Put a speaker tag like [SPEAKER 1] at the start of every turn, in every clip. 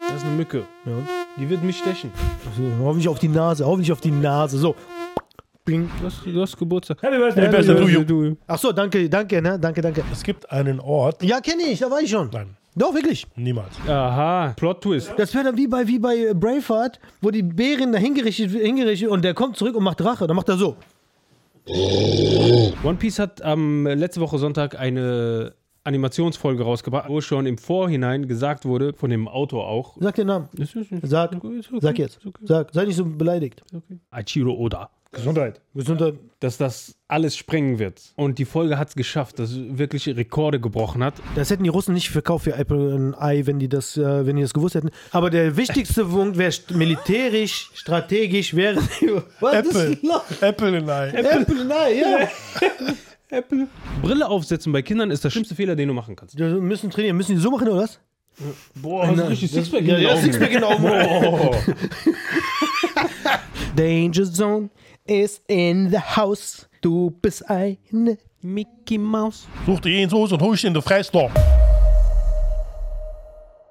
[SPEAKER 1] Das ist eine Mücke.
[SPEAKER 2] Ja.
[SPEAKER 1] Die wird mich stechen.
[SPEAKER 2] Hoffentlich auf die Nase, hoffentlich auf die Nase. So. Bing.
[SPEAKER 1] Du hast, du hast Geburtstag. Also
[SPEAKER 3] Happy Birthday, Birthday to you.
[SPEAKER 1] du.
[SPEAKER 2] Achso, danke, danke, ne? Danke, danke.
[SPEAKER 3] Es gibt einen Ort.
[SPEAKER 2] Ja, kenne ich, da war ich schon.
[SPEAKER 3] Nein,
[SPEAKER 2] Doch, wirklich.
[SPEAKER 3] niemals.
[SPEAKER 1] Aha, Plot-Twist.
[SPEAKER 2] Das wäre dann wie bei, wie bei äh, Braveheart, wo die Bärin da hingerichtet, hingerichtet und der kommt zurück und macht Drache. Dann macht er so.
[SPEAKER 1] One Piece hat am äh, letzte Woche Sonntag eine Animationsfolge rausgebracht, wo schon im Vorhinein gesagt wurde, von dem Autor auch.
[SPEAKER 2] Sag den Namen.
[SPEAKER 1] Ist- ist- ist-
[SPEAKER 2] Sag,
[SPEAKER 1] ist okay, ist okay,
[SPEAKER 2] sag jetzt.
[SPEAKER 1] ist okay,
[SPEAKER 2] Sag, sei nicht so beleidigt.
[SPEAKER 1] ist okay. Aichiro Oda.
[SPEAKER 3] Gesundheit.
[SPEAKER 2] Gesundheit.
[SPEAKER 1] Dass das alles sprengen wird. Und die Folge hat es geschafft, dass es wirklich Rekorde gebrochen hat.
[SPEAKER 2] Das hätten die Russen nicht verkauft für Apple ein Ei, wenn die das, äh, wenn die das gewusst hätten. Aber der wichtigste Punkt wäre st- militärisch, strategisch wäre. Was
[SPEAKER 3] Apple.
[SPEAKER 2] ist los?
[SPEAKER 3] Apple in ein.
[SPEAKER 2] Apple, nein, ja.
[SPEAKER 1] Brille aufsetzen bei Kindern ist der schlimmste Fehler, den du machen kannst.
[SPEAKER 2] Die müssen trainieren, müssen die so machen oder was?
[SPEAKER 1] Boah, hast du Oh, richtig Sixpack in den Augen.
[SPEAKER 2] genau. Danger Zone is in the house. Du bist eine
[SPEAKER 1] Mickey Mouse.
[SPEAKER 3] Such dir ihn so und hol ich den, du freist doch.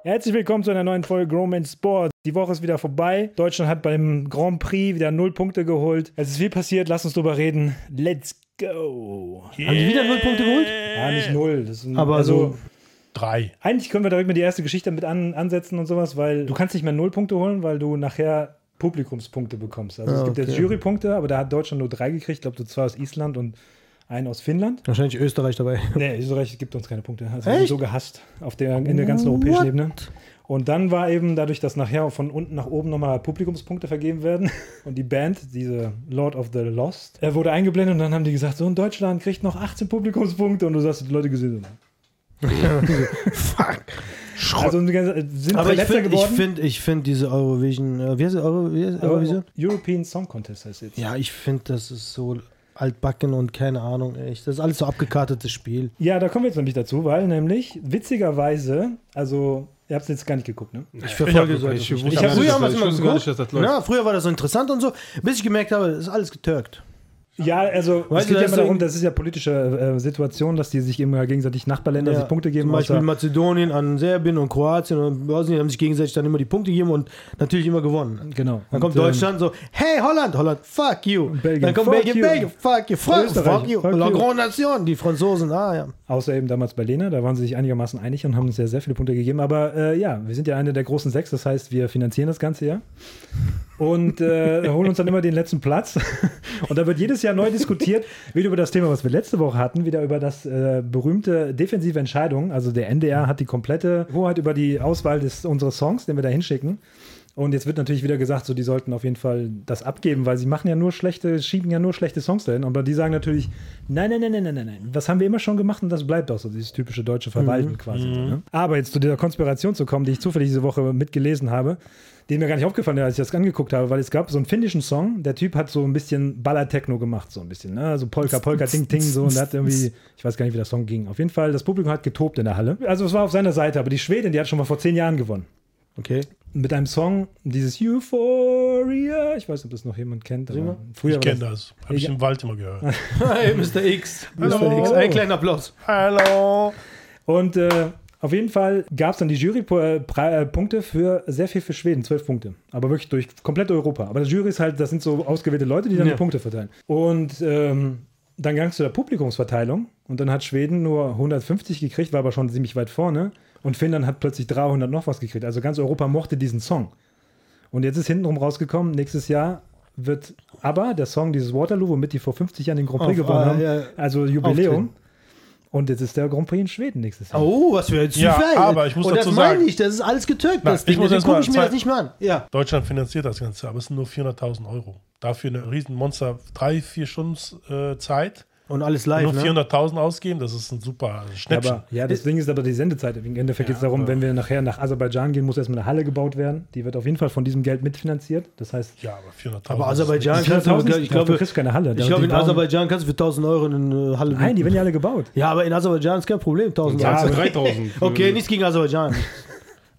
[SPEAKER 4] Herzlich willkommen zu einer neuen Folge Grown Man Sport. Die Woche ist wieder vorbei. Deutschland hat beim Grand Prix wieder null Punkte geholt. Es ist viel passiert, lass uns drüber reden. Let's go.
[SPEAKER 2] Haben die wieder null Punkte geholt?
[SPEAKER 4] Ja, nicht null. Das ist ein,
[SPEAKER 2] Aber
[SPEAKER 4] also,
[SPEAKER 2] so-
[SPEAKER 3] Drei.
[SPEAKER 4] eigentlich können wir direkt mal die erste Geschichte mit an, ansetzen und sowas, weil du kannst nicht mehr null Punkte holen, weil du nachher Publikumspunkte bekommst. Also
[SPEAKER 2] Ah,
[SPEAKER 4] es gibt jetzt
[SPEAKER 2] okay.
[SPEAKER 4] Jurypunkte, aber da hat Deutschland nur drei gekriegt. Ich glaube, so zwei aus Island und einen aus Finnland.
[SPEAKER 2] Wahrscheinlich Österreich dabei.
[SPEAKER 4] Nee, Österreich gibt uns keine Punkte. Also wir sind
[SPEAKER 2] Echt?
[SPEAKER 4] so gehasst auf der, in der ganzen europäischen
[SPEAKER 2] What?
[SPEAKER 4] Ebene. Und dann war eben dadurch, dass nachher von unten nach oben nochmal Publikumspunkte vergeben werden und die Band, diese Lord of the Lost, äh, wurde eingeblendet und dann haben die gesagt, so in Deutschland kriegt noch 18 Publikumspunkte und du sagst, die Leute gesehen sind.
[SPEAKER 2] Fuck. Schrott.
[SPEAKER 4] Also die ganze, äh, sind
[SPEAKER 2] aber ich
[SPEAKER 4] letzter
[SPEAKER 2] finde ich
[SPEAKER 4] geworden.
[SPEAKER 2] find, ich find diese Eurovision, äh, wie heißt es, Euro, wie heißt es? Eurovision?
[SPEAKER 4] aber European Song Contest heißt jetzt.
[SPEAKER 2] Ja, ich finde, das ist so altbacken und keine Ahnung, echt. Das ist alles so abgekartetes Spiel.
[SPEAKER 4] Ja, da kommen wir jetzt nämlich dazu, weil nämlich witzigerweise, also ihr habt es jetzt gar nicht geguckt, ne?
[SPEAKER 2] Ich verfolge so etwas
[SPEAKER 1] ich
[SPEAKER 2] nicht.
[SPEAKER 1] wusste
[SPEAKER 2] Ich hab
[SPEAKER 1] gar nicht,
[SPEAKER 2] früher
[SPEAKER 1] dass
[SPEAKER 2] haben wir
[SPEAKER 1] das-
[SPEAKER 2] es
[SPEAKER 1] ich
[SPEAKER 2] immer
[SPEAKER 1] wusste gar nicht, dass
[SPEAKER 2] geguckt.
[SPEAKER 1] das läuft.
[SPEAKER 2] Na, früher war das so interessant und so, bis ich gemerkt habe, das ist alles getürkt.
[SPEAKER 4] Ja, also
[SPEAKER 2] Weißt
[SPEAKER 4] es
[SPEAKER 2] du, das
[SPEAKER 4] geht ja immer
[SPEAKER 2] ist
[SPEAKER 4] darum,
[SPEAKER 2] irgendwie-
[SPEAKER 4] das ist ja politische äh, Situation, dass die sich immer gegenseitig Nachbarländer
[SPEAKER 2] Ja,
[SPEAKER 4] sich Punkte geben.
[SPEAKER 2] Zum Beispiel
[SPEAKER 4] außer-
[SPEAKER 2] Mazedonien an Serbien und Kroatien und Bosnien haben sich gegenseitig dann immer die Punkte gegeben und natürlich immer gewonnen.
[SPEAKER 4] Genau.
[SPEAKER 2] Dann
[SPEAKER 4] Und,
[SPEAKER 2] kommt
[SPEAKER 4] ähm,
[SPEAKER 2] Deutschland so, hey Holland, Holland, fuck you.
[SPEAKER 4] Belgien,
[SPEAKER 2] dann kommt
[SPEAKER 4] fuck
[SPEAKER 2] Belgien,
[SPEAKER 4] you.
[SPEAKER 2] Belgien, fuck you. Frankreich,
[SPEAKER 4] Österreich,
[SPEAKER 2] fuck you.
[SPEAKER 4] fuck
[SPEAKER 2] La
[SPEAKER 4] you.
[SPEAKER 2] Grande Nation, die Franzosen, ah ja.
[SPEAKER 4] Außer eben damals bei Lena, da waren sie sich einigermaßen einig und haben uns ja sehr viele Punkte gegeben. Aber äh, ja, wir sind ja eine der großen sechs, das heißt, wir finanzieren das Ganze ja. Und äh, holen uns dann immer den letzten Platz. Und da wird jedes Jahr neu diskutiert, wieder über das Thema, was wir letzte Woche hatten, wieder über das äh, berühmte defensive Entscheidung. Also der NDR hat die komplette Hoheit über die Auswahl des, unseres Songs, den wir da hinschicken. Und jetzt wird natürlich wieder gesagt, so die sollten auf jeden Fall das abgeben, weil sie machen ja nur schlechte, schieben ja nur schlechte Songs dahin. Aber die sagen natürlich, nein, nein, nein, nein, nein, nein, nein. Was haben wir immer schon gemacht und das bleibt auch so, dieses typische deutsche Verwalten quasi. so, Ne? Aber jetzt zu dieser Konspiration zu kommen, die ich zufällig diese Woche mitgelesen habe, die mir gar nicht aufgefallen ist, als ich das angeguckt habe, weil es gab so einen finnischen Song, der Typ hat so ein bisschen Baller-Techno gemacht, so ein bisschen, ne? so Polka, Polka, Ding, Ding, so und hat irgendwie, ich weiß gar nicht, wie der Song ging. Auf jeden Fall, das Publikum hat getobt in der Halle. Also es war auf seiner Seite, aber die Schwedin, die hat schon mal vor zehn Jahren gewonnen
[SPEAKER 2] Okay.
[SPEAKER 4] mit einem Song, dieses Euphoria. Ich weiß nicht, ob das noch jemand kennt. Aber früher
[SPEAKER 3] Ich kenne das. Habe ich im Wald immer gehört.
[SPEAKER 2] Hey, Mr. X.
[SPEAKER 3] Hallo.
[SPEAKER 2] Mr. X, einen kleinen Applaus.
[SPEAKER 3] Hallo.
[SPEAKER 4] Und äh, auf jeden Fall gab es dann die äh, Jurypunkte für sehr viel für Schweden, zwölf Punkte. Aber wirklich durch komplett Europa. Aber das Jury ist halt, das sind so ausgewählte Leute, die dann
[SPEAKER 2] Ja.
[SPEAKER 4] die Punkte verteilen. Und ähm, dann ging es zu der Publikumsverteilung und dann hat Schweden nur 150 gekriegt, war aber schon ziemlich weit vorne. Und Finnland hat plötzlich 300 noch was gekriegt. Also ganz Europa mochte diesen Song. Und jetzt ist hintenrum rausgekommen, nächstes Jahr wird aber der Song dieses Waterloo, womit die vor 50 Jahren den Grand Prix
[SPEAKER 2] Auf,
[SPEAKER 4] gewonnen
[SPEAKER 2] äh,
[SPEAKER 4] haben,
[SPEAKER 2] ja,
[SPEAKER 4] also Jubiläum.
[SPEAKER 2] auftreten.
[SPEAKER 4] Und jetzt ist der Grand Prix in Schweden nächstes Jahr.
[SPEAKER 2] Oh, was für ein
[SPEAKER 3] Ja, aber ich muss
[SPEAKER 2] Und
[SPEAKER 3] dazu
[SPEAKER 2] das meine
[SPEAKER 3] sagen-
[SPEAKER 2] ich, das ist alles getürkt.
[SPEAKER 3] Nein,
[SPEAKER 2] das
[SPEAKER 3] ich
[SPEAKER 2] Ding,
[SPEAKER 3] muss
[SPEAKER 2] deswegen
[SPEAKER 3] erst mal
[SPEAKER 2] gucke ich mir
[SPEAKER 3] zwei-
[SPEAKER 2] das nicht mehr an. Ja.
[SPEAKER 3] Deutschland finanziert das Ganze, aber es sind nur 400.000 Euro. Dafür eine riesen Monster, drei, vier Stunden äh, Zeit.
[SPEAKER 2] Und alles
[SPEAKER 3] Nur
[SPEAKER 2] live, ne?
[SPEAKER 3] 400.000 ausgeben, das ist ein super
[SPEAKER 4] Ja,
[SPEAKER 3] Schnäppchen.
[SPEAKER 4] aber, ja, das Ding ist aber die Sendezeit. Im Endeffekt geht es darum, wenn wir nachher nach Aserbaidschan gehen, muss erstmal eine Halle gebaut werden. Die wird auf jeden Fall von diesem Geld mitfinanziert. Das heißt,
[SPEAKER 3] ja, aber 400.000.
[SPEAKER 2] Aber also
[SPEAKER 3] ist
[SPEAKER 2] Aserbaidschan
[SPEAKER 4] nicht-
[SPEAKER 2] kannst du,
[SPEAKER 4] 400.000
[SPEAKER 2] ich
[SPEAKER 4] Ja, du
[SPEAKER 2] glaube,
[SPEAKER 4] kriegst keine Halle.
[SPEAKER 2] Ich
[SPEAKER 4] Die
[SPEAKER 2] glaube, in
[SPEAKER 4] bauen-
[SPEAKER 2] Aserbaidschan kannst du für 1000 Euro eine Halle
[SPEAKER 4] Nein, die
[SPEAKER 2] mieten.
[SPEAKER 4] werden ja alle gebaut.
[SPEAKER 2] Ja, aber in Aserbaidschan ist kein Problem, 1000
[SPEAKER 4] Ja,
[SPEAKER 2] Euro.
[SPEAKER 4] aber-
[SPEAKER 1] 3000.
[SPEAKER 2] Okay, nichts gegen Aserbaidschan.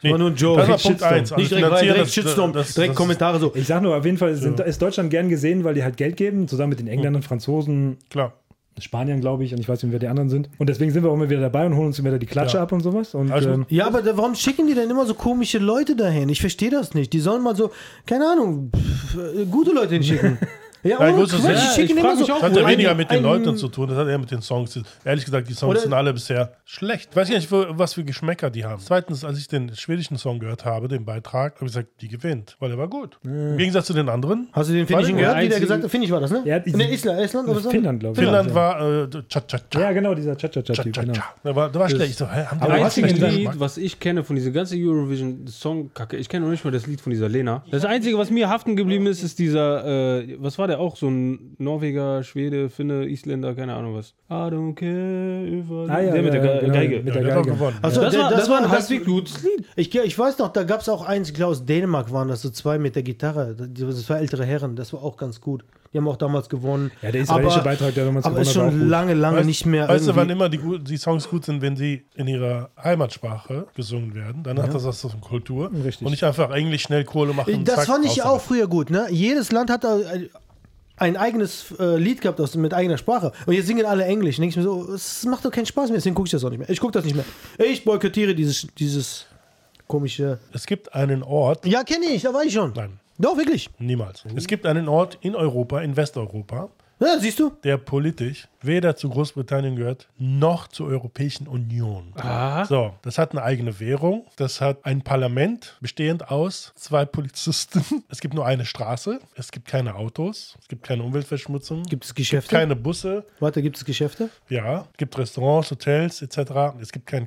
[SPEAKER 3] Nee,
[SPEAKER 2] War nur ein Joke.
[SPEAKER 3] Das war Punkt
[SPEAKER 2] Shitstorm.
[SPEAKER 3] Also 1.
[SPEAKER 2] nicht direkt, rein, direkt
[SPEAKER 3] äh,
[SPEAKER 2] Shitstorm, direkt Kommentare so.
[SPEAKER 4] Ich
[SPEAKER 3] Hm.
[SPEAKER 4] sag nur, auf jeden Fall sind, ist Deutschland gern gesehen, weil die halt Geld geben, zusammen mit den Engländern, Franzosen,
[SPEAKER 3] Klar.
[SPEAKER 4] Spaniern, glaube ich, und ich weiß nicht, wer die anderen sind. Und deswegen sind wir auch immer wieder dabei und holen uns immer wieder die Klatsche
[SPEAKER 3] Ja.
[SPEAKER 4] ab und sowas. Und
[SPEAKER 3] Also ich
[SPEAKER 4] ähm,
[SPEAKER 3] muss-
[SPEAKER 2] Ja, aber da, warum schicken die denn immer so komische Leute dahin? Ich verstehe das nicht. Die sollen mal so, keine Ahnung, pff, äh, gute Leute hinschicken. Ja,
[SPEAKER 3] ich
[SPEAKER 2] ohne
[SPEAKER 3] muss das-
[SPEAKER 2] Quatsch,
[SPEAKER 3] ja,
[SPEAKER 2] die schicken
[SPEAKER 1] ich
[SPEAKER 2] immer
[SPEAKER 1] frag
[SPEAKER 2] so.
[SPEAKER 1] mich auch,
[SPEAKER 3] Das hat ja
[SPEAKER 2] ein-
[SPEAKER 3] weniger mit den
[SPEAKER 2] ein-
[SPEAKER 3] Leuten zu tun, das hat eher mit den Songs. Ehrlich gesagt, die Songs
[SPEAKER 2] Oder-
[SPEAKER 3] sind alle bisher schlecht. Ich weiß nicht, wo- was für Geschmäcker die haben. Zweitens, als ich den schwedischen Song gehört habe, den Beitrag, habe ich gesagt, die gewinnt, weil der war gut. Im Gegensatz zu den anderen.
[SPEAKER 2] Hast du den
[SPEAKER 3] Warte
[SPEAKER 2] Finnischen
[SPEAKER 3] mal,
[SPEAKER 2] gehört, wie der
[SPEAKER 1] einzigen-
[SPEAKER 2] gesagt hat? Finnisch war das, ne?
[SPEAKER 4] Ja,
[SPEAKER 2] ne, Island, Estland oder so?
[SPEAKER 4] Finnland, glaube ich.
[SPEAKER 3] Finnland
[SPEAKER 4] ja.
[SPEAKER 3] war äh, Cha-Cha-Cha.
[SPEAKER 4] Ja, genau, dieser Cha-Cha-Cha-Typ.
[SPEAKER 3] Cha-Cha-Cha.
[SPEAKER 4] Genau.
[SPEAKER 3] Der war, der war schlecht. Ich so, hä, haben die
[SPEAKER 4] Aber
[SPEAKER 3] alle
[SPEAKER 1] einzige
[SPEAKER 4] was hast du
[SPEAKER 3] schlechten
[SPEAKER 4] denn
[SPEAKER 1] Lied,
[SPEAKER 3] Geschmack?
[SPEAKER 1] was ich kenne von dieser ganzen Eurovision-Song-Kacke, ich kenne noch nicht mal das Lied von dieser Lena. Das Einzige, was mir haften geblieben ist, ist dieser, äh, was war der auch? So ein Norweger, Schwede, Finne, Isländer, keine Ahnung was. I don't care if I
[SPEAKER 4] Ah, ja,
[SPEAKER 1] der mit der
[SPEAKER 4] ja,
[SPEAKER 1] Ge
[SPEAKER 4] genau,
[SPEAKER 1] Geige.
[SPEAKER 4] mit
[SPEAKER 3] Ja,
[SPEAKER 4] der
[SPEAKER 3] der hat auch
[SPEAKER 4] Geige.
[SPEAKER 3] gewonnen.
[SPEAKER 2] Also,
[SPEAKER 1] das,
[SPEAKER 2] der-
[SPEAKER 1] war, das, war ein
[SPEAKER 2] das-
[SPEAKER 1] halbwegs gutes Lied.
[SPEAKER 2] Ich, ich weiß noch, da gab es auch eins, ich glaub, aus Dänemark waren das, so zwei mit der Gitarre. Das zwei ältere Herren, das war auch ganz gut. Die haben auch damals gewonnen.
[SPEAKER 4] Ja, der israelische
[SPEAKER 2] Aber-
[SPEAKER 4] Beitrag, der damals
[SPEAKER 2] Aber ist
[SPEAKER 4] gewonnen hat, war auch
[SPEAKER 2] schon
[SPEAKER 4] gut.
[SPEAKER 2] lange, lange
[SPEAKER 3] Weißt-
[SPEAKER 2] nicht mehr.
[SPEAKER 3] Weißt du, wann
[SPEAKER 2] irgendwie-
[SPEAKER 3] immer die, gut- die Songs gut sind, wenn sie in ihrer Heimatsprache gesungen werden, dann hat das was von Kultur.
[SPEAKER 4] Richtig.
[SPEAKER 3] Und nicht einfach Englisch schnell Kohle machen. und
[SPEAKER 2] Das
[SPEAKER 3] zack,
[SPEAKER 2] fand ich ja
[SPEAKER 3] raus
[SPEAKER 2] auch früher gut, ne? Jedes Land hat da ein- ein eigenes äh, Lied gehabt aus, mit eigener Sprache. Und jetzt singen alle Englisch. Denke ich mir so, es macht doch keinen Spaß mehr, deswegen gucke ich das auch nicht mehr. Ich gucke das nicht mehr. Ich boykottiere dieses, dieses komische.
[SPEAKER 3] damit. Es gibt einen Ort,
[SPEAKER 2] Ja, kenne ich, da war ich schon.
[SPEAKER 3] Nein.
[SPEAKER 2] Doch, wirklich.
[SPEAKER 3] niemals. Es gibt einen Ort in Europa, in Westeuropa,
[SPEAKER 2] Ja, siehst du?
[SPEAKER 3] der politisch weder zu Großbritannien gehört, noch zur Europäischen Union.
[SPEAKER 1] Ah,
[SPEAKER 3] So, das hat eine eigene Währung, das hat ein Parlament bestehend aus zwei Polizisten. Es gibt nur eine Straße, es gibt keine Autos, es gibt keine Umweltverschmutzung,
[SPEAKER 2] Gibt es Geschäfte?
[SPEAKER 3] keine Busse,
[SPEAKER 2] Warte, gibt es Geschäfte?
[SPEAKER 3] Ja, es gibt Restaurants, Hotels etc. Es gibt keinen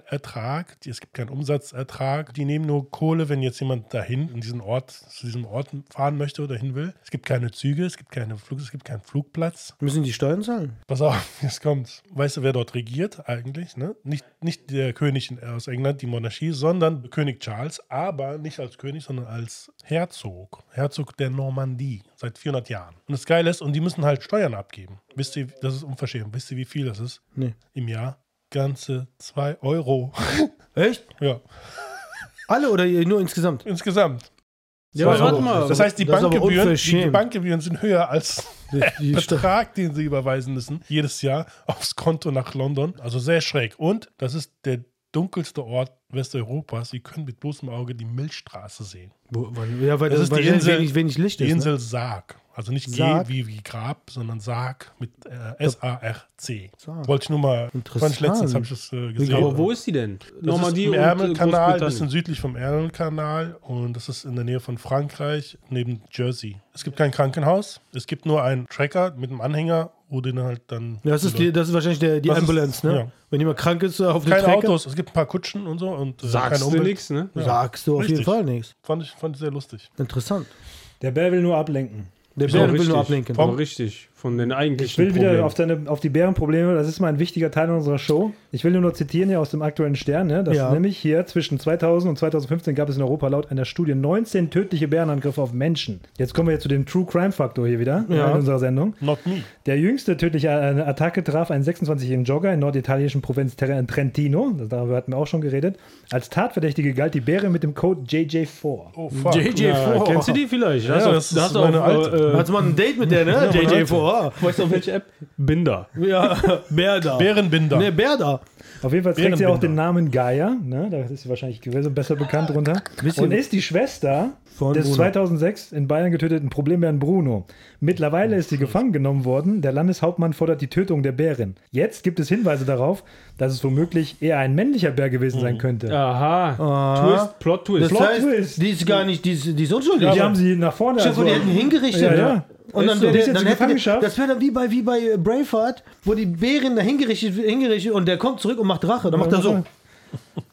[SPEAKER 3] Kapitalertrag, die- es gibt keinen Umsatzertrag. Die nehmen nur Kohle, wenn jetzt jemand dahin in diesen Ort, zu diesem Ort fahren möchte oder hin will. Es gibt keine Züge, es gibt keine Flug, es gibt keinen Flugplatz.
[SPEAKER 2] Müssen die Steuern zahlen?
[SPEAKER 3] Pass auf, jetzt kommt's. Weißt du, wer dort regiert eigentlich? Ne? Nicht, nicht der König in- aus England, die Monarchie, sondern König Charles, aber nicht als König, sondern als Herzog. Herzog der Normandie seit 400 Jahren. Und das Geile ist, und die müssen halt Steuern abgeben. Wisst ihr, das ist unverschämt. Wisst ihr, wie viel das ist?
[SPEAKER 2] Nee.
[SPEAKER 3] Im Jahr? Ganze 2 Euro.
[SPEAKER 2] Echt?
[SPEAKER 3] ja,
[SPEAKER 2] Alle oder nur insgesamt?
[SPEAKER 3] insgesamt.
[SPEAKER 2] Ja,
[SPEAKER 1] aber
[SPEAKER 3] Zwei
[SPEAKER 1] warte
[SPEAKER 3] Euro.
[SPEAKER 1] mal.
[SPEAKER 3] Das heißt, die
[SPEAKER 2] Das ist aber
[SPEAKER 3] Bankgebühren, die
[SPEAKER 2] unverschämt.
[SPEAKER 3] Bankgebühren sind höher als
[SPEAKER 2] Die
[SPEAKER 3] Betrag, den sie überweisen müssen, jedes Jahr aufs Konto nach London. Also sehr schräg. Und das ist der dunkelste Ort Westeuropas. Sie können mit bloßem Auge die Milchstraße sehen.
[SPEAKER 2] Wo- wann- Ja, weil
[SPEAKER 3] Das
[SPEAKER 2] das,
[SPEAKER 3] ist
[SPEAKER 2] weil
[SPEAKER 3] die Insel-
[SPEAKER 2] wenig, wenig Licht
[SPEAKER 3] Die
[SPEAKER 2] ist.
[SPEAKER 3] Insel Sarg. Also nicht G
[SPEAKER 2] ne? Sarg.
[SPEAKER 3] wie, wie Grab, sondern Sarg mit äh, S-A-R-C.
[SPEAKER 2] Sarg.
[SPEAKER 3] Wollte ich nur mal.
[SPEAKER 2] Ah. Interessant.
[SPEAKER 3] Fand ich letztens habe ich das äh, gesehen.
[SPEAKER 1] aber wo ist die denn?
[SPEAKER 3] Das
[SPEAKER 1] Normandie
[SPEAKER 3] ist
[SPEAKER 1] und äh,
[SPEAKER 3] im Ärmelkanal, ein bisschen
[SPEAKER 1] Großbritannien.
[SPEAKER 3] südlich vom Ärmelkanal und das ist in der Nähe von Frankreich, neben Jersey. Es gibt kein Krankenhaus, es gibt nur einen Tracker mit einem Anhänger, wo den halt dann.
[SPEAKER 2] Ne? Ja, das, ist die, das ist wahrscheinlich der, die
[SPEAKER 3] Das ist-
[SPEAKER 2] Ambulance, ne?
[SPEAKER 3] ja.
[SPEAKER 2] Wenn jemand krank ist, äh, auf den
[SPEAKER 3] keine
[SPEAKER 2] Trecker.
[SPEAKER 3] Autos, es gibt ein paar Kutschen und so und äh, keine
[SPEAKER 1] Sagst du
[SPEAKER 3] Umwelt.
[SPEAKER 1] nichts, ne?
[SPEAKER 3] Ja.
[SPEAKER 2] Sagst du auf
[SPEAKER 3] Richtig.
[SPEAKER 2] jeden Fall nichts.
[SPEAKER 3] Fand ich, fand ich sehr lustig.
[SPEAKER 2] Interessant.
[SPEAKER 4] Der Bär will nur ablenken.
[SPEAKER 2] Der
[SPEAKER 1] Ist
[SPEAKER 2] Bär
[SPEAKER 1] auch
[SPEAKER 2] will
[SPEAKER 1] richtig.
[SPEAKER 2] nur ablenken.
[SPEAKER 1] Aber richtig, von den eigentlichen
[SPEAKER 4] Ich will
[SPEAKER 1] Problemen.
[SPEAKER 4] wieder auf, deine, auf die Bärenprobleme, das ist mal ein wichtiger Teil unserer Show. Ich will nur noch zitieren hier aus dem aktuellen Stern, ne, dass
[SPEAKER 2] Ja.
[SPEAKER 4] nämlich hier zwischen 2000 und 2015 gab es in Europa laut einer Studie 19 tödliche Bärenangriffe auf Menschen. Jetzt kommen wir zu dem True Crime Faktor hier wieder
[SPEAKER 2] Ja.
[SPEAKER 4] in unserer Sendung.
[SPEAKER 3] Not me.
[SPEAKER 4] Der jüngste tödliche äh, Attacke traf einen 26-jährigen Jogger in norditalienischen Provinz Ter- Trentino, darüber hatten wir auch schon geredet. Als Tatverdächtige galt die Bäre mit dem Code JJ4.
[SPEAKER 3] Oh fuck.
[SPEAKER 1] JJ4.
[SPEAKER 2] Ja,
[SPEAKER 1] Kennst du die vielleicht?
[SPEAKER 3] Ja, das ist meine alte.
[SPEAKER 1] äh,
[SPEAKER 2] Hatte man ein Date mit der, ne? JJ4.
[SPEAKER 1] Weißt du, auf welche App? Binder.
[SPEAKER 2] Ja, Bär da.
[SPEAKER 3] Bärenbinder.
[SPEAKER 2] Ne, Bär da.
[SPEAKER 4] Auf jeden Fall trägt sie auch den
[SPEAKER 3] Bärenbinder.
[SPEAKER 4] Namen Gaia, ne? da ist sie wahrscheinlich gewesen, besser bekannt drunter.
[SPEAKER 2] Bisschen-
[SPEAKER 4] Und ist die Schwester
[SPEAKER 2] Von
[SPEAKER 4] des
[SPEAKER 2] Bruno.
[SPEAKER 4] 2006 in Bayern getöteten Problembären Bruno. Mittlerweile ist sie gefangen genommen worden. Der Landeshauptmann fordert die Tötung der Bärin. Jetzt gibt es Hinweise darauf, dass es womöglich eher ein männlicher Bär gewesen
[SPEAKER 2] Mhm.
[SPEAKER 4] sein könnte.
[SPEAKER 1] Aha. Twist, Plot Twist.
[SPEAKER 2] Das
[SPEAKER 4] Plot
[SPEAKER 2] heißt,
[SPEAKER 4] Twist.
[SPEAKER 2] die ist gar nicht, die ist, die ist unschuldig.
[SPEAKER 4] Die haben sie nach vorne.
[SPEAKER 2] Stell dir vor, die
[SPEAKER 4] also-
[SPEAKER 2] hätten hingerichtet. ne?
[SPEAKER 4] Ja, ja.
[SPEAKER 2] Und dann,
[SPEAKER 4] Weißt du, die ist
[SPEAKER 2] der,
[SPEAKER 4] jetzt
[SPEAKER 2] dann hätten
[SPEAKER 4] in
[SPEAKER 2] die,
[SPEAKER 4] Gefangenschaft.
[SPEAKER 2] das wäre dann wie bei, wie bei äh, Braveheart, wo die Bärin da hingerichtet, hingerichtet und der kommt zurück und macht Drache. Dann macht er so.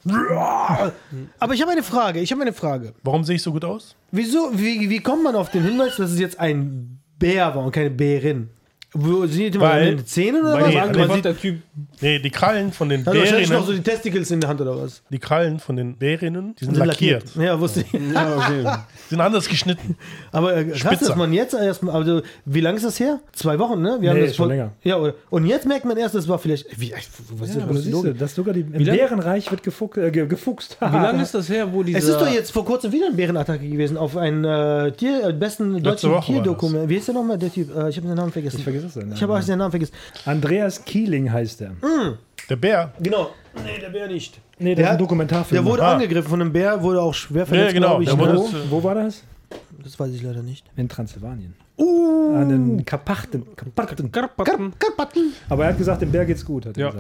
[SPEAKER 4] genau.
[SPEAKER 2] Aber ich habe eine Frage, ich habe eine Frage.
[SPEAKER 3] Warum sehe ich so gut aus?
[SPEAKER 2] Wieso, wie, wie kommt man auf den Hinweis, dass es jetzt ein Bär war und keine Bärin? Wo sind die
[SPEAKER 3] Weil-
[SPEAKER 2] meine Zähne oder
[SPEAKER 3] weil
[SPEAKER 2] was?
[SPEAKER 3] die-
[SPEAKER 2] Man
[SPEAKER 3] weil
[SPEAKER 2] sieht-
[SPEAKER 1] der Typ.
[SPEAKER 3] Nee, die Krallen von den
[SPEAKER 2] hat wahrscheinlich noch so
[SPEAKER 3] Bärinnen,
[SPEAKER 2] die Testicles in der Hand oder was?
[SPEAKER 3] die Krallen von den Bärinnen, die sind, lackiert.
[SPEAKER 2] Ja, wusste ich.
[SPEAKER 1] Ja, okay.
[SPEAKER 3] Die sind anders geschnitten.
[SPEAKER 2] Aber äh, krass,
[SPEAKER 3] Spitzer.
[SPEAKER 2] dass man jetzt erstmal, also wie lange ist das her? Zwei Wochen, ne? Wir haben
[SPEAKER 4] Nee,
[SPEAKER 2] das
[SPEAKER 4] schon
[SPEAKER 2] vor-
[SPEAKER 4] länger.
[SPEAKER 2] Ja, oder- und jetzt merkt man erst, das war vielleicht. Wie, was
[SPEAKER 4] Ja, aber du
[SPEAKER 2] was
[SPEAKER 4] siehst, du,
[SPEAKER 2] los?
[SPEAKER 4] dass sogar die, im
[SPEAKER 1] lange-
[SPEAKER 4] Bärenreich wird gefuck, äh, ge- gefuchst.
[SPEAKER 1] Wie lange ist das her, wo dieser...
[SPEAKER 2] es ist doch jetzt vor kurzem wieder ein Bärenattacke gewesen auf einen äh, Tier, äh, besten deutschen
[SPEAKER 3] Woche war
[SPEAKER 2] Tierdokument. Wie ist der nochmal, der Typ? Äh, ich habe den Namen vergessen.
[SPEAKER 4] Ich vergesse ist es denn?
[SPEAKER 2] Ich habe auch seinen Namen vergessen.
[SPEAKER 4] Andreas Kieling heißt er.
[SPEAKER 3] Der Bär.
[SPEAKER 2] Genau. Nee, der Bär nicht.
[SPEAKER 4] Nee,
[SPEAKER 2] Der
[SPEAKER 4] das ist ein
[SPEAKER 2] hat-
[SPEAKER 4] Dokumentarfilm.
[SPEAKER 2] Der wurde
[SPEAKER 3] Ah.
[SPEAKER 2] angegriffen von einem Bär, wurde auch schwer verletzt,
[SPEAKER 3] genau,
[SPEAKER 2] glaube ich.
[SPEAKER 3] der
[SPEAKER 2] ne?
[SPEAKER 3] wurde-
[SPEAKER 4] wo, wo war das?
[SPEAKER 2] das weiß ich leider nicht.
[SPEAKER 4] In Transsilvanien.
[SPEAKER 2] Uh,
[SPEAKER 4] An den Kapachten. Kapachten.
[SPEAKER 1] Karpaten.
[SPEAKER 2] Karpaten.
[SPEAKER 4] Aber er hat gesagt, dem Bär geht's gut, hat er
[SPEAKER 1] Ja.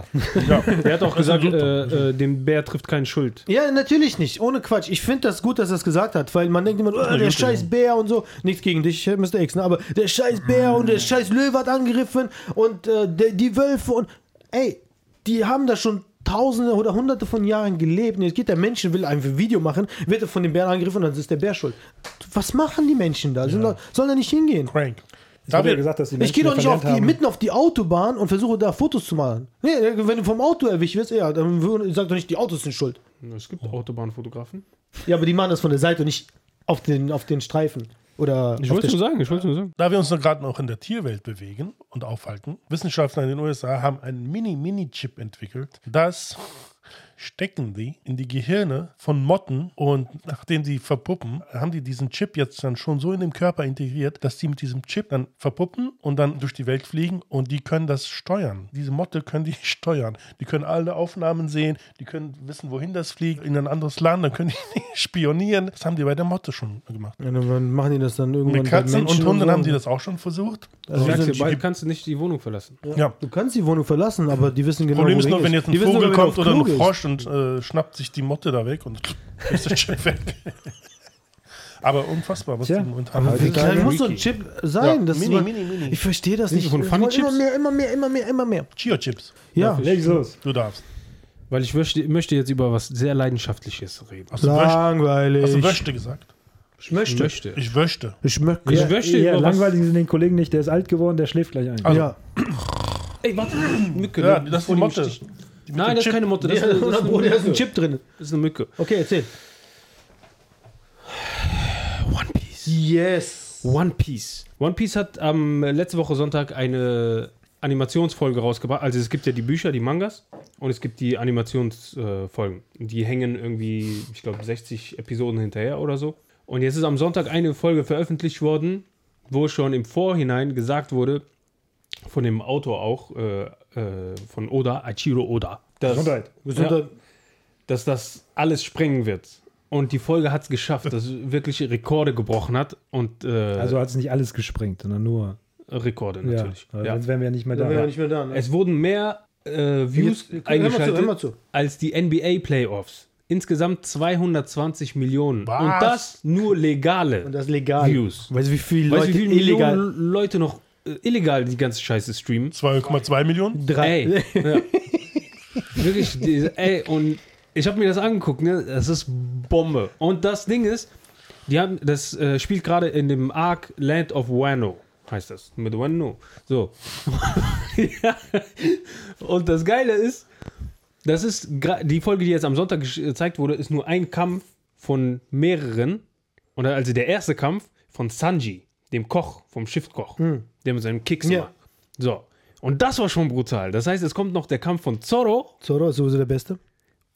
[SPEAKER 4] gesagt.
[SPEAKER 3] Ja.
[SPEAKER 1] Der hat auch
[SPEAKER 3] Das ist ein
[SPEAKER 1] gesagt, äh, äh, dem Bär trifft keine Schuld.
[SPEAKER 2] Ja, natürlich nicht. Ohne Quatsch. Ich finde das gut, dass er es gesagt hat, weil man denkt immer, oh, der
[SPEAKER 3] gute
[SPEAKER 2] scheiß Bär und so. Nichts gegen dich, Mr. X, ne? aber der scheiß
[SPEAKER 4] Ah.
[SPEAKER 2] Bär und der scheiß Löwe hat angegriffen und äh, der, die Wölfe und. Ey, die haben da schon tausende oder hunderte von Jahren gelebt. Und jetzt geht der Mensch, und will ein Video machen, wird er von den Bären angegriffen und dann ist der Bär schuld. Was machen die Menschen da? Sind da sollen da nicht hingehen?
[SPEAKER 3] Crank.
[SPEAKER 4] Es wurde ja
[SPEAKER 3] David,
[SPEAKER 4] gesagt, dass die
[SPEAKER 2] Ich gehe doch
[SPEAKER 4] Menschen
[SPEAKER 2] nicht
[SPEAKER 4] ja
[SPEAKER 2] auf die,
[SPEAKER 4] verlernt
[SPEAKER 2] mitten auf die Autobahn und versuche da Fotos zu machen. Nee, wenn du vom Auto erwischt wirst, ja, dann wür- sag doch nicht, die Autos sind schuld.
[SPEAKER 1] Es gibt Autobahnfotografen.
[SPEAKER 2] Ja, aber die machen das von der Seite und nicht auf den, auf den Streifen. Oder
[SPEAKER 1] Ich
[SPEAKER 2] auf
[SPEAKER 1] wollte es
[SPEAKER 2] der
[SPEAKER 1] nur sagen, ich wollte es nur sagen.
[SPEAKER 3] Da wir uns nun gerade noch in der Tierwelt bewegen und aufhalten, Wissenschaftler in den USA haben einen Mini-Mini-Chip entwickelt, das stecken die in die Gehirne von Motten und nachdem die verpuppen, haben die diesen Chip jetzt dann schon so in dem Körper integriert, dass die mit diesem Chip dann verpuppen und dann durch die Welt fliegen und die können das steuern. Diese Motte können die steuern. Die können alle Aufnahmen sehen, die können wissen, wohin das fliegt, in ein anderes Land, dann können die spionieren. Das haben die bei der Motte schon gemacht.
[SPEAKER 2] Ja, dann machen die das dann irgendwann.
[SPEAKER 3] Mit Katzen und Hunden haben die
[SPEAKER 2] das.
[SPEAKER 3] das auch schon versucht.
[SPEAKER 1] Ich
[SPEAKER 2] wir
[SPEAKER 1] sag's
[SPEAKER 2] sind-
[SPEAKER 1] dir, bald kannst du nicht die Wohnung verlassen.
[SPEAKER 3] Ja.
[SPEAKER 2] Du kannst die Wohnung verlassen, aber die wissen genau,
[SPEAKER 3] Problem
[SPEAKER 2] wo
[SPEAKER 3] ist
[SPEAKER 2] der
[SPEAKER 3] nur,
[SPEAKER 2] Weg
[SPEAKER 3] wenn jetzt ein
[SPEAKER 2] Die wissen
[SPEAKER 3] Vogel
[SPEAKER 2] sogar,
[SPEAKER 3] kommt
[SPEAKER 2] wenn
[SPEAKER 3] oder
[SPEAKER 2] er
[SPEAKER 3] ein
[SPEAKER 2] auf Klo
[SPEAKER 3] Frosch und äh, schnappt sich die Motte da weg und ist der Chip weg. Aber unfassbar, was
[SPEAKER 4] Tja.
[SPEAKER 3] Also die momentan
[SPEAKER 4] Aber
[SPEAKER 2] geht. Wie
[SPEAKER 3] haben.
[SPEAKER 2] klein
[SPEAKER 1] Total
[SPEAKER 2] muss so ein
[SPEAKER 1] freaky.
[SPEAKER 2] Chip sein?
[SPEAKER 3] Ja,
[SPEAKER 2] Das
[SPEAKER 3] mini,
[SPEAKER 2] war-
[SPEAKER 3] mini, mini.
[SPEAKER 2] Ich verstehe das
[SPEAKER 1] Sind
[SPEAKER 2] nicht.
[SPEAKER 1] die von
[SPEAKER 2] Ich
[SPEAKER 1] Funny
[SPEAKER 2] wollte Immer
[SPEAKER 1] Chips?
[SPEAKER 2] mehr, immer mehr, immer mehr, immer mehr.
[SPEAKER 3] Chio-Chips,
[SPEAKER 2] Ja.
[SPEAKER 1] Dafür-
[SPEAKER 4] Leg's los.
[SPEAKER 3] du darfst.
[SPEAKER 1] Weil ich möchte, möchte jetzt über was sehr Leidenschaftliches reden.
[SPEAKER 3] Hast du, Wösch, hast du
[SPEAKER 2] Langweilig.
[SPEAKER 3] Wöschte gesagt?
[SPEAKER 1] Ich möchte. Ich möchte.
[SPEAKER 3] Ich Wöschte.
[SPEAKER 2] Ich möchte.
[SPEAKER 1] Ich möchte
[SPEAKER 4] ja,
[SPEAKER 1] über was.
[SPEAKER 4] langweilig sind den Kollegen nicht, der ist alt geworden, der schläft gleich ein.
[SPEAKER 2] Ah, Also, Ja.
[SPEAKER 3] Also
[SPEAKER 1] Ey, warte. Mücke.
[SPEAKER 3] Ja,
[SPEAKER 1] ne?
[SPEAKER 3] das ist die
[SPEAKER 1] Vor dem
[SPEAKER 3] Motte.
[SPEAKER 1] Stich.
[SPEAKER 3] Die mit
[SPEAKER 1] Nein,
[SPEAKER 3] dem
[SPEAKER 1] das ist
[SPEAKER 3] Chip.
[SPEAKER 1] keine Motte. Das ist, das
[SPEAKER 2] Oder
[SPEAKER 1] ist,
[SPEAKER 2] Bruder, da
[SPEAKER 1] eine,
[SPEAKER 2] ist ein
[SPEAKER 1] Mücke.
[SPEAKER 2] Chip drin.
[SPEAKER 1] das ist eine Mücke.
[SPEAKER 2] Okay, erzähl.
[SPEAKER 1] One Piece.
[SPEAKER 2] Yes.
[SPEAKER 1] One Piece. One Piece hat am äh, letzte Woche Sonntag eine Animationsfolge rausgebracht. Also es gibt ja die Bücher, die Mangas und es gibt die Animationsfolgen. Äh, Folgen. die hängen irgendwie, ich glaube, 60 Episoden hinterher oder so. Und jetzt ist am Sonntag eine Folge veröffentlicht worden, wo schon im Vorhinein gesagt wurde, von dem Autor auch, äh, äh, von Oda, Aichiro Oda, dass,
[SPEAKER 4] Gesundheit.
[SPEAKER 1] Ja, dass das alles sprengen wird. Und die Folge hat es geschafft, dass es wirklich Rekorde gebrochen hat. Und, äh,
[SPEAKER 4] Also hat es nicht alles gesprengt, sondern nur.
[SPEAKER 1] Rekorde
[SPEAKER 4] Ja,
[SPEAKER 1] natürlich.
[SPEAKER 4] weil
[SPEAKER 1] Ja.
[SPEAKER 4] Sonst wären wir ja nicht mehr da.
[SPEAKER 2] Dann wären wir nicht mehr da. ne?
[SPEAKER 1] Es wurden mehr äh, Views
[SPEAKER 2] Jetzt- hör mal zu,
[SPEAKER 1] eingeschaltet
[SPEAKER 2] hör mal zu.
[SPEAKER 1] als die NBA Playoffs. Insgesamt 220 Millionen.
[SPEAKER 3] Was?
[SPEAKER 1] Und das nur
[SPEAKER 2] Und
[SPEAKER 1] legale
[SPEAKER 2] das ist legal.
[SPEAKER 1] Views.
[SPEAKER 2] Weißt du, wie viele
[SPEAKER 1] Weißt du,
[SPEAKER 2] Leute
[SPEAKER 1] wie viele
[SPEAKER 2] illegal.
[SPEAKER 1] Millionen Leute noch äh, illegal die ganze Scheiße streamen?
[SPEAKER 3] 2,2 Millionen?
[SPEAKER 2] Drei.
[SPEAKER 1] Ey, ja. wirklich, diese, ey, und ich habe mir das angeguckt, ne? Das ist Bombe. Und das Ding ist, die haben, das äh, spielt gerade in dem Arc Land of Wano, heißt das. Mit Wano. So. ja. Und das Geile ist, das ist gra- die Folge, die jetzt am Sonntag gesch- gezeigt wurde, ist nur ein Kampf von mehreren. Und also der erste Kampf von Sanji, dem Koch, vom Schiffkoch, der mit seinem Kicks
[SPEAKER 2] Hm. Ja.
[SPEAKER 1] macht. So. Und das war schon brutal. Das heißt, es kommt noch der Kampf von Zoro
[SPEAKER 2] Zoro ist sowieso der Beste.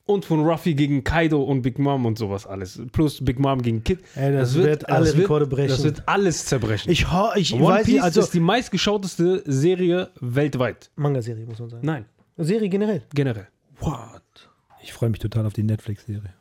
[SPEAKER 1] und von Ruffy gegen Kaido und Big Mom und sowas alles. Plus Big Mom gegen Kid.
[SPEAKER 2] Ey, das wird alle Rekorde brechen.
[SPEAKER 1] Das wird alles zerbrechen.
[SPEAKER 2] Ich, ho- ich
[SPEAKER 1] One
[SPEAKER 2] weiß
[SPEAKER 1] Piece
[SPEAKER 2] nicht, also
[SPEAKER 1] ist die meistgeschauteste Serie weltweit.
[SPEAKER 2] Manga-Serie, muss man sagen.
[SPEAKER 1] Nein,
[SPEAKER 2] Serie generell.
[SPEAKER 1] generell.
[SPEAKER 2] What?
[SPEAKER 4] Ich freue mich total auf die Netflix-Serie.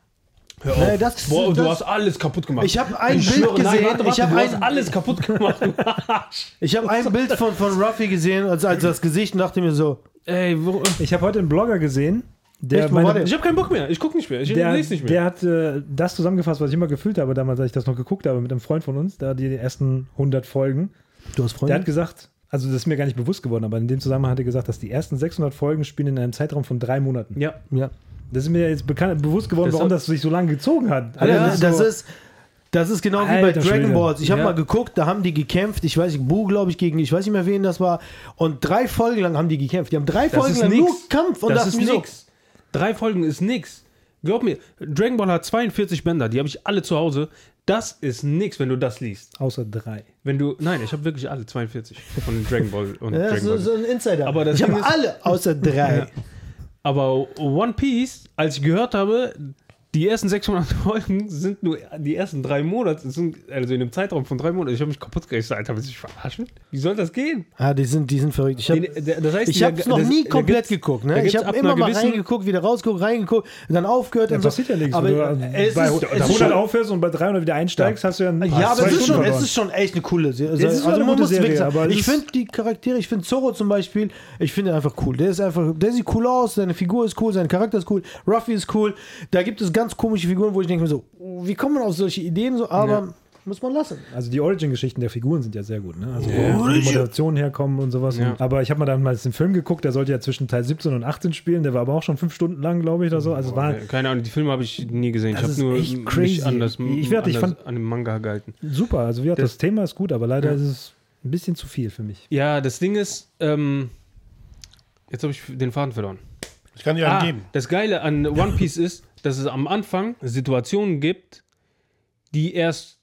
[SPEAKER 1] Hör
[SPEAKER 2] Nein, das-
[SPEAKER 1] oh. Boah,
[SPEAKER 2] das-
[SPEAKER 1] du hast alles kaputt gemacht.
[SPEAKER 2] Ich habe ein
[SPEAKER 1] Ich
[SPEAKER 2] Bild
[SPEAKER 1] schwöre,
[SPEAKER 2] gesehen.
[SPEAKER 1] Nein, warte, warte,
[SPEAKER 2] ich habe
[SPEAKER 1] du hast
[SPEAKER 2] ein,
[SPEAKER 1] alles kaputt gemacht.
[SPEAKER 2] ich hab ein Bild von, von Ruffy gesehen, also, also das Gesicht und dachte mir so,
[SPEAKER 1] Ey, wo,
[SPEAKER 4] Ich habe heute einen Blogger gesehen, der
[SPEAKER 2] Echt, wo war der?
[SPEAKER 1] ich habe keinen Bock mehr. Ich guck nicht mehr. Ich
[SPEAKER 4] Der,
[SPEAKER 1] lese nicht mehr.
[SPEAKER 4] der hat äh, das zusammengefasst, was ich immer gefühlt habe damals, als ich das noch geguckt habe mit einem Freund von uns, da die ersten 100 Folgen.
[SPEAKER 2] du hast
[SPEAKER 4] Der hat
[SPEAKER 2] Freunde?
[SPEAKER 4] gesagt, also das ist mir gar nicht bewusst geworden, aber in dem Zusammenhang hat er gesagt, dass die ersten 600 Folgen spielen in einem Zeitraum von drei Monaten.
[SPEAKER 1] ja.
[SPEAKER 2] Ja.
[SPEAKER 4] Das ist mir jetzt bekannt, bewusst geworden,
[SPEAKER 1] Das
[SPEAKER 4] warum
[SPEAKER 1] hat-
[SPEAKER 4] das sich so lange gezogen hat.
[SPEAKER 2] Alter,
[SPEAKER 4] Ja,
[SPEAKER 2] das,
[SPEAKER 4] so-
[SPEAKER 2] ist das ist genau wie bei
[SPEAKER 4] Alter
[SPEAKER 2] Dragon
[SPEAKER 4] Schwede.
[SPEAKER 2] Balls. Ich habe
[SPEAKER 1] Ja.
[SPEAKER 2] mal geguckt, da haben die gekämpft. Ich weiß, Bu glaube ich gegen, ich weiß nicht mehr wen das war. Und drei Folgen lang haben die gekämpft. Die haben drei
[SPEAKER 1] Das
[SPEAKER 2] Folgen
[SPEAKER 1] ist
[SPEAKER 2] lang nur
[SPEAKER 1] nix.
[SPEAKER 2] Kampf und
[SPEAKER 1] das
[SPEAKER 2] dachte
[SPEAKER 1] ist
[SPEAKER 2] mir so,
[SPEAKER 1] nix. Drei Folgen ist nix. Glaub mir, Dragon Ball hat 42 Bänder, die habe ich alle zu Hause. Das ist nix, wenn du das liest.
[SPEAKER 4] Außer drei.
[SPEAKER 1] Wenn du, nein, ich habe wirklich alle 42 von den Dragon Ball und
[SPEAKER 2] Ja, das ist
[SPEAKER 1] Dragon
[SPEAKER 2] so,
[SPEAKER 1] Ball.
[SPEAKER 2] so ein Insider.
[SPEAKER 1] Aber das
[SPEAKER 2] ich
[SPEAKER 1] Ding
[SPEAKER 2] habe
[SPEAKER 1] ist-
[SPEAKER 2] alle außer drei.
[SPEAKER 1] Aber One Piece, als ich gehört habe, die ersten 600 Folgen sind nur die ersten drei Monate, sind also in einem Zeitraum von drei Monaten. Ich habe mich kaputt gerechnet, Alter, willst du mich verarschen? Wie soll das gehen?
[SPEAKER 2] Ah, die sind, die sind verrückt. Ich habe
[SPEAKER 1] Den- der- das heißt,
[SPEAKER 2] ich
[SPEAKER 1] die-
[SPEAKER 2] hab's noch
[SPEAKER 1] das-
[SPEAKER 2] nie
[SPEAKER 1] da
[SPEAKER 2] komplett
[SPEAKER 1] gibt's-
[SPEAKER 2] geguckt.
[SPEAKER 1] da
[SPEAKER 2] Ne? Ich
[SPEAKER 1] gibt's ab
[SPEAKER 2] habe immer
[SPEAKER 1] einer
[SPEAKER 2] mal
[SPEAKER 1] gewissen-
[SPEAKER 2] reingeguckt, wieder rausgeguckt, reingeguckt, und dann aufgehört.
[SPEAKER 4] Da
[SPEAKER 2] und so.
[SPEAKER 4] passiert ja nichts.
[SPEAKER 2] Aber
[SPEAKER 4] wenn du äh,
[SPEAKER 2] es
[SPEAKER 4] bei
[SPEAKER 2] ist, es ist
[SPEAKER 4] 100
[SPEAKER 2] schon,
[SPEAKER 4] aufhörst und bei 300 wieder einsteigst, hast du ja ein
[SPEAKER 2] ja, aber
[SPEAKER 4] zwei
[SPEAKER 2] es ist,
[SPEAKER 4] Stunden
[SPEAKER 2] schon, es
[SPEAKER 4] verloren.
[SPEAKER 2] ist schon echt eine coole Serie.
[SPEAKER 4] ist schon
[SPEAKER 2] also
[SPEAKER 4] eine
[SPEAKER 2] man
[SPEAKER 4] gute
[SPEAKER 2] muss
[SPEAKER 4] Serie,
[SPEAKER 2] wirklich
[SPEAKER 4] aber
[SPEAKER 2] sagen,
[SPEAKER 4] es
[SPEAKER 2] ich
[SPEAKER 4] ist-
[SPEAKER 2] finde die Charaktere, ich finde Zorro zum Beispiel, ich finde ihn einfach cool. Der ist einfach, der sieht cool aus, seine Figur ist cool, sein Charakter ist cool, Ruffy ist cool. Da gibt es ganz komische Figuren, wo ich denke mir so, wie kommt man auf solche Ideen so, aber
[SPEAKER 1] Ja.
[SPEAKER 2] muss man lassen.
[SPEAKER 4] Also die Origin-Geschichten der Figuren sind ja sehr gut, ne? Also
[SPEAKER 1] Ja.
[SPEAKER 4] wo die Motivationen herkommen und sowas.
[SPEAKER 1] Ja.
[SPEAKER 4] Aber ich habe mal dann mal den Film geguckt, der sollte ja zwischen Teil 17 und 18 spielen, der war aber auch schon fünf Stunden lang, glaube ich, oder so. Also es war
[SPEAKER 1] Äh, Keine Ahnung, die Filme habe ich nie gesehen.
[SPEAKER 4] Das
[SPEAKER 1] ich
[SPEAKER 4] ist
[SPEAKER 1] habe nur
[SPEAKER 4] echt
[SPEAKER 1] mich
[SPEAKER 4] crazy.
[SPEAKER 1] anders,
[SPEAKER 4] Ich werd- ich
[SPEAKER 1] anders
[SPEAKER 4] fand-
[SPEAKER 1] an dem Manga gehalten.
[SPEAKER 4] super. Also wie gesagt,
[SPEAKER 1] Das-
[SPEAKER 4] das, Thema ist gut, aber leider ist es ein bisschen zu viel für mich.
[SPEAKER 1] Ja, das Ding ist, ähm, jetzt habe ich den Faden verloren.
[SPEAKER 3] Ich kann dir einen
[SPEAKER 1] Ah,
[SPEAKER 3] geben.
[SPEAKER 1] das Geile an One Piece ist, dass es am Anfang Situationen gibt, die erst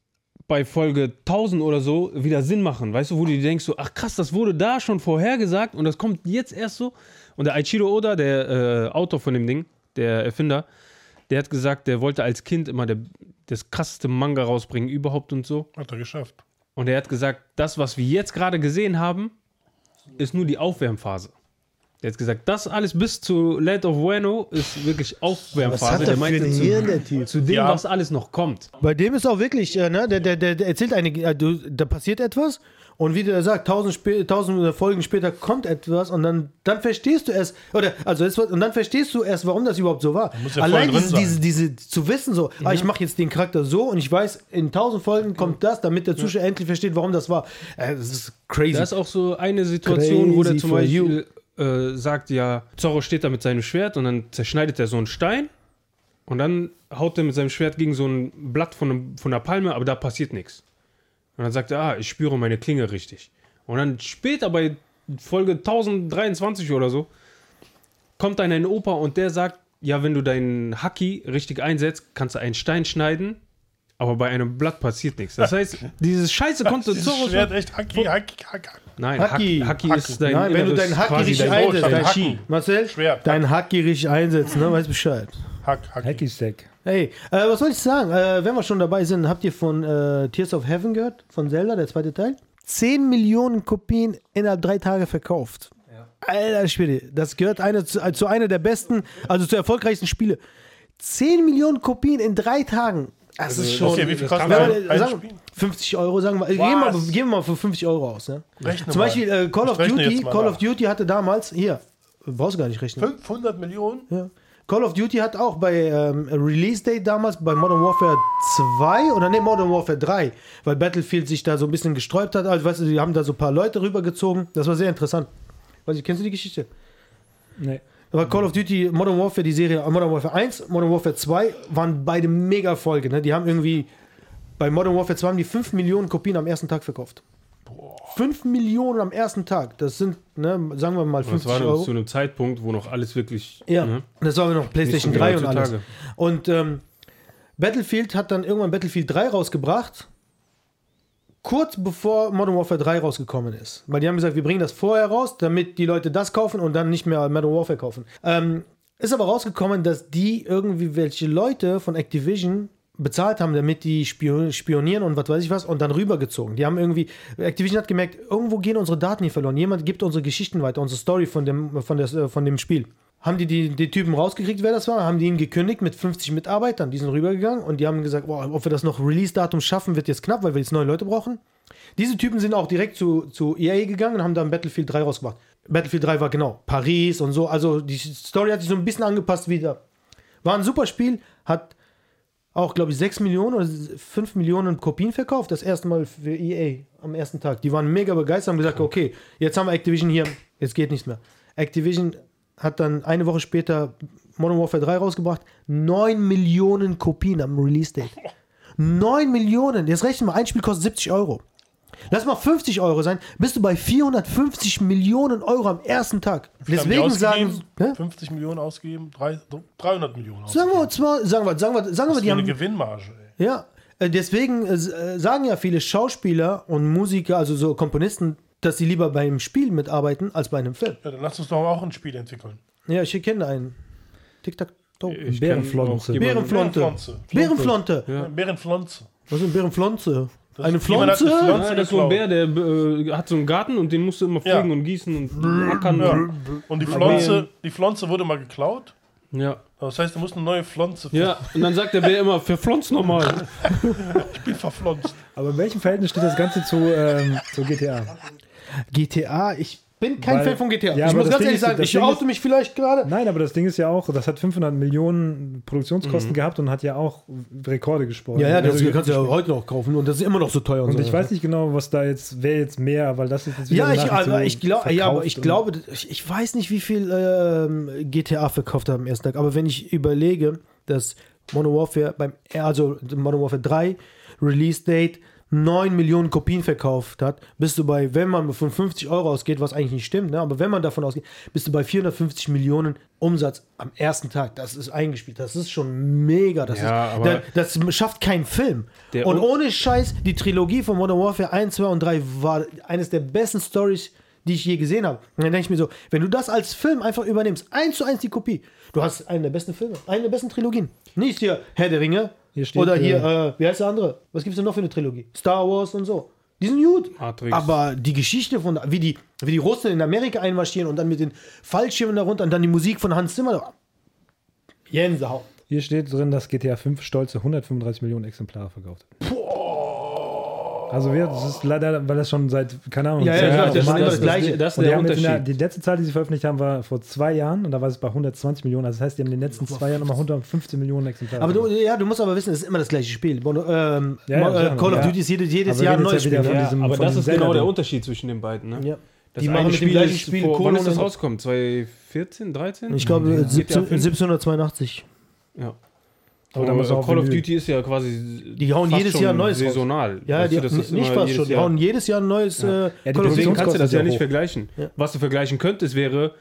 [SPEAKER 1] bei Folge 1000 oder so wieder Sinn machen. Weißt du, wo du dir denkst, so, ach krass, das wurde da schon vorhergesagt und das kommt jetzt erst so. Und der Aichiro Oda, der äh, Autor von dem Ding, der Erfinder, der hat gesagt, der wollte als Kind immer der, das krasseste Manga rausbringen überhaupt und so.
[SPEAKER 3] Hat er geschafft.
[SPEAKER 1] Und er hat gesagt, das, was wir jetzt gerade gesehen haben, ist nur die Aufwärmphase. Er hat gesagt, das alles bis zu Land of Bueno ist wirklich Aufwärmphase. Der meinte zu,
[SPEAKER 2] der Typ?
[SPEAKER 1] zu dem,
[SPEAKER 3] Ja.
[SPEAKER 1] was alles noch kommt.
[SPEAKER 2] Bei dem ist auch wirklich, äh, ne, der, der, der, der erzählt eine, äh, du, da passiert etwas und wie der sagt, tausend, spä- tausend äh, Folgen später kommt etwas und dann, dann verstehst du erst, oder, also es, war- und dann verstehst du erst, warum das überhaupt so war.
[SPEAKER 3] muss ja voll
[SPEAKER 2] Allein
[SPEAKER 3] drin
[SPEAKER 2] diese,
[SPEAKER 3] sein. Mhm.
[SPEAKER 2] diese, diese, zu wissen so, ah, ich mache jetzt den Charakter so und ich weiß, in tausend Folgen kommt das, damit der Zuschauer endlich versteht, warum das war. Äh, das ist crazy.
[SPEAKER 1] Da ist auch so eine Situation, wo der
[SPEAKER 2] Crazy
[SPEAKER 1] zum
[SPEAKER 2] for
[SPEAKER 1] Beispiel äh, sagt, ja, Zorro steht da mit seinem Schwert und dann zerschneidet er so einen Stein und dann haut er mit seinem Schwert gegen so ein Blatt von, einem, von einer Palme, aber da passiert nichts. Und dann sagt er, ah, ich spüre meine Klinge richtig. Und dann später bei Folge 1023 oder so, kommt dann ein Opa und der sagt, ja, wenn du deinen Haki richtig einsetzt, kannst du einen Stein schneiden, aber bei einem Blatt passiert nichts. Das heißt, dieses Scheiße kommt zu
[SPEAKER 3] Dieses
[SPEAKER 1] Zorro.
[SPEAKER 3] Schwert echt Haki, Haki, Haki.
[SPEAKER 1] Nein, Haki,
[SPEAKER 2] Haki.
[SPEAKER 1] Haki, ist dein
[SPEAKER 2] Nein, wenn du
[SPEAKER 1] inneres
[SPEAKER 2] deinen Haki
[SPEAKER 1] quasi
[SPEAKER 2] richtig
[SPEAKER 1] dein-
[SPEAKER 3] Haut,
[SPEAKER 2] einsetzt,
[SPEAKER 3] dein
[SPEAKER 2] dein
[SPEAKER 3] Hacken.
[SPEAKER 2] Haki. Marcel,
[SPEAKER 3] Schwert.
[SPEAKER 2] dein Haki richtig einsetzt, ne, weiß Bescheid.
[SPEAKER 3] Hack, Haki.
[SPEAKER 4] Hacky Stack.
[SPEAKER 2] Hey, äh, was soll ich sagen? Äh, wenn wir schon dabei sind, habt ihr von äh, Tears of Heaven gehört? Von Zelda, der zweite Teil? 10 Millionen Kopien innerhalb drei Tage verkauft. Alter Schwede, das gehört eine, zu, zu einer der besten, also zu erfolgreichsten Spiele. 10 Millionen Kopien in drei Tagen. Das ist schon.
[SPEAKER 3] Also, Okay, wie viel
[SPEAKER 1] das
[SPEAKER 3] kostet
[SPEAKER 1] kann man-
[SPEAKER 3] ein,
[SPEAKER 2] Wenn man, äh,
[SPEAKER 3] ein
[SPEAKER 2] sagen,
[SPEAKER 3] Spiel?
[SPEAKER 2] 50 Euro, sagen wir. Gehen wir, mal, gehen wir mal für 50 Euro aus. Ne?
[SPEAKER 3] Rechne
[SPEAKER 2] Zum
[SPEAKER 3] mal.
[SPEAKER 2] Beispiel äh, Call,
[SPEAKER 3] Ich
[SPEAKER 2] of
[SPEAKER 3] rechne
[SPEAKER 2] Duty,
[SPEAKER 3] jetzt mal
[SPEAKER 2] Call
[SPEAKER 3] nach.
[SPEAKER 2] of Duty hatte damals, hier, brauchst du gar nicht rechnen.
[SPEAKER 3] 500 Millionen?
[SPEAKER 2] Ja. Call of Duty hat auch bei ähm, Release Day damals bei Modern Warfare 2 oder ne Modern Warfare 3, weil Battlefield sich da so ein bisschen gesträubt hat. Also weißt du, die haben da so ein paar Leute rübergezogen. Das war sehr interessant. Weiß ich, kennst du die Geschichte?
[SPEAKER 4] Nee.
[SPEAKER 2] Aber Call of Duty, Modern Warfare, die Serie äh, Modern Warfare 1, Modern Warfare 2 waren beide mega Erfolge. Ne? Die haben irgendwie bei Modern Warfare 2 haben die 5 Millionen Kopien am ersten Tag verkauft. 5 Millionen am ersten Tag. Das sind, ne, sagen wir mal,
[SPEAKER 1] Und Das
[SPEAKER 2] 50
[SPEAKER 1] war
[SPEAKER 2] Euro.
[SPEAKER 1] noch zu einem Zeitpunkt, wo noch alles wirklich.
[SPEAKER 2] Ja,
[SPEAKER 1] ne?
[SPEAKER 2] das war noch PlayStation
[SPEAKER 1] Nicht so
[SPEAKER 2] 3
[SPEAKER 1] wie
[SPEAKER 2] und alles.
[SPEAKER 1] heutzutage.
[SPEAKER 2] Und ähm, Battlefield hat dann irgendwann Battlefield 3 rausgebracht, kurz bevor Modern Warfare 3 rausgekommen ist. Weil die haben gesagt, wir bringen das vorher raus, damit die Leute das kaufen und dann nicht mehr Modern Warfare kaufen. Ähm, ist aber rausgekommen, dass die irgendwie welche Leute von Activision bezahlt haben, damit die spio- spionieren und was weiß ich was und dann rübergezogen. Die haben irgendwie, Activision hat gemerkt, irgendwo gehen unsere Daten hier verloren. Jemand gibt unsere Geschichten weiter, unsere Story von dem, von das, äh, von dem Spiel. Haben die, die die Typen rausgekriegt, wer das war, haben die ihn gekündigt mit 50 Mitarbeitern. Die sind rübergegangen und die haben gesagt, boah, ob wir das noch Release-Datum schaffen, wird jetzt knapp, weil wir jetzt neue Leute brauchen. Diese Typen sind auch direkt zu, zu EA gegangen und haben dann Battlefield 3 rausgemacht. Battlefield 3 war genau Paris und so. Also die Story hat sich so ein bisschen angepasst wieder. War ein super Spiel, hat auch, glaube ich, 6 Millionen oder 5 Millionen Kopien verkauft. Das erste Mal für EA am ersten Tag. Die waren mega begeistert und haben gesagt, okay, jetzt haben wir Activision hier, jetzt geht nichts mehr. Activision hat dann eine Woche später Modern Warfare 3 rausgebracht. 9 Millionen Kopien am Release-Date. 9 Millionen. Jetzt rechnen wir, ein Spiel kostet 70 Euro. Lass mal 50 Euro sein, bist du bei 450 Millionen Euro am ersten Tag.
[SPEAKER 3] Haben die
[SPEAKER 2] Deswegen sagen,
[SPEAKER 3] ausgegeben?
[SPEAKER 2] Hä?
[SPEAKER 3] 50 Millionen ausgegeben, drei- 300 Millionen
[SPEAKER 2] sagen
[SPEAKER 3] ausgegeben.
[SPEAKER 2] wir, zwar- sagen wir, sagen wir, sagen wir,
[SPEAKER 3] Das
[SPEAKER 2] die
[SPEAKER 3] ist eine
[SPEAKER 2] haben
[SPEAKER 3] Gewinnmarge, ey.
[SPEAKER 2] Ja, äh, deswegen äh, s- äh, sagen ja viele Schauspieler und Musiker, also so Komponisten, dass sie lieber beim Spiel mitarbeiten als bei einem Film.
[SPEAKER 3] Ja, dann lass uns doch auch ein Spiel entwickeln.
[SPEAKER 2] Ja, ich kenne einen. TikTok Taub.
[SPEAKER 4] Äh,
[SPEAKER 1] Ich
[SPEAKER 4] Bärenflonze.
[SPEAKER 1] kenn auch jemanden-
[SPEAKER 2] Bärenflonte.
[SPEAKER 3] Bärenflonze.
[SPEAKER 2] Bärenflonte.
[SPEAKER 1] Ja.
[SPEAKER 3] Bärenflonze.
[SPEAKER 2] Was ist eine Bärenflonze? Eine
[SPEAKER 3] jemand hat
[SPEAKER 2] Flonze?
[SPEAKER 3] eine Flon-
[SPEAKER 1] Ja, das war ein Bär, der äh, hat so einen Garten und den musste immer
[SPEAKER 3] Ja.
[SPEAKER 1] pflegen und gießen und ackern.
[SPEAKER 3] Ja.
[SPEAKER 1] Ja.
[SPEAKER 3] Und die Flonze, die Flonze wurde mal geklaut.
[SPEAKER 1] Ja.
[SPEAKER 3] Das heißt, du musst eine neue Flonze
[SPEAKER 1] ja, und dann sagt der Bär immer, verpflanz nochmal.
[SPEAKER 3] Ich bin verflonzt.
[SPEAKER 4] Aber in welchem Verhältnis steht das Ganze zu, ähm, zu GTA?
[SPEAKER 2] GTA, ich bin kein
[SPEAKER 4] Weil-
[SPEAKER 2] Fan von GTA.
[SPEAKER 4] Ja,
[SPEAKER 2] ich
[SPEAKER 4] aber
[SPEAKER 2] muss
[SPEAKER 4] das
[SPEAKER 2] ganz
[SPEAKER 4] Ding
[SPEAKER 2] ehrlich
[SPEAKER 4] ist-
[SPEAKER 2] sagen,
[SPEAKER 4] das
[SPEAKER 2] ich
[SPEAKER 4] Ding
[SPEAKER 2] oute mich vielleicht gerade.
[SPEAKER 4] Nein, aber das Ding ist ja auch, das hat 500 Millionen Produktionskosten gehabt und hat ja auch Rekorde gesprochen.
[SPEAKER 2] Mhm. Ja, ja, das
[SPEAKER 4] also,
[SPEAKER 2] kannst du ja heute noch kaufen und das ist immer noch so teuer. Und,
[SPEAKER 4] und
[SPEAKER 2] so.
[SPEAKER 4] ich weiß nicht genau, was da jetzt, wer jetzt mehr, weil das ist jetzt wieder
[SPEAKER 2] Ja,
[SPEAKER 4] eine
[SPEAKER 2] ich,
[SPEAKER 4] Nachricht,
[SPEAKER 2] also,
[SPEAKER 4] so
[SPEAKER 2] ich glaub, ja, aber
[SPEAKER 4] verkauft
[SPEAKER 2] ich
[SPEAKER 4] und-
[SPEAKER 2] glaube, ich, ich weiß nicht, wie viel ähm, GTA verkauft haben am ersten Tag. Aber wenn ich überlege, dass Modern Warfare beim, also Modern Warfare 3 Release Date 9 Millionen Kopien verkauft hat, bist du bei, wenn man von 50 Euro ausgeht, was eigentlich nicht stimmt, ne? aber wenn man davon ausgeht, bist du bei 450 Millionen Umsatz am ersten Tag. Das ist eingespielt. Das ist schon mega. Das,
[SPEAKER 1] Ja,
[SPEAKER 2] ist,
[SPEAKER 1] aber-
[SPEAKER 2] da- das schafft kein Film.
[SPEAKER 1] Der
[SPEAKER 2] Und
[SPEAKER 1] Un-
[SPEAKER 2] ohne Scheiß, die Trilogie von Modern Warfare 1, 2 und 3 war eines der besten Stories, die ich je gesehen habe. Und dann denke ich mir so, wenn du das als Film einfach übernimmst, eins zu eins die Kopie, du hast einen der besten Filme, einen der besten Trilogien. Nicht hier Herr der Ringe
[SPEAKER 4] Hier steht,
[SPEAKER 2] oder hier,
[SPEAKER 4] äh,
[SPEAKER 2] äh, wie heißt der andere? Was gibt es denn noch für eine Trilogie? Star Wars und so. Die sind gut.
[SPEAKER 1] Matrix.
[SPEAKER 2] Aber die Geschichte von, wie die, wie die Russen in Amerika einmarschieren und dann mit den Fallschirmen darunter und dann die Musik von Hans Zimmer. Gänsehaut.
[SPEAKER 4] Hier steht drin, dass GTA 5 stolze 135 Millionen Exemplare verkauft hat. Also wir, das ist leider, weil das schon seit, keine Ahnung,
[SPEAKER 2] Ja, ja,
[SPEAKER 4] zehn
[SPEAKER 2] ich
[SPEAKER 4] Jahren
[SPEAKER 2] weiß, das
[SPEAKER 4] gemacht
[SPEAKER 2] ist
[SPEAKER 4] wird.
[SPEAKER 2] das Gleiche.
[SPEAKER 1] Das
[SPEAKER 4] Und
[SPEAKER 1] ist
[SPEAKER 4] die,
[SPEAKER 1] der
[SPEAKER 4] haben jetzt in der,
[SPEAKER 1] Unterschied.
[SPEAKER 4] die letzte Zahl, die sie veröffentlicht haben, war vor zwei Jahren und da war es bei 120 Millionen. Also das heißt, die haben in den letzten zwei Jahren nochmal 115 Millionen Exemplare.
[SPEAKER 2] Aber du,
[SPEAKER 4] verkauft.
[SPEAKER 2] ja, du musst aber wissen, es ist immer das gleiche Spiel. Bon- Ähm,
[SPEAKER 4] Ja, ja,
[SPEAKER 2] äh,
[SPEAKER 4] klar.
[SPEAKER 2] Call of
[SPEAKER 4] Ja.
[SPEAKER 2] Duty ist jedes, jedes
[SPEAKER 4] Aber
[SPEAKER 2] Jahr ein
[SPEAKER 4] wir reden
[SPEAKER 2] neues
[SPEAKER 4] jetzt ja
[SPEAKER 2] Spiel.
[SPEAKER 4] wieder
[SPEAKER 2] ne?
[SPEAKER 4] von
[SPEAKER 1] Ja,
[SPEAKER 4] diesem-
[SPEAKER 1] aber
[SPEAKER 4] von
[SPEAKER 1] das
[SPEAKER 4] diesem
[SPEAKER 1] ist genau
[SPEAKER 4] Zelda
[SPEAKER 1] der
[SPEAKER 4] drin.
[SPEAKER 1] Unterschied zwischen den beiden. Ne?
[SPEAKER 2] Ja.
[SPEAKER 1] Das
[SPEAKER 2] Die
[SPEAKER 1] eine
[SPEAKER 2] machen mit dem
[SPEAKER 1] Spiel
[SPEAKER 2] gleichen
[SPEAKER 1] ist
[SPEAKER 2] Spiel
[SPEAKER 1] vor,
[SPEAKER 2] Kohle
[SPEAKER 1] Wann ist das
[SPEAKER 2] und-
[SPEAKER 1] rausgekommen? 2014, 13?
[SPEAKER 2] Ich glaube, äh,
[SPEAKER 1] Ja.
[SPEAKER 2] 17,
[SPEAKER 1] GTA 5?
[SPEAKER 2] 1782.
[SPEAKER 1] Ja.
[SPEAKER 4] Aber
[SPEAKER 1] Aber
[SPEAKER 4] da muss auch
[SPEAKER 1] Call of
[SPEAKER 4] Menü.
[SPEAKER 1] Duty ist ja quasi
[SPEAKER 2] Die hauen
[SPEAKER 1] fast
[SPEAKER 2] jedes
[SPEAKER 1] schon
[SPEAKER 2] Jahr ein neues raus.
[SPEAKER 1] saisonal.
[SPEAKER 2] Ja,
[SPEAKER 1] Weißt
[SPEAKER 2] die,
[SPEAKER 1] du, das ist
[SPEAKER 2] nicht
[SPEAKER 1] immer
[SPEAKER 2] fast
[SPEAKER 1] jedes
[SPEAKER 2] schon. Die
[SPEAKER 1] Jahr.
[SPEAKER 2] hauen jedes Jahr ein neues. Äh,
[SPEAKER 4] die
[SPEAKER 2] Call of Duty.
[SPEAKER 1] Deswegen kannst du das
[SPEAKER 4] Produktionskosten
[SPEAKER 1] ja
[SPEAKER 4] sind
[SPEAKER 1] nicht
[SPEAKER 4] hoch.
[SPEAKER 1] vergleichen.
[SPEAKER 2] Ja.
[SPEAKER 1] Was du vergleichen könntest, wäre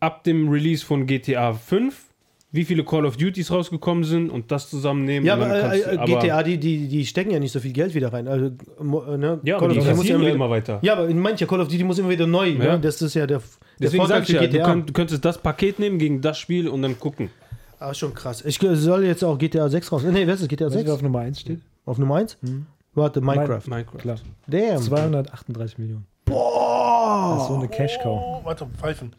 [SPEAKER 1] ab dem Release von GTA 5, wie viele Call of Duties rausgekommen sind und das zusammennehmen.
[SPEAKER 2] Ja,
[SPEAKER 1] und
[SPEAKER 2] aber
[SPEAKER 1] dann
[SPEAKER 2] äh,
[SPEAKER 1] kannst,
[SPEAKER 2] äh,
[SPEAKER 1] du-
[SPEAKER 2] GTA, die, die, die stecken ja nicht so viel Geld wieder rein. Also, mo- äh, ne?
[SPEAKER 1] Ja, aber die
[SPEAKER 2] of Duty muss
[SPEAKER 1] kassieren ja
[SPEAKER 2] wieder-
[SPEAKER 1] immer weiter.
[SPEAKER 2] Ja, aber mancher Call of Duty muss immer wieder neu.
[SPEAKER 1] Ja.
[SPEAKER 2] Ne? Das ist ja der, der
[SPEAKER 1] Deswegen sag ich ja, du,
[SPEAKER 2] GTA.
[SPEAKER 1] könnt, du könntest das Paket nehmen gegen das Spiel und dann gucken.
[SPEAKER 2] ah, schon krass. Ich soll jetzt auch GTA 6 raus. Nee, wer ist das? GTA
[SPEAKER 4] Weißt du,
[SPEAKER 2] 6?
[SPEAKER 4] wer auf Nummer 1 steht?
[SPEAKER 2] Auf Nummer 1? Warte, Minecraft.
[SPEAKER 1] Minecraft.
[SPEAKER 4] Klar.
[SPEAKER 2] Damn.
[SPEAKER 4] 238 Millionen.
[SPEAKER 2] Boah!
[SPEAKER 4] Das ist so eine Cash-Cow.
[SPEAKER 3] Oh, warte, Pfeifen.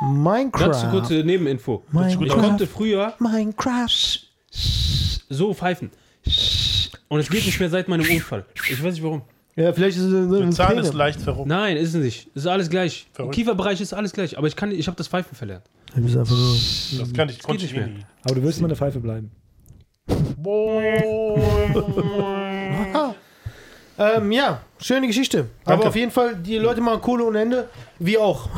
[SPEAKER 2] Minecraft.
[SPEAKER 1] Ganz kurze Nebeninfo. Ich
[SPEAKER 2] Minecraft.
[SPEAKER 1] konnte früher
[SPEAKER 2] Minecraft.
[SPEAKER 1] so pfeifen. Und es geht nicht mehr seit meinem Unfall. Ich weiß nicht warum.
[SPEAKER 2] Ja, vielleicht ist es
[SPEAKER 3] Der
[SPEAKER 2] ein
[SPEAKER 3] Zahn ist
[SPEAKER 2] Trainer.
[SPEAKER 3] leicht verruckt.
[SPEAKER 1] Nein, ist es nicht. Ist alles gleich. Im
[SPEAKER 3] Verrückt.
[SPEAKER 1] Kieferbereich ist alles gleich. Aber ich, kann- ich habe das Pfeifen verlernt.
[SPEAKER 2] Du bist einfach nur-
[SPEAKER 3] Das kann ich, konnte ich eh
[SPEAKER 1] geht nicht
[SPEAKER 3] nie.
[SPEAKER 4] Aber du willst immer eine Pfeife bleiben.
[SPEAKER 3] Boing.
[SPEAKER 2] Ähm, ja, schöne Geschichte. Aber auf jeden Fall, die Leute machen Kohle ohne Ende. Wir auch.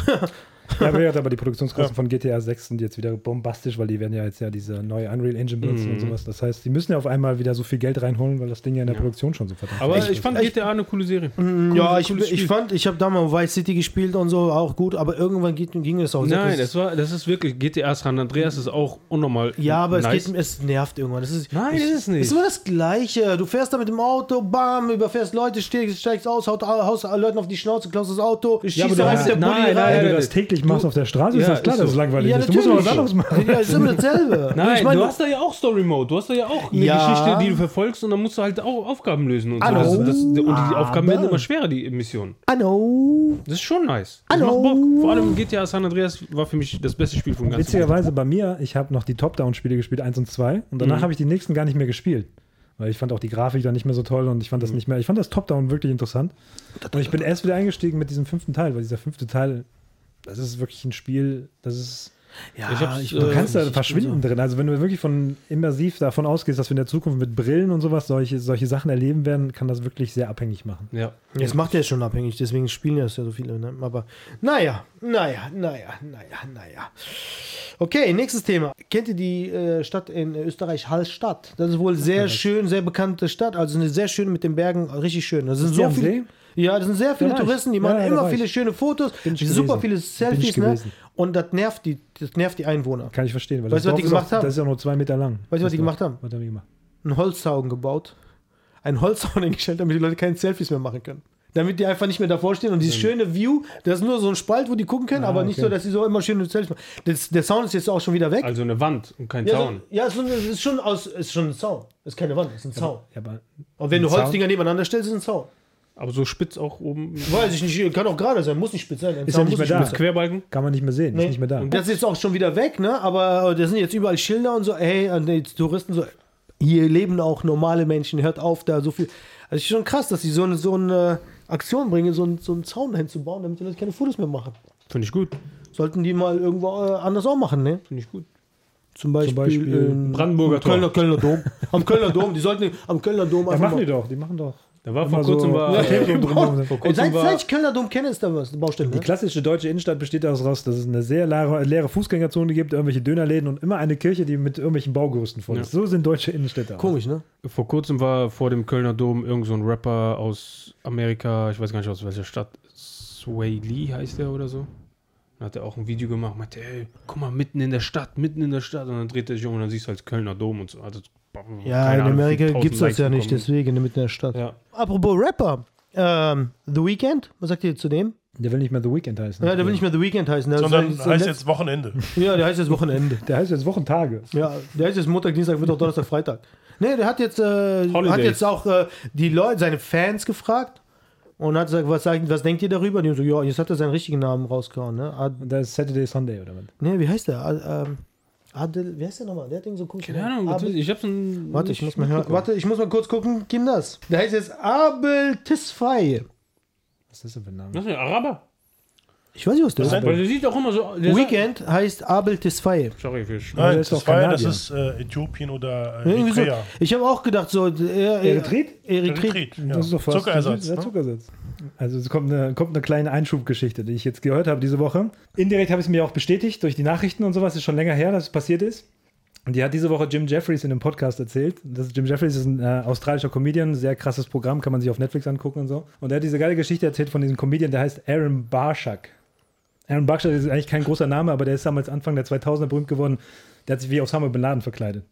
[SPEAKER 4] Ja, aber, ja, aber die Produktionskosten von GTA 6 sind jetzt wieder bombastisch, weil die werden ja jetzt ja diese neue Unreal Engine benutzen und sowas. Das heißt, die müssen ja auf einmal wieder so viel Geld reinholen, weil das Ding ja in der Produktion schon so verdammt
[SPEAKER 1] Aber ich,
[SPEAKER 4] ist.
[SPEAKER 1] fand GTA eine coole Serie.
[SPEAKER 2] Mm, ja, ich,
[SPEAKER 1] cooles
[SPEAKER 2] ich
[SPEAKER 1] Spiel.
[SPEAKER 2] fand, ich habe damals Vice City gespielt und so, auch gut. Aber irgendwann geht, ging es auch.
[SPEAKER 1] Nein,
[SPEAKER 2] es
[SPEAKER 1] das, war, das ist wirklich GTA San Andreas ist auch unnormal.
[SPEAKER 2] ja, aber
[SPEAKER 1] nice.
[SPEAKER 2] es, geht, es nervt irgendwann. Das ist,
[SPEAKER 1] Nein,
[SPEAKER 2] ich,
[SPEAKER 1] ist es nicht.
[SPEAKER 2] Ist immer das Gleiche. Du fährst da mit dem Auto, bam, überfährst Leute, steigst, steigst aus, haut, haust Leuten auf die Schnauze, klaust das Auto, schießt
[SPEAKER 1] aber
[SPEAKER 2] da
[SPEAKER 1] du
[SPEAKER 2] rein
[SPEAKER 1] hast-
[SPEAKER 2] mit der
[SPEAKER 1] nein,
[SPEAKER 2] Bulli
[SPEAKER 1] nein,
[SPEAKER 2] rein.
[SPEAKER 4] Wenn
[SPEAKER 1] nein,
[SPEAKER 4] du das
[SPEAKER 1] das-
[SPEAKER 4] täglich machst auf der Straße, ist
[SPEAKER 1] Ja,
[SPEAKER 4] das klar,
[SPEAKER 1] ist
[SPEAKER 4] dass es
[SPEAKER 1] so.
[SPEAKER 4] langweilig
[SPEAKER 2] Ja,
[SPEAKER 4] ist. Du musst aber was
[SPEAKER 2] natürlich.
[SPEAKER 4] anderes machen.
[SPEAKER 2] Ja, ist immer dasselbe.
[SPEAKER 1] Nein,
[SPEAKER 2] ich meine,
[SPEAKER 1] du hast da ja auch Story Mode. Du hast da ja auch eine
[SPEAKER 2] Ja.
[SPEAKER 1] Geschichte, die du verfolgst und dann musst du halt auch Aufgaben lösen und so.
[SPEAKER 2] Hallo.
[SPEAKER 1] Also das, und die Aufgaben werden
[SPEAKER 2] Aber-
[SPEAKER 1] immer schwerer, die Missionen.
[SPEAKER 2] Anno.
[SPEAKER 1] Das ist schon nice. Das
[SPEAKER 2] Hallo.
[SPEAKER 1] macht Bock. Vor allem GTA San Andreas war für mich das beste Spiel von ganz
[SPEAKER 4] Witzigerweise bei mir, ich habe noch die Top-Down-Spiele gespielt, 1 und 2, und danach habe ich die nächsten gar nicht mehr gespielt. Weil ich fand auch die Grafik dann nicht mehr so toll und ich fand das nicht mehr, ich fand das Top-Down wirklich interessant. Und ich bin erst wieder eingestiegen mit diesem fünften Teil, weil dieser fünfte Teil, das ist wirklich ein Spiel, das ist
[SPEAKER 2] Ja,
[SPEAKER 1] Ich hab's,
[SPEAKER 4] Du
[SPEAKER 1] Äh,
[SPEAKER 4] kannst da
[SPEAKER 2] ich-
[SPEAKER 4] verschwinden drin. Also wenn du wirklich von immersiv davon ausgehst, dass wir in der Zukunft mit Brillen und sowas solche, solche Sachen erleben werden, kann das wirklich sehr abhängig machen.
[SPEAKER 1] Ja.
[SPEAKER 2] Es macht ja schon abhängig, deswegen spielen ja das ja so viele. Ne? Aber naja, naja, naja, naja, naja. Okay, nächstes Thema. Kennt ihr die äh, Stadt in Österreich, Hallstatt? Das ist wohl sehr schön, sehr bekannte Stadt. Also eine sehr schön mit den Bergen, richtig schön. Das sind
[SPEAKER 4] die
[SPEAKER 2] so
[SPEAKER 4] am
[SPEAKER 2] viele.
[SPEAKER 4] See?
[SPEAKER 2] Ja, das sind sehr viele
[SPEAKER 4] Da war ich.
[SPEAKER 2] Touristen, die
[SPEAKER 4] Ja,
[SPEAKER 2] machen
[SPEAKER 4] ja, da
[SPEAKER 2] immer
[SPEAKER 4] war ich.
[SPEAKER 2] viele schöne Fotos,
[SPEAKER 4] Bin ich
[SPEAKER 2] super
[SPEAKER 4] gewesen.
[SPEAKER 2] viele
[SPEAKER 4] Bin ich
[SPEAKER 2] Selfies, ne?
[SPEAKER 4] gewesen.
[SPEAKER 2] Und das nervt die, das nervt die Einwohner.
[SPEAKER 4] Kann ich verstehen. Weil
[SPEAKER 2] Weißt
[SPEAKER 4] das
[SPEAKER 2] du, was die
[SPEAKER 4] Dorf
[SPEAKER 2] gemacht
[SPEAKER 4] ist auch,
[SPEAKER 2] haben?
[SPEAKER 4] Das ist ja nur zwei Meter lang.
[SPEAKER 2] Weißt du, was die
[SPEAKER 4] Das
[SPEAKER 2] gemacht
[SPEAKER 4] Dorf.
[SPEAKER 2] haben?
[SPEAKER 4] Was haben die gemacht?
[SPEAKER 2] Einen Holzzaun gebaut, einen Holzzaun hingestellt, damit die Leute keine Selfies mehr machen können. damit die einfach nicht mehr davor stehen. Und dieses schöne View, das ist nur so ein Spalt, wo die gucken können, aber nicht
[SPEAKER 4] Ah, okay.
[SPEAKER 2] so, dass sie so immer schön selbst machen. Das, der Sound ist jetzt auch schon wieder weg.
[SPEAKER 1] Also eine Wand und kein
[SPEAKER 2] ja, so,
[SPEAKER 1] Zaun.
[SPEAKER 2] ja, es ist, ist schon aus, ist schon ein Zaun. Ist keine Wand, ist ein Zaun.
[SPEAKER 4] Ja, aber
[SPEAKER 2] Und wenn du
[SPEAKER 4] Ein Zaun?
[SPEAKER 2] Holzdinger nebeneinander stellst, ist ein Zaun.
[SPEAKER 1] Aber so spitz auch oben.
[SPEAKER 2] Weiß ich nicht, kann auch gerade sein, muss nicht spitz sein. Ein
[SPEAKER 4] Ist
[SPEAKER 2] Zaun
[SPEAKER 4] ja nicht
[SPEAKER 2] muss
[SPEAKER 4] mehr da.
[SPEAKER 2] spitz sein.
[SPEAKER 1] Querbalken?
[SPEAKER 4] kann man nicht mehr sehen,
[SPEAKER 2] Nee.
[SPEAKER 4] ist nicht mehr da.
[SPEAKER 2] Und das ist jetzt auch schon wieder weg, ne? Aber da sind jetzt überall Schilder und so, ey, und die Touristen so, hier leben auch normale Menschen, hört auf, da so viel. Also ist schon krass, dass sie so eine, so eine Aktion bringen, so einen, so einen Zaun hinzubauen, damit die Leute keine Fotos mehr machen.
[SPEAKER 1] Finde ich gut.
[SPEAKER 2] Sollten die mal irgendwo äh, anders auch machen, ne?
[SPEAKER 1] Finde ich gut.
[SPEAKER 2] Zum Beispiel,
[SPEAKER 4] Beispiel
[SPEAKER 2] in-
[SPEAKER 1] Brandenburger
[SPEAKER 2] am Kölner, Kölner Dom. Am Kölner Dom, die sollten am Kölner Dom
[SPEAKER 4] Ja,
[SPEAKER 2] einfach
[SPEAKER 4] machen
[SPEAKER 2] mal-
[SPEAKER 4] die doch, die machen doch.
[SPEAKER 1] Da war
[SPEAKER 4] Immer
[SPEAKER 1] vor kurzem
[SPEAKER 4] so-
[SPEAKER 1] war,
[SPEAKER 4] Ja,
[SPEAKER 1] äh,
[SPEAKER 4] eben.
[SPEAKER 2] Ey,
[SPEAKER 1] kurzem
[SPEAKER 2] Seit,
[SPEAKER 1] war-
[SPEAKER 2] seit ich Kölner Dom kenne, ist da was, eine Baustelle.
[SPEAKER 4] Die
[SPEAKER 2] Ne?
[SPEAKER 4] klassische deutsche Innenstadt besteht daraus, dass es eine sehr leere, leere Fußgängerzone gibt, irgendwelche Dönerläden und immer eine Kirche, die mit irgendwelchen Baugerüsten voll ist. So sind deutsche Innenstädte. Auch.
[SPEAKER 2] Komisch, ne?
[SPEAKER 1] vor kurzem war vor dem Kölner Dom irgend so ein Rapper aus Amerika, ich weiß gar nicht aus welcher Stadt, Sway Lee heißt er oder so. Dann hat er auch ein Video gemacht, meinte, ey, guck mal, mitten in der Stadt, mitten in der Stadt. Und dann dreht er sich um und dann siehst du halt Kölner Dom und so. Also,
[SPEAKER 2] Ja, in Amerika gibt es das ja nicht, deswegen mit der Stadt.
[SPEAKER 1] Ja.
[SPEAKER 2] Apropos Rapper, ähm, The Weeknd, was sagt ihr zu dem?
[SPEAKER 4] Der will nicht mehr The Weekend heißen.
[SPEAKER 2] Ja, der will nicht mehr The Weeknd heißen. Der
[SPEAKER 3] Sondern
[SPEAKER 2] ist- ist-
[SPEAKER 3] heißt
[SPEAKER 2] letzt-
[SPEAKER 3] jetzt Wochenende.
[SPEAKER 2] ja, der heißt jetzt Wochenende.
[SPEAKER 4] Der heißt jetzt Wochentage.
[SPEAKER 2] Ja, der heißt jetzt Montag, Dienstag, Mittwoch, Donnerstag, Freitag. Nee, der hat jetzt, äh, hat
[SPEAKER 1] Holidays.
[SPEAKER 2] jetzt auch äh, die Leute, seine Fans gefragt und hat gesagt, was, sagt, was denkt ihr darüber? Die haben so, ja, jetzt hat er seinen richtigen Namen rausgehauen. Ne, Ad,
[SPEAKER 4] Und da ist Saturday, Sunday oder was?
[SPEAKER 2] nee, wie heißt der? Ad, ähm, Adel, wie heißt der nochmal? Der hat den so einen komischen
[SPEAKER 1] Keine
[SPEAKER 2] Namen.
[SPEAKER 1] Ahnung, was
[SPEAKER 2] Abel-
[SPEAKER 1] ist- ich hab's ein,
[SPEAKER 2] Warte, ich muss mal hören. Warte, ich muss mal kurz gucken. Kim das. Der heißt jetzt Abel Tisfay.
[SPEAKER 4] Was ist das denn für ein Name?
[SPEAKER 1] Das ist ein Araber.
[SPEAKER 2] Ich weiß nicht, was der
[SPEAKER 3] Das
[SPEAKER 2] ist.
[SPEAKER 3] ist
[SPEAKER 1] Weil der sieht auch immer so. Der
[SPEAKER 2] Weekend heißt Abel Tisfay.
[SPEAKER 1] Sagt, sorry, für Sch-
[SPEAKER 4] der
[SPEAKER 3] Nein,
[SPEAKER 4] ist
[SPEAKER 3] das,
[SPEAKER 4] doch
[SPEAKER 3] war, das
[SPEAKER 4] Kanadier.
[SPEAKER 3] ist äh, Äthiopien oder äh,
[SPEAKER 2] Irgendwie so,
[SPEAKER 3] Eritrea.
[SPEAKER 2] ich habe auch gedacht, so. äh, Er,
[SPEAKER 4] Eritreat?
[SPEAKER 2] Eritreat.
[SPEAKER 3] Eritreat, ja.
[SPEAKER 4] Das ist doch fast
[SPEAKER 3] Zuckerersatz.
[SPEAKER 4] Ja,
[SPEAKER 3] ne?
[SPEAKER 4] Zuckerersatz. Also es kommt eine, kommt eine kleine Einschubgeschichte, die ich jetzt gehört habe diese Woche. Indirekt habe ich es mir auch bestätigt durch die Nachrichten und sowas. Ist schon länger her, dass es passiert ist. Und die hat diese Woche Jim Jeffries in einem Podcast erzählt. Das Jim Jeffries ist ein äh, australischer Comedian, sehr krasses Programm, kann man sich auf Netflix angucken und so. Und er hat diese geile Geschichte erzählt von diesem Comedian, der heißt Aaron Barshak. Aaron Barshak ist eigentlich kein großer Name, aber der ist damals Anfang der 2000er berühmt geworden. Der hat sich wie Osama Bin Laden verkleidet.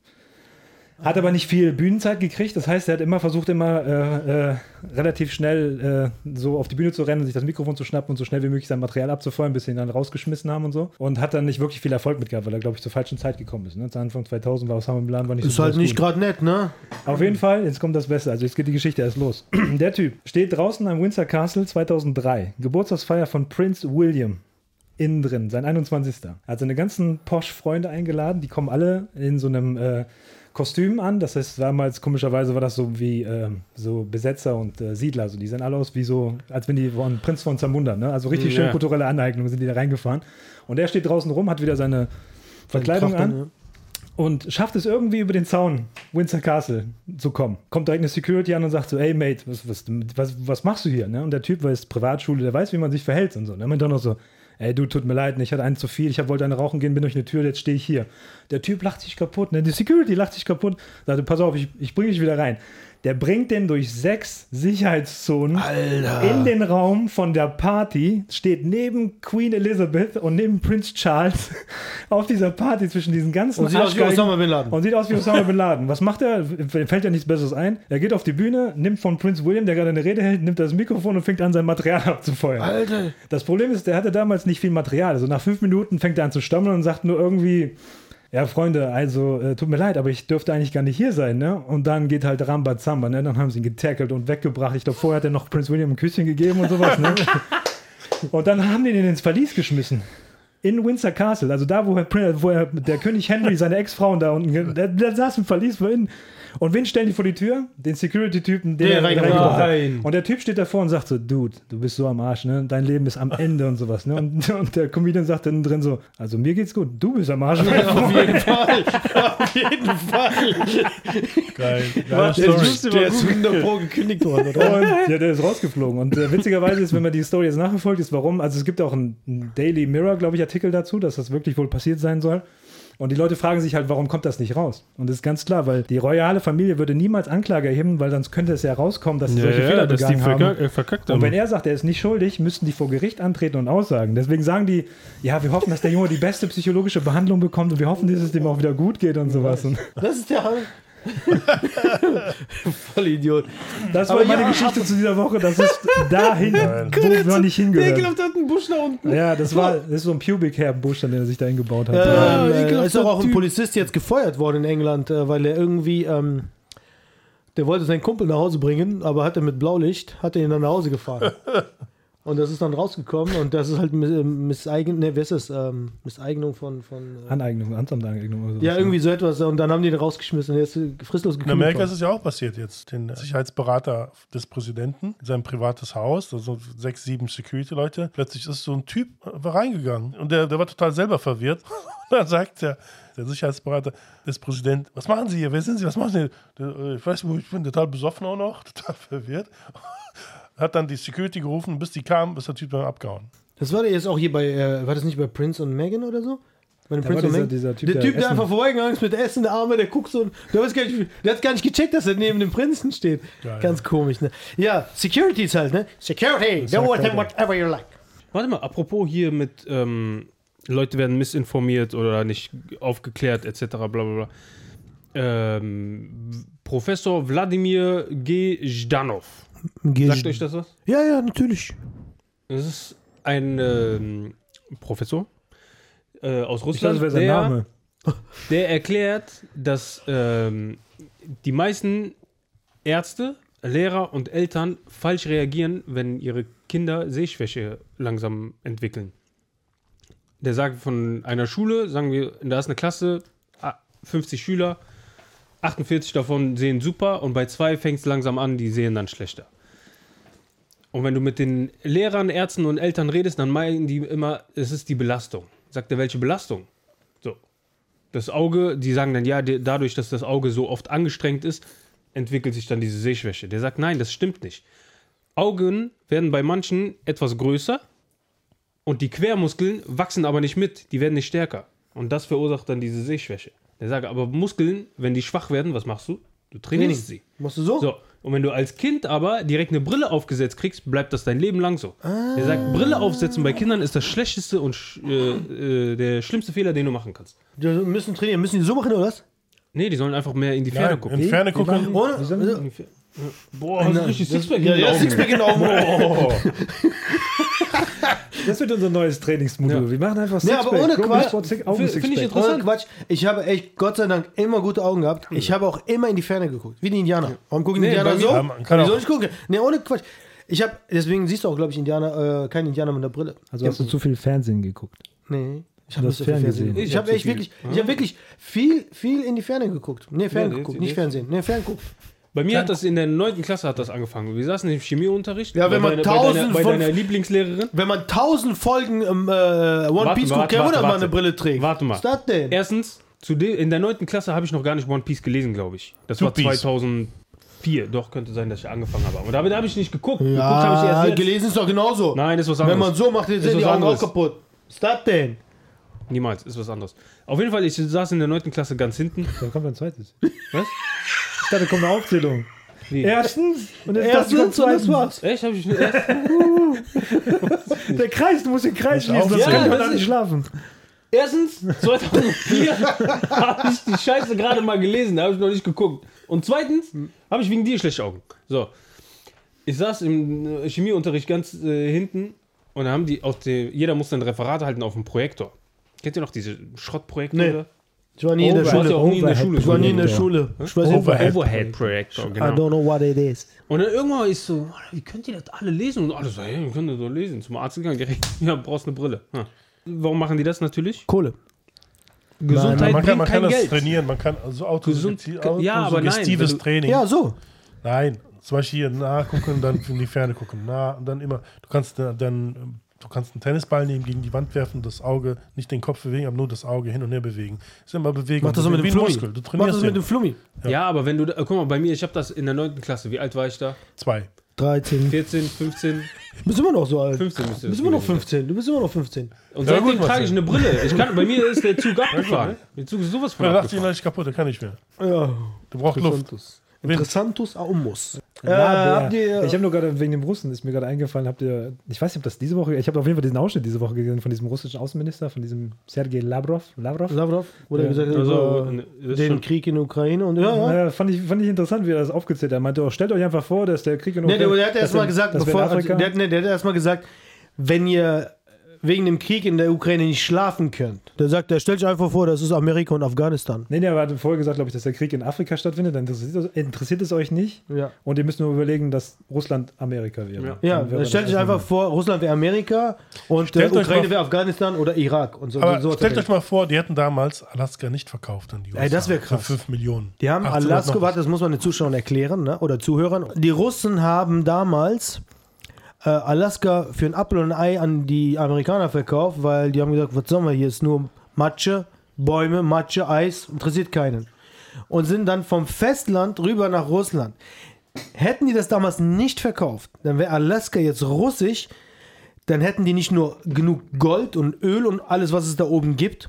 [SPEAKER 4] Hat aber nicht viel Bühnenzeit gekriegt. Das heißt, er hat immer versucht, immer äh, äh, relativ schnell äh, so auf die Bühne zu rennen, und sich das Mikrofon zu schnappen und so schnell wie möglich sein Material abzufeuern, bis sie ihn dann rausgeschmissen haben und so. Und hat dann nicht wirklich viel Erfolg mit gehabt, weil er, glaube ich, zur falschen Zeit gekommen ist. Ne? Zu Anfang 2000 war Osama Bin Laden war nicht
[SPEAKER 2] Ist
[SPEAKER 4] so
[SPEAKER 2] halt
[SPEAKER 4] groß
[SPEAKER 2] nicht
[SPEAKER 4] gut.
[SPEAKER 2] gerade nett, ne?
[SPEAKER 4] Auf jeden Fall, jetzt kommt das Beste. Also jetzt geht die Geschichte erst los. Der Typ steht draußen am Windsor Castle 2003. Geburtstagsfeier von Prince William. Innen drin, sein 21. Er hat seine ganzen Posh-Freunde eingeladen. Die kommen alle in so einem äh, Kostüm an. Das heißt, damals komischerweise war das so wie ähm, so Besetzer und äh, Siedler. Also die sahen alle aus wie so, als wenn die von Prinz von Zamunda, ne? Also richtig
[SPEAKER 1] Ja.
[SPEAKER 4] schön kulturelle Aneignung sind die da reingefahren. Und der steht draußen rum, hat wieder seine Verkleidung an
[SPEAKER 2] Tracht, ne?
[SPEAKER 4] und schafft es irgendwie über den Zaun Windsor Castle zu kommen. Kommt direkt eine Security an und sagt so, ey Mate, was, was, was, was machst du hier? Ne? Und der Typ weiß Privatschule, der weiß, wie man sich verhält und so. Und dann meint er noch so, ey du, tut mir leid, ne, ich hatte einen zu viel, ich hab- wollte einen rauchen gehen, bin durch eine Tür, jetzt stehe ich hier. Der Typ lacht sich kaputt, ne? die Security lacht sich kaputt, sagte, pass auf, ich, ich bringe dich wieder rein. Der bringt den durch sechs Sicherheitszonen in den Raum von der Party, steht neben Queen Elizabeth und neben Prince Charles auf dieser Party zwischen diesen ganzen
[SPEAKER 2] Und sieht aus wie
[SPEAKER 4] Arschgeigen.
[SPEAKER 2] Osama Bin Laden.
[SPEAKER 4] Und sieht aus wie Osama Bin Laden. Was macht er? F- Fällt ja nichts Besseres ein. Er geht auf die Bühne, nimmt von Prince William, der gerade eine Rede hält, nimmt das Mikrofon und fängt an, sein Material abzufeuern.
[SPEAKER 2] Alter.
[SPEAKER 4] Das Problem ist, der hatte damals nicht viel Material. Also nach fünf Minuten fängt er an zu stammeln und sagt nur irgendwie, ja, Freunde, also äh, tut mir leid, aber ich dürfte eigentlich gar nicht hier sein, ne? Und dann geht halt Rambazamba, ne? Dann haben sie ihn getackelt und weggebracht. Ich glaube, vorher hat er noch Prince William ein Küsschen gegeben und sowas, ne? und dann haben die ihn ins Verlies geschmissen. In Windsor Castle, also da, wo, Herr, Prin- wo Herr, der König Henry seine Ex-Frauen da unten, ge- da, da saß ein Verlies vor innen. Und wen stellen die vor die Tür? Den Security-Typen, den
[SPEAKER 2] Der
[SPEAKER 4] er
[SPEAKER 2] reingebracht
[SPEAKER 4] reingebracht hat.
[SPEAKER 1] Nein.
[SPEAKER 4] Und der Typ steht davor und sagt so, Dude, du bist so am Arsch, ne? Dein Leben ist am Ende und sowas, ne? Und, und der Comedian sagt dann drin so, also mir geht's gut, du bist am Arsch.
[SPEAKER 2] Auf jeden Fall. Auf jeden Fall.
[SPEAKER 3] Geil.
[SPEAKER 2] Der
[SPEAKER 3] Geile
[SPEAKER 2] ist-
[SPEAKER 3] Story.
[SPEAKER 2] Der ist 100 Pro gekündigt worden, oder?
[SPEAKER 4] Und ja, der ist rausgeflogen. Und äh, witzigerweise ist, wenn man die Story jetzt nachverfolgt, ist warum. Also es gibt auch einen einen Daily Mirror, glaube ich, Artikel dazu, dass das wirklich wohl passiert sein soll. Und die Leute fragen sich halt, warum kommt das nicht raus? Und das ist ganz klar, weil die royale Familie würde niemals Anklage erheben, weil sonst könnte es ja rauskommen, dass sie solche Fehler
[SPEAKER 1] dass die
[SPEAKER 4] begangen haben.
[SPEAKER 1] verkack- äh, verkackt
[SPEAKER 4] Und wenn
[SPEAKER 1] haben.
[SPEAKER 4] er sagt, er ist nicht schuldig, müssten die vor Gericht antreten und aussagen. Deswegen sagen die, ja, wir hoffen, dass der Junge die beste psychologische Behandlung bekommt und wir hoffen, dass es dem auch wieder gut geht und sowas. Und
[SPEAKER 2] Das ist der. Voll Idiot.
[SPEAKER 4] Das war
[SPEAKER 2] Aber
[SPEAKER 4] meine
[SPEAKER 2] ja,
[SPEAKER 4] Geschichte zu dieser Woche. Das ist dahin, wo wir nicht
[SPEAKER 1] Der
[SPEAKER 4] hingehört.
[SPEAKER 1] ekelhaft hat einen Busch nach unten.
[SPEAKER 4] Ja, das war das ist so ein Pubic Hair Busch, den er sich da hingebaut hat.
[SPEAKER 1] Ja,
[SPEAKER 2] Ähm, äh,
[SPEAKER 1] ekelhafter
[SPEAKER 2] ist doch auch ein
[SPEAKER 1] Typ.
[SPEAKER 2] Polizist jetzt gefeuert worden in England, äh, weil er irgendwie, ähm, der wollte seinen Kumpel nach Hause bringen, aber hatte mit Blaulicht, hat er ihn dann nach Hause gefahren. und das ist dann rausgekommen und das ist halt Miss- äh, Misseigen, ne, wer ist das? Ähm, Misseignung von, von äh,
[SPEAKER 4] Aneignung, Amtsaneignung oder so.
[SPEAKER 2] ja, irgendwie so etwas und dann haben die ihn rausgeschmissen und er ist fristlos
[SPEAKER 3] In
[SPEAKER 2] gekümmert.
[SPEAKER 3] Amerika ist es ja auch passiert jetzt. Den Sicherheitsberater des Präsidenten, sein privates Haus, da sind sechs, sieben Security-Leute. Plötzlich ist so ein Typ äh, reingegangen und der, der war total selber verwirrt. Dann sagt der, der Sicherheitsberater des Präsidenten, was machen Sie hier? Wer sind Sie? Was machen Sie? Der, äh, Ich weiß, wo ich bin, total besoffen auch noch, total verwirrt. Hat dann die Security gerufen, bis die kamen, ist der Typ dann abgehauen.
[SPEAKER 2] Das war der jetzt auch hier bei, äh, war das nicht bei Prince und Meghan oder so? Bei dem
[SPEAKER 4] Da
[SPEAKER 2] Prince
[SPEAKER 4] war
[SPEAKER 2] und
[SPEAKER 4] dieser-
[SPEAKER 2] Meghan?
[SPEAKER 4] dieser Typ,
[SPEAKER 2] der
[SPEAKER 4] der
[SPEAKER 2] Typ, der
[SPEAKER 4] Essen-
[SPEAKER 2] einfach vorbeigegangen ist mit Essen, der Arme, der guckt so und der, weiß gar nicht, der hat gar nicht gecheckt, dass er neben dem Prinzen steht.
[SPEAKER 3] Geil.
[SPEAKER 2] Ganz komisch, ne? Ja, Security ist halt, ne? Security, do with him whatever you like.
[SPEAKER 1] Warte mal, apropos hier mit ähm, Leute werden missinformiert oder nicht aufgeklärt etc. Bla bla bla. Ähm, Professor Wladimir G. Zhdanov. Sagt euch das was?
[SPEAKER 2] Ja, ja, natürlich.
[SPEAKER 1] Das ist ein ähm, Professor äh, aus
[SPEAKER 4] Ich dachte,
[SPEAKER 1] Russland,
[SPEAKER 4] das wäre sein
[SPEAKER 1] der,
[SPEAKER 4] Name.
[SPEAKER 1] der erklärt, dass ähm, die meisten Ärzte, Lehrer und Eltern falsch reagieren, wenn ihre Kinder Sehschwäche langsam entwickeln. Der sagt von einer Schule, sagen wir, da ist eine Klasse, ah, 50 Schüler, 48 davon sehen super und bei zwei fängt es langsam an, die sehen dann schlechter. Und wenn du mit den Lehrern, Ärzten und Eltern redest, dann meinen die immer, es ist die Belastung. Sagt er, welche Belastung? So. Das Auge, die sagen dann, ja, die, dadurch, dass das Auge so oft angestrengt ist, entwickelt sich dann diese Sehschwäche. Der sagt, nein, das stimmt nicht. Augen werden bei manchen etwas größer und die Quermuskeln wachsen aber nicht mit, die werden nicht stärker. Und das verursacht dann diese Sehschwäche. Der sagt, aber Muskeln, wenn die schwach werden, was machst du? Du trainierst sie.
[SPEAKER 2] Machst du so?
[SPEAKER 1] So. Und wenn du als Kind aber direkt eine Brille aufgesetzt kriegst, bleibt das dein Leben lang so. Er sagt, Brille aufsetzen bei Kindern ist das schlechteste und sch äh, äh, der schlimmste Fehler, den du machen kannst.
[SPEAKER 2] Die müssen trainieren, müssen die so machen, oder was?
[SPEAKER 1] Nee, die sollen einfach mehr in die Ferne
[SPEAKER 3] Nein,
[SPEAKER 1] gucken.
[SPEAKER 3] In Ferne
[SPEAKER 4] Die machen-
[SPEAKER 3] gucken.
[SPEAKER 2] Ohne-
[SPEAKER 4] die sind-
[SPEAKER 1] Boah, hast du richtig Sixpack in den Augen.
[SPEAKER 2] in den Augen.
[SPEAKER 1] Oh.
[SPEAKER 4] Das wird unser neues Trainingsmodul.
[SPEAKER 1] Ja.
[SPEAKER 4] Wir machen einfach
[SPEAKER 2] Nee, aber ohne
[SPEAKER 4] Global
[SPEAKER 2] Quatsch.
[SPEAKER 4] Sport Six- Augen
[SPEAKER 1] Finde ich
[SPEAKER 4] Sixpack.
[SPEAKER 1] interessant.
[SPEAKER 2] Ohne Quatsch. Ich habe echt Gott sei Dank immer gute Augen gehabt. Ich habe auch immer in die Ferne geguckt. Wie die Indianer. Warum gucken die
[SPEAKER 1] Nee,
[SPEAKER 2] Indianer
[SPEAKER 1] bei mir-
[SPEAKER 2] so?
[SPEAKER 3] Ja, man kann
[SPEAKER 2] Wieso
[SPEAKER 3] auch-
[SPEAKER 2] nicht gucken? Ne, ohne Quatsch. Ich habe, deswegen siehst du auch, glaube ich, Indianer, äh, keinen Indianer mit einer Brille.
[SPEAKER 4] Also hast du zu viel Fernsehen geguckt.
[SPEAKER 2] Nee. Ich
[SPEAKER 4] Du
[SPEAKER 2] habe
[SPEAKER 4] hast
[SPEAKER 2] nicht so viel
[SPEAKER 4] ferngesehen.
[SPEAKER 2] Fernsehen. Ich,
[SPEAKER 1] Ich
[SPEAKER 2] habe
[SPEAKER 1] hab zu
[SPEAKER 2] echt
[SPEAKER 1] viel.
[SPEAKER 2] wirklich, ich habe wirklich viel, viel in die Ferne geguckt. Nee,
[SPEAKER 1] Ja,
[SPEAKER 2] ferngeguckt,
[SPEAKER 1] jetzt-
[SPEAKER 2] nicht
[SPEAKER 1] jetzt-
[SPEAKER 2] Fernsehen. Nee, fernguckt.
[SPEAKER 1] Bei mir hat das in der 9. Klasse hat das angefangen. Wir saßen im Chemieunterricht.
[SPEAKER 2] Ja, wenn
[SPEAKER 1] bei deiner,
[SPEAKER 2] man
[SPEAKER 1] bei deiner, bei
[SPEAKER 2] 1005
[SPEAKER 1] deiner Lieblingslehrerin.
[SPEAKER 2] Wenn man tausend Folgen ähm, äh, One
[SPEAKER 1] Warte,
[SPEAKER 2] Piece
[SPEAKER 1] warte,
[SPEAKER 2] guckt,
[SPEAKER 1] warte,
[SPEAKER 2] ja, oder man
[SPEAKER 1] warte.
[SPEAKER 2] eine Brille trägt.
[SPEAKER 1] Warte mal.
[SPEAKER 2] Was ist das denn?
[SPEAKER 1] Erstens, zu de- in der 9. Klasse habe ich noch gar nicht One Piece gelesen, glaube ich. Das
[SPEAKER 3] Two
[SPEAKER 1] war
[SPEAKER 3] Piece.
[SPEAKER 1] 2004. Doch, könnte sein, dass ich angefangen habe. Aber damit habe ich nicht geguckt. Geguckt habe ich
[SPEAKER 2] ja,
[SPEAKER 1] erst jetzt.
[SPEAKER 2] gelesen ist doch genauso.
[SPEAKER 1] Nein, ist was anderes.
[SPEAKER 2] Wenn man so macht,
[SPEAKER 1] Ist
[SPEAKER 2] sind die
[SPEAKER 1] was
[SPEAKER 2] Augen auch
[SPEAKER 1] anderes.
[SPEAKER 2] kaputt. Was ist das denn?
[SPEAKER 1] Niemals, ist was anderes. Auf jeden Fall, ich saß in der 9. Klasse ganz hinten.
[SPEAKER 4] Dann kommt ein zweites.
[SPEAKER 1] Was?
[SPEAKER 4] Ich dachte, kommt eine Aufzählung.
[SPEAKER 1] Wie?
[SPEAKER 4] Erstens und jetzt
[SPEAKER 2] Erstens
[SPEAKER 4] kommt
[SPEAKER 2] und das
[SPEAKER 4] zweitens.
[SPEAKER 2] war's.
[SPEAKER 1] Echt? Habe ich erst?
[SPEAKER 4] Der Kreis, du musst den Kreis
[SPEAKER 3] Muss
[SPEAKER 4] schließen, sonst
[SPEAKER 1] aufzählen.
[SPEAKER 4] kann
[SPEAKER 1] Ja,
[SPEAKER 4] man
[SPEAKER 1] das
[SPEAKER 4] dann nicht
[SPEAKER 1] ist-
[SPEAKER 4] schlafen.
[SPEAKER 1] Erstens, 2004 habe ich die Scheiße gerade mal gelesen, da habe ich noch nicht geguckt. Und zweitens
[SPEAKER 3] Hm.
[SPEAKER 1] habe ich wegen dir schlechte Augen. So. Ich saß im äh, Chemieunterricht ganz äh, hinten und da haben die auf der, jeder musste ein Referat halten auf dem Projektor. Kennt ihr noch diese Schrottprojektoren?
[SPEAKER 2] Nee.
[SPEAKER 1] da?
[SPEAKER 2] Ich war nie in der
[SPEAKER 1] Overhead. Warst du
[SPEAKER 2] Schule.
[SPEAKER 1] auch nie in der
[SPEAKER 4] Overhead.
[SPEAKER 1] Schule?
[SPEAKER 2] Ich war nie in der
[SPEAKER 4] Ja.
[SPEAKER 2] Schule. Ich weiß nicht,
[SPEAKER 3] Overhead.
[SPEAKER 1] Overhead-Projektor, genau.
[SPEAKER 2] I don't know what it is.
[SPEAKER 1] Und dann irgendwann ist so, Alter, wie könnt ihr das alle lesen? Und alle so, hey, wir können das doch lesen. Zum Arzt gegangen, direkt, ja, brauchst eine Brille. Ja. Warum machen die das natürlich?
[SPEAKER 2] Kohle.
[SPEAKER 1] Gesundheit
[SPEAKER 3] man
[SPEAKER 1] bringt
[SPEAKER 3] kann, man
[SPEAKER 1] kein
[SPEAKER 3] kann das
[SPEAKER 1] Geld.
[SPEAKER 3] trainieren, man kann also
[SPEAKER 1] Gesund-
[SPEAKER 3] autosuggesti-
[SPEAKER 1] ja, aber nein,
[SPEAKER 3] autosuggestives
[SPEAKER 1] wenn du-
[SPEAKER 3] Training.
[SPEAKER 2] Ja, so.
[SPEAKER 3] Nein, zum Beispiel hier nachgucken, dann in die Ferne gucken, nah und dann immer. Du kannst da- dann, ähm, du kannst einen Tennisball nehmen, gegen die Wand werfen, das Auge, nicht den Kopf bewegen, aber nur das Auge hin und her bewegen. Ist immer Bewegung.
[SPEAKER 2] Mach das so mit dem
[SPEAKER 3] wie ein
[SPEAKER 2] Flummi.
[SPEAKER 3] Muskel. Du
[SPEAKER 2] Mach
[SPEAKER 3] trainierst
[SPEAKER 2] das mit
[SPEAKER 3] den.
[SPEAKER 2] dem Flummi.
[SPEAKER 1] Ja. aber wenn du, da- äh, guck mal, bei mir, ich habe das in der 9. Klasse. Wie alt war ich da?
[SPEAKER 3] Zwei.
[SPEAKER 2] 13.
[SPEAKER 1] 14, 15,
[SPEAKER 2] Du bist immer noch so alt.
[SPEAKER 1] 15 müsste
[SPEAKER 2] Du
[SPEAKER 1] das
[SPEAKER 2] bist immer noch
[SPEAKER 1] gewesen sein.
[SPEAKER 2] 15. Du bist immer noch 15.
[SPEAKER 1] Und
[SPEAKER 3] Ja,
[SPEAKER 1] seitdem
[SPEAKER 3] gut,
[SPEAKER 1] trage ich
[SPEAKER 3] Marcel.
[SPEAKER 1] eine Brille. Ich kann, bei mir ist ne? der Zug abgefahren. Der Zug ist sowas von
[SPEAKER 3] Da dachte ich,
[SPEAKER 1] abgefahren.
[SPEAKER 3] ich kaputt, da kann ich mehr.
[SPEAKER 2] Ja.
[SPEAKER 3] Du brauchst Luft.
[SPEAKER 2] Santos. Interessantus Aumus. Äh,
[SPEAKER 4] Na,
[SPEAKER 2] habt
[SPEAKER 4] der-
[SPEAKER 2] ihr,
[SPEAKER 4] ich habe nur gerade wegen dem Russen, ist mir gerade eingefallen, habt ihr, ich weiß nicht, ob das diese Woche, ich habe auf jeden Fall diesen Ausschnitt diese Woche gesehen von diesem russischen Außenminister, von diesem Sergei Lavrov. Lavrov?
[SPEAKER 2] Lavrov, wo der
[SPEAKER 4] Ja,
[SPEAKER 2] gesagt hat,
[SPEAKER 1] also,
[SPEAKER 2] über
[SPEAKER 1] ne, das ist
[SPEAKER 2] den
[SPEAKER 1] schon-
[SPEAKER 2] Krieg in der Ukraine und ja, ja.
[SPEAKER 4] Naja, Äh, fand, ich, fand ich interessant, wie er das aufgezählt hat. Er meinte, oh, stellt euch einfach vor, dass der Krieg in
[SPEAKER 2] Ne, der, der hat
[SPEAKER 4] dass
[SPEAKER 2] erstmal
[SPEAKER 4] in-
[SPEAKER 2] gesagt,
[SPEAKER 4] dass wir in
[SPEAKER 2] bevor, also,
[SPEAKER 4] Afrika,
[SPEAKER 2] der, hat- nee, der hat erstmal gesagt, wenn ihr wegen dem Krieg in der Ukraine nicht schlafen könnt, der sagt, der stellt euch einfach vor, das ist Amerika und Afghanistan.
[SPEAKER 4] Nee, nee, aber er hat vorher gesagt, glaube ich, dass der Krieg in Afrika stattfindet, dann interessiert, es- interessiert es euch nicht.
[SPEAKER 2] Ja.
[SPEAKER 4] Und ihr müsst nur überlegen, dass Russland Amerika wäre.
[SPEAKER 1] Ja.
[SPEAKER 2] Ja,
[SPEAKER 4] Dann wäre
[SPEAKER 2] dann stellt
[SPEAKER 4] das
[SPEAKER 2] euch einfach
[SPEAKER 4] erstmal-
[SPEAKER 2] vor, Russland wäre Amerika und äh,
[SPEAKER 3] Stellt euch
[SPEAKER 2] Ukraine
[SPEAKER 3] mal-
[SPEAKER 2] wäre Afghanistan oder Irak und so.
[SPEAKER 3] Aber
[SPEAKER 2] so
[SPEAKER 3] stellt euch mal vor, die hätten damals Alaska nicht verkauft an die USA.
[SPEAKER 2] Ey, das wär krass.
[SPEAKER 3] Für 5 Millionen.
[SPEAKER 2] Die haben
[SPEAKER 3] 1800
[SPEAKER 2] Alaska,
[SPEAKER 3] noch was.
[SPEAKER 2] warte, das muss man den Zuschauern erklären ne? oder Zuhörern. Die Russen haben damals äh, Alaska für ein Apfel und ein Ei an die Amerikaner verkauft, weil die haben gesagt, was sollen wir hier, ist nur Matsche, Bäume, Matsche, Eis, interessiert keinen. Und sind dann vom Festland rüber nach Russland. Hätten die das damals nicht verkauft, dann wäre Alaska jetzt russisch, dann hätten die nicht nur genug Gold und Öl und alles, was es da oben gibt,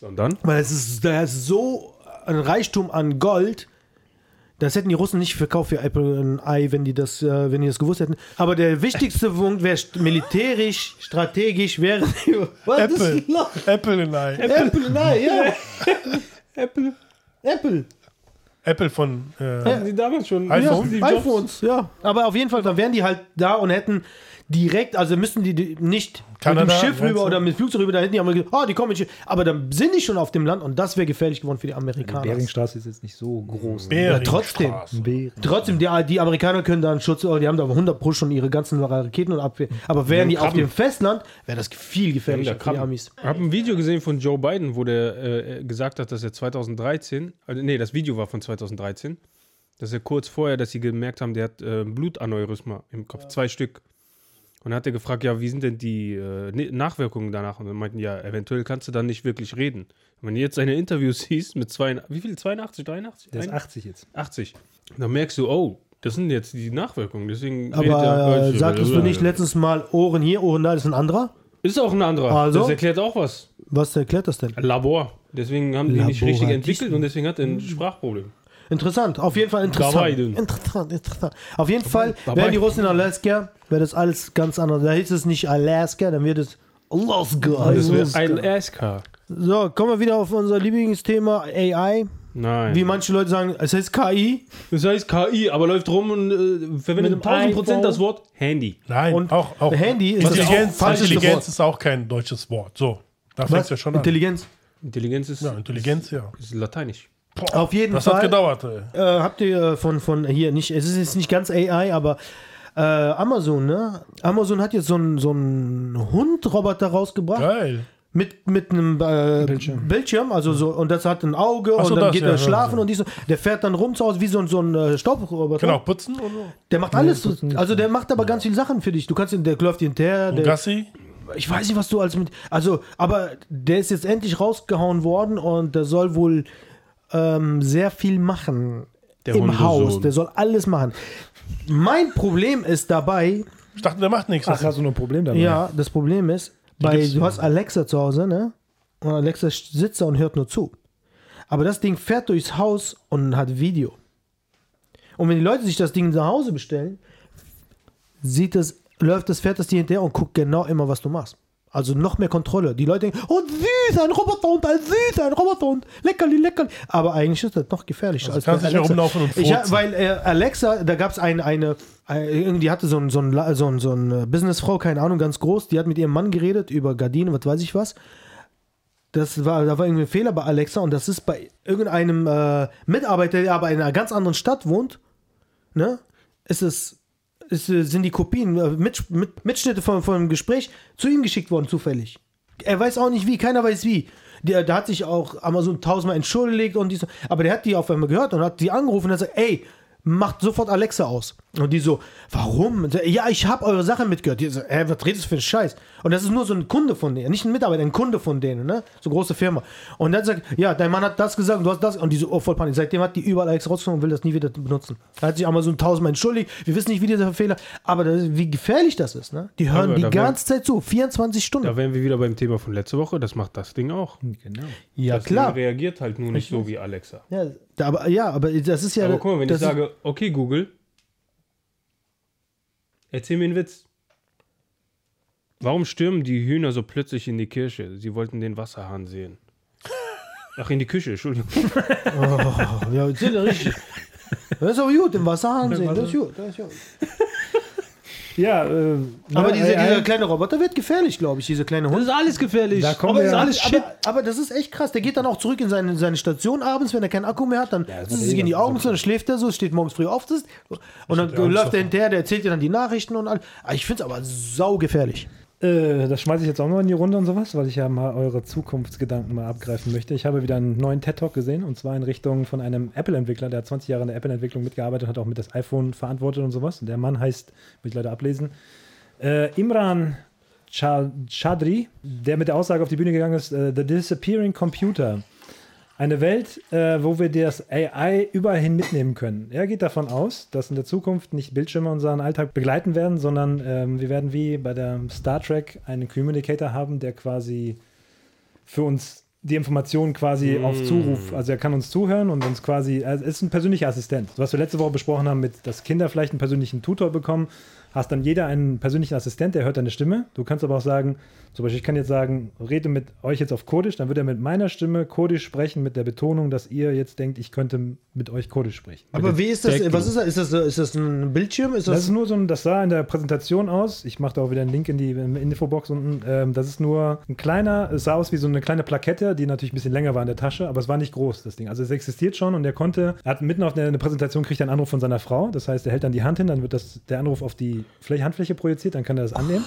[SPEAKER 1] Sondern?
[SPEAKER 2] weil es ist, da ist so ein Reichtum an Gold, das hätten die Russen nicht verkauft für Apple und ein Ei, wenn die das, äh, wenn die das gewusst hätten. Aber der wichtigste Punkt wäre st- militärisch, strategisch wäre. Was
[SPEAKER 3] Apple.
[SPEAKER 2] ist los?
[SPEAKER 3] Apple in Ei.
[SPEAKER 2] Apple, nein, ja.
[SPEAKER 1] Apple.
[SPEAKER 2] Apple.
[SPEAKER 3] Apple von. Äh,
[SPEAKER 1] Haben sie damals schon
[SPEAKER 3] iPhone?
[SPEAKER 1] Steve Jobs?
[SPEAKER 2] iPhones, ja. Aber auf jeden Fall, dann wären die halt da und hätten direkt, also müssten die, die nicht mit
[SPEAKER 3] Kanada,
[SPEAKER 2] dem Schiff
[SPEAKER 3] meinst
[SPEAKER 2] rüber
[SPEAKER 3] du?
[SPEAKER 2] oder mit dem Flugzeug rüber, da hätten die Amerikaner, ah, die kommen mit Schiff. Aber dann sind die schon auf dem Land und das wäre gefährlich geworden für die Amerikaner.
[SPEAKER 4] Beringstraße ist jetzt nicht so groß.
[SPEAKER 3] ja,
[SPEAKER 2] trotzdem. Trotzdem, die, die Amerikaner können da einen Schutz, oh, die haben da aber 100 Pro schon ihre ganzen Raketen und Abwehr. Aber wären die auf
[SPEAKER 3] Krabben.
[SPEAKER 2] dem Festland, wäre das viel gefährlicher
[SPEAKER 1] Ja,
[SPEAKER 2] für die
[SPEAKER 1] Krabben.
[SPEAKER 2] Amis.
[SPEAKER 1] Ich habe ein Video gesehen von Joe Biden, wo der äh, gesagt hat, dass er 2013, also nee, das Video war von 2013, dass er kurz vorher, dass sie gemerkt haben, der hat äh, Blutaneurysma im Kopf, zwei Stück. Und dann hat er gefragt, ja, wie sind denn die äh, Ne- Nachwirkungen danach? Und dann meinten, ja, eventuell kannst du dann nicht wirklich reden. Wenn du jetzt seine Interviews siehst mit zwei, wie viel, 82, 83?
[SPEAKER 4] Der ist
[SPEAKER 1] Ein-
[SPEAKER 4] 80 jetzt.
[SPEAKER 1] 80. Dann merkst du, oh, das sind jetzt die Nachwirkungen. Deswegen redet
[SPEAKER 2] Aber
[SPEAKER 1] er-
[SPEAKER 2] äh, sagtest du nicht letztens mal Ohren hier, Ohren da, das ist ein anderer?
[SPEAKER 1] Ist auch ein anderer.
[SPEAKER 2] Also?
[SPEAKER 1] Das erklärt auch was.
[SPEAKER 2] Was erklärt das denn?
[SPEAKER 1] Labor. Deswegen haben die nicht
[SPEAKER 2] Labor
[SPEAKER 1] richtig
[SPEAKER 2] hat
[SPEAKER 1] entwickelt und deswegen hat er ein Sprachproblem.
[SPEAKER 2] Interessant, auf jeden Fall interessant.
[SPEAKER 1] Dabei denn.
[SPEAKER 2] Interessant, interessant. Auf jeden Fall,
[SPEAKER 1] dabei.
[SPEAKER 2] wären die Russen in Alaska, wäre das alles ganz anders. Da hieß es nicht Alaska, dann wird es Alaska.
[SPEAKER 1] Alaska.
[SPEAKER 2] So, kommen wir wieder auf unser Lieblingsthema AI.
[SPEAKER 1] Nein.
[SPEAKER 2] Wie manche Leute sagen, es heißt KI.
[SPEAKER 1] das heißt KI, aber läuft rum und äh, verwendet
[SPEAKER 2] Mit
[SPEAKER 1] 1000 Prozent
[SPEAKER 2] iPhone.
[SPEAKER 1] das Wort Handy.
[SPEAKER 3] Nein,
[SPEAKER 2] Und
[SPEAKER 3] auch, auch.
[SPEAKER 2] Handy ist das
[SPEAKER 3] Intelligenz,
[SPEAKER 2] auch falscheste
[SPEAKER 3] Intelligenz
[SPEAKER 2] Wort.
[SPEAKER 3] ist auch kein deutsches Wort. So, da fängt
[SPEAKER 2] Was?
[SPEAKER 3] es ja schon an.
[SPEAKER 2] Intelligenz.
[SPEAKER 1] Intelligenz ist,
[SPEAKER 3] Ja, Intelligenz, ja.
[SPEAKER 1] ist lateinisch.
[SPEAKER 2] Auf jeden
[SPEAKER 3] Das
[SPEAKER 2] Fall.
[SPEAKER 3] hat gedauert. Ey.
[SPEAKER 2] Äh, habt ihr äh, von, von hier nicht, es ist jetzt nicht ganz AI, aber äh, Amazon, ne? Amazon hat jetzt so einen so einen Hund-Roboter rausgebracht
[SPEAKER 3] Geil.
[SPEAKER 2] mit, mit einem äh, Bildschirm. also so, und das hat ein Auge
[SPEAKER 3] Ach so,
[SPEAKER 2] und dann
[SPEAKER 3] das,
[SPEAKER 2] geht
[SPEAKER 3] ja,
[SPEAKER 2] er
[SPEAKER 3] ja,
[SPEAKER 2] schlafen
[SPEAKER 3] ja.
[SPEAKER 2] und dies und, der fährt dann rum zu Hause wie so ein, so ein äh, Staubroboter.
[SPEAKER 3] Genau, putzen und so.
[SPEAKER 2] Der macht alles, also der macht aber ganz viele Sachen für dich. Du kannst ihn, der läuft dir hinterher,
[SPEAKER 3] Und
[SPEAKER 2] der,
[SPEAKER 3] Gassi.
[SPEAKER 2] ich weiß nicht, was du als mit. Also, aber der ist jetzt endlich rausgehauen worden und der soll wohl ähm, sehr viel machen
[SPEAKER 1] Der
[SPEAKER 2] im
[SPEAKER 1] Hundesohn.
[SPEAKER 2] Haus. Der soll alles machen. Mein Problem ist dabei,
[SPEAKER 3] Ich dachte, der macht nichts.
[SPEAKER 4] Ach, hast du noch ein Problem damit?
[SPEAKER 2] ja, das Problem ist, bei,
[SPEAKER 3] gibt's
[SPEAKER 2] du hast Alexa zu Hause, ne? Und Alexa sitzt da und hört nur zu. Aber das Ding fährt durchs Haus und hat Video. Und wenn die Leute sich das Ding zu Hause bestellen, sieht es, läuft das, fährt das dir hinterher und guckt genau immer, was du machst. Also noch mehr Kontrolle. Die Leute denken, oh süß, ein Roboterhund, ein süß, ein Roboterhund, leckerli, leckerli. Aber eigentlich ist das noch gefährlicher.
[SPEAKER 3] Also kannst
[SPEAKER 2] bei
[SPEAKER 3] nicht mehr
[SPEAKER 2] Alexa.
[SPEAKER 3] rumlaufen und
[SPEAKER 2] ich, hab-
[SPEAKER 3] furzen.
[SPEAKER 2] Weil äh, Alexa, da gab es ein, eine, äh, irgendwie hatte so ein, so ein, La- so ein, so ein äh, Businessfrau, keine Ahnung, ganz groß, die hat mit ihrem Mann geredet über Gardinen, was weiß ich was. Das war, da war irgendwie ein Fehler bei Alexa und das ist bei irgendeinem äh, Mitarbeiter, der aber in einer ganz anderen Stadt wohnt, ne? Ist es ist, äh, sind die Kopien, äh, mit, mit, Mitschnitte von, von dem Gespräch zu ihm geschickt worden, zufällig. Er weiß auch nicht wie, keiner weiß wie. Der, da hat sich auch Amazon tausendmal entschuldigt und dies, aber der hat die auf einmal gehört und hat die angerufen und hat gesagt, ey, macht sofort Alexa aus. Und die so, warum? Und der, Ja, ich habe eure Sache mitgehört. Die so, hä, was redest du für einen Scheiß? Und das ist nur so ein Kunde von denen, nicht ein Mitarbeiter, ein Kunde von denen, ne? So große Firma. Und dann sagt, ja, dein Mann hat das gesagt und du hast das. Und die so, oh, voll Panik. Seitdem hat die überall Alexa rausgenommen und will das nie wieder benutzen. Da hat sich Amazon tausendmal entschuldigt. Wir wissen nicht, wie dieser Fehler, aber das, wie gefährlich das ist, ne? Die hören
[SPEAKER 1] Aber
[SPEAKER 2] die
[SPEAKER 1] da
[SPEAKER 2] ganze Zeit zu, 24 Stunden.
[SPEAKER 1] Da wären wir wieder beim Thema von letzter Woche. Das macht das Ding auch.
[SPEAKER 4] Genau.
[SPEAKER 2] Ja,
[SPEAKER 1] das Ding
[SPEAKER 2] klar.
[SPEAKER 1] reagiert halt nur nicht so wie Alexa.
[SPEAKER 2] Ja, Da, aber, ja, aber das ist ja.
[SPEAKER 4] Äh,
[SPEAKER 1] Aber guck mal, wenn ich
[SPEAKER 2] das ist-
[SPEAKER 1] sage, okay, Google, erzähl mir einen Witz. Warum stürmen die Hühner so plötzlich in die Kirche? Sie wollten den Wasserhahn sehen. Ach, in die Küche, Entschuldigung.
[SPEAKER 2] Oh, ja, das ist richtig. Das ist aber gut, im Wasserhahn sehen, das ist gut. Das ist gut.
[SPEAKER 4] Ja, äh,
[SPEAKER 2] Aber
[SPEAKER 4] ne,
[SPEAKER 2] diese,
[SPEAKER 4] AI
[SPEAKER 2] dieser kleine Roboter wird gefährlich, glaube ich, dieser kleine Hund.
[SPEAKER 1] ist alles gefährlich.
[SPEAKER 4] Da kommen
[SPEAKER 1] aber
[SPEAKER 4] wir-
[SPEAKER 1] ist alles shit.
[SPEAKER 2] Aber, aber das ist echt krass. Der geht dann auch zurück in seine, seine Station abends, wenn er keinen Akku mehr hat, dann
[SPEAKER 4] das ist eh
[SPEAKER 2] gehen die
[SPEAKER 4] mega.
[SPEAKER 2] Augen zu, dann schläft er so, steht morgens früh auf, das, und dann
[SPEAKER 3] hat der Angst
[SPEAKER 2] läuft
[SPEAKER 3] davor.
[SPEAKER 2] er hinterher, der erzählt dir dann die Nachrichten und all. Ah, Ich finde es aber saugefährlich.
[SPEAKER 4] Äh, das schmeiße ich jetzt auch noch in die Runde und sowas, weil ich ja mal eure Zukunftsgedanken mal abgreifen möchte. Ich habe wieder einen neuen TED-Talk gesehen und zwar in Richtung von einem Apple-Entwickler, der hat 20 Jahre in der Apple-Entwicklung mitgearbeitet und hat auch mit das iPhone verantwortet und sowas. Und der Mann heißt, will ich leider ablesen, äh, Imran Cha- Chadri, der mit der Aussage auf die Bühne gegangen ist, äh, The Disappearing Computer. Eine Welt, äh, wo wir das AI überall hin mitnehmen können. Er geht davon aus, dass in der Zukunft nicht Bildschirme unseren Alltag begleiten werden, sondern ähm, wir werden wie bei der Star Trek einen Communicator haben, der quasi für uns die Informationen quasi auf Zuruf, also er kann uns zuhören und uns quasi, also es ist ein persönlicher Assistent. Was wir letzte Woche besprochen haben, mit, dass Kinder vielleicht einen persönlichen Tutor bekommen, hast dann jeder einen persönlichen Assistent, der hört deine Stimme. Du kannst aber auch sagen, zum Beispiel, ich kann jetzt sagen, rede mit euch jetzt auf Kurdisch, dann wird er mit meiner Stimme Kurdisch sprechen, mit der Betonung, dass ihr jetzt denkt, ich könnte mit euch Kurdisch sprechen.
[SPEAKER 2] Aber wie ist das? Was ist das? Ist das, ist das ein Bildschirm? Ist
[SPEAKER 4] Das,
[SPEAKER 2] das,
[SPEAKER 4] ist nur so ein, das sah in der Präsentation aus. Ich mache da auch wieder einen Link in die in die Infobox unten. Ähm, das ist nur ein kleiner, es sah aus wie so eine kleine Plakette, die natürlich ein bisschen länger war in der Tasche, aber es war nicht groß, das Ding. Also es existiert schon und er konnte, er hat mitten auf der, in der Präsentation kriegt er einen Anruf von seiner Frau. Das heißt, er hält dann die Hand hin, dann wird das, der Anruf auf die Fläche, Handfläche projiziert, dann kann er das annehmen.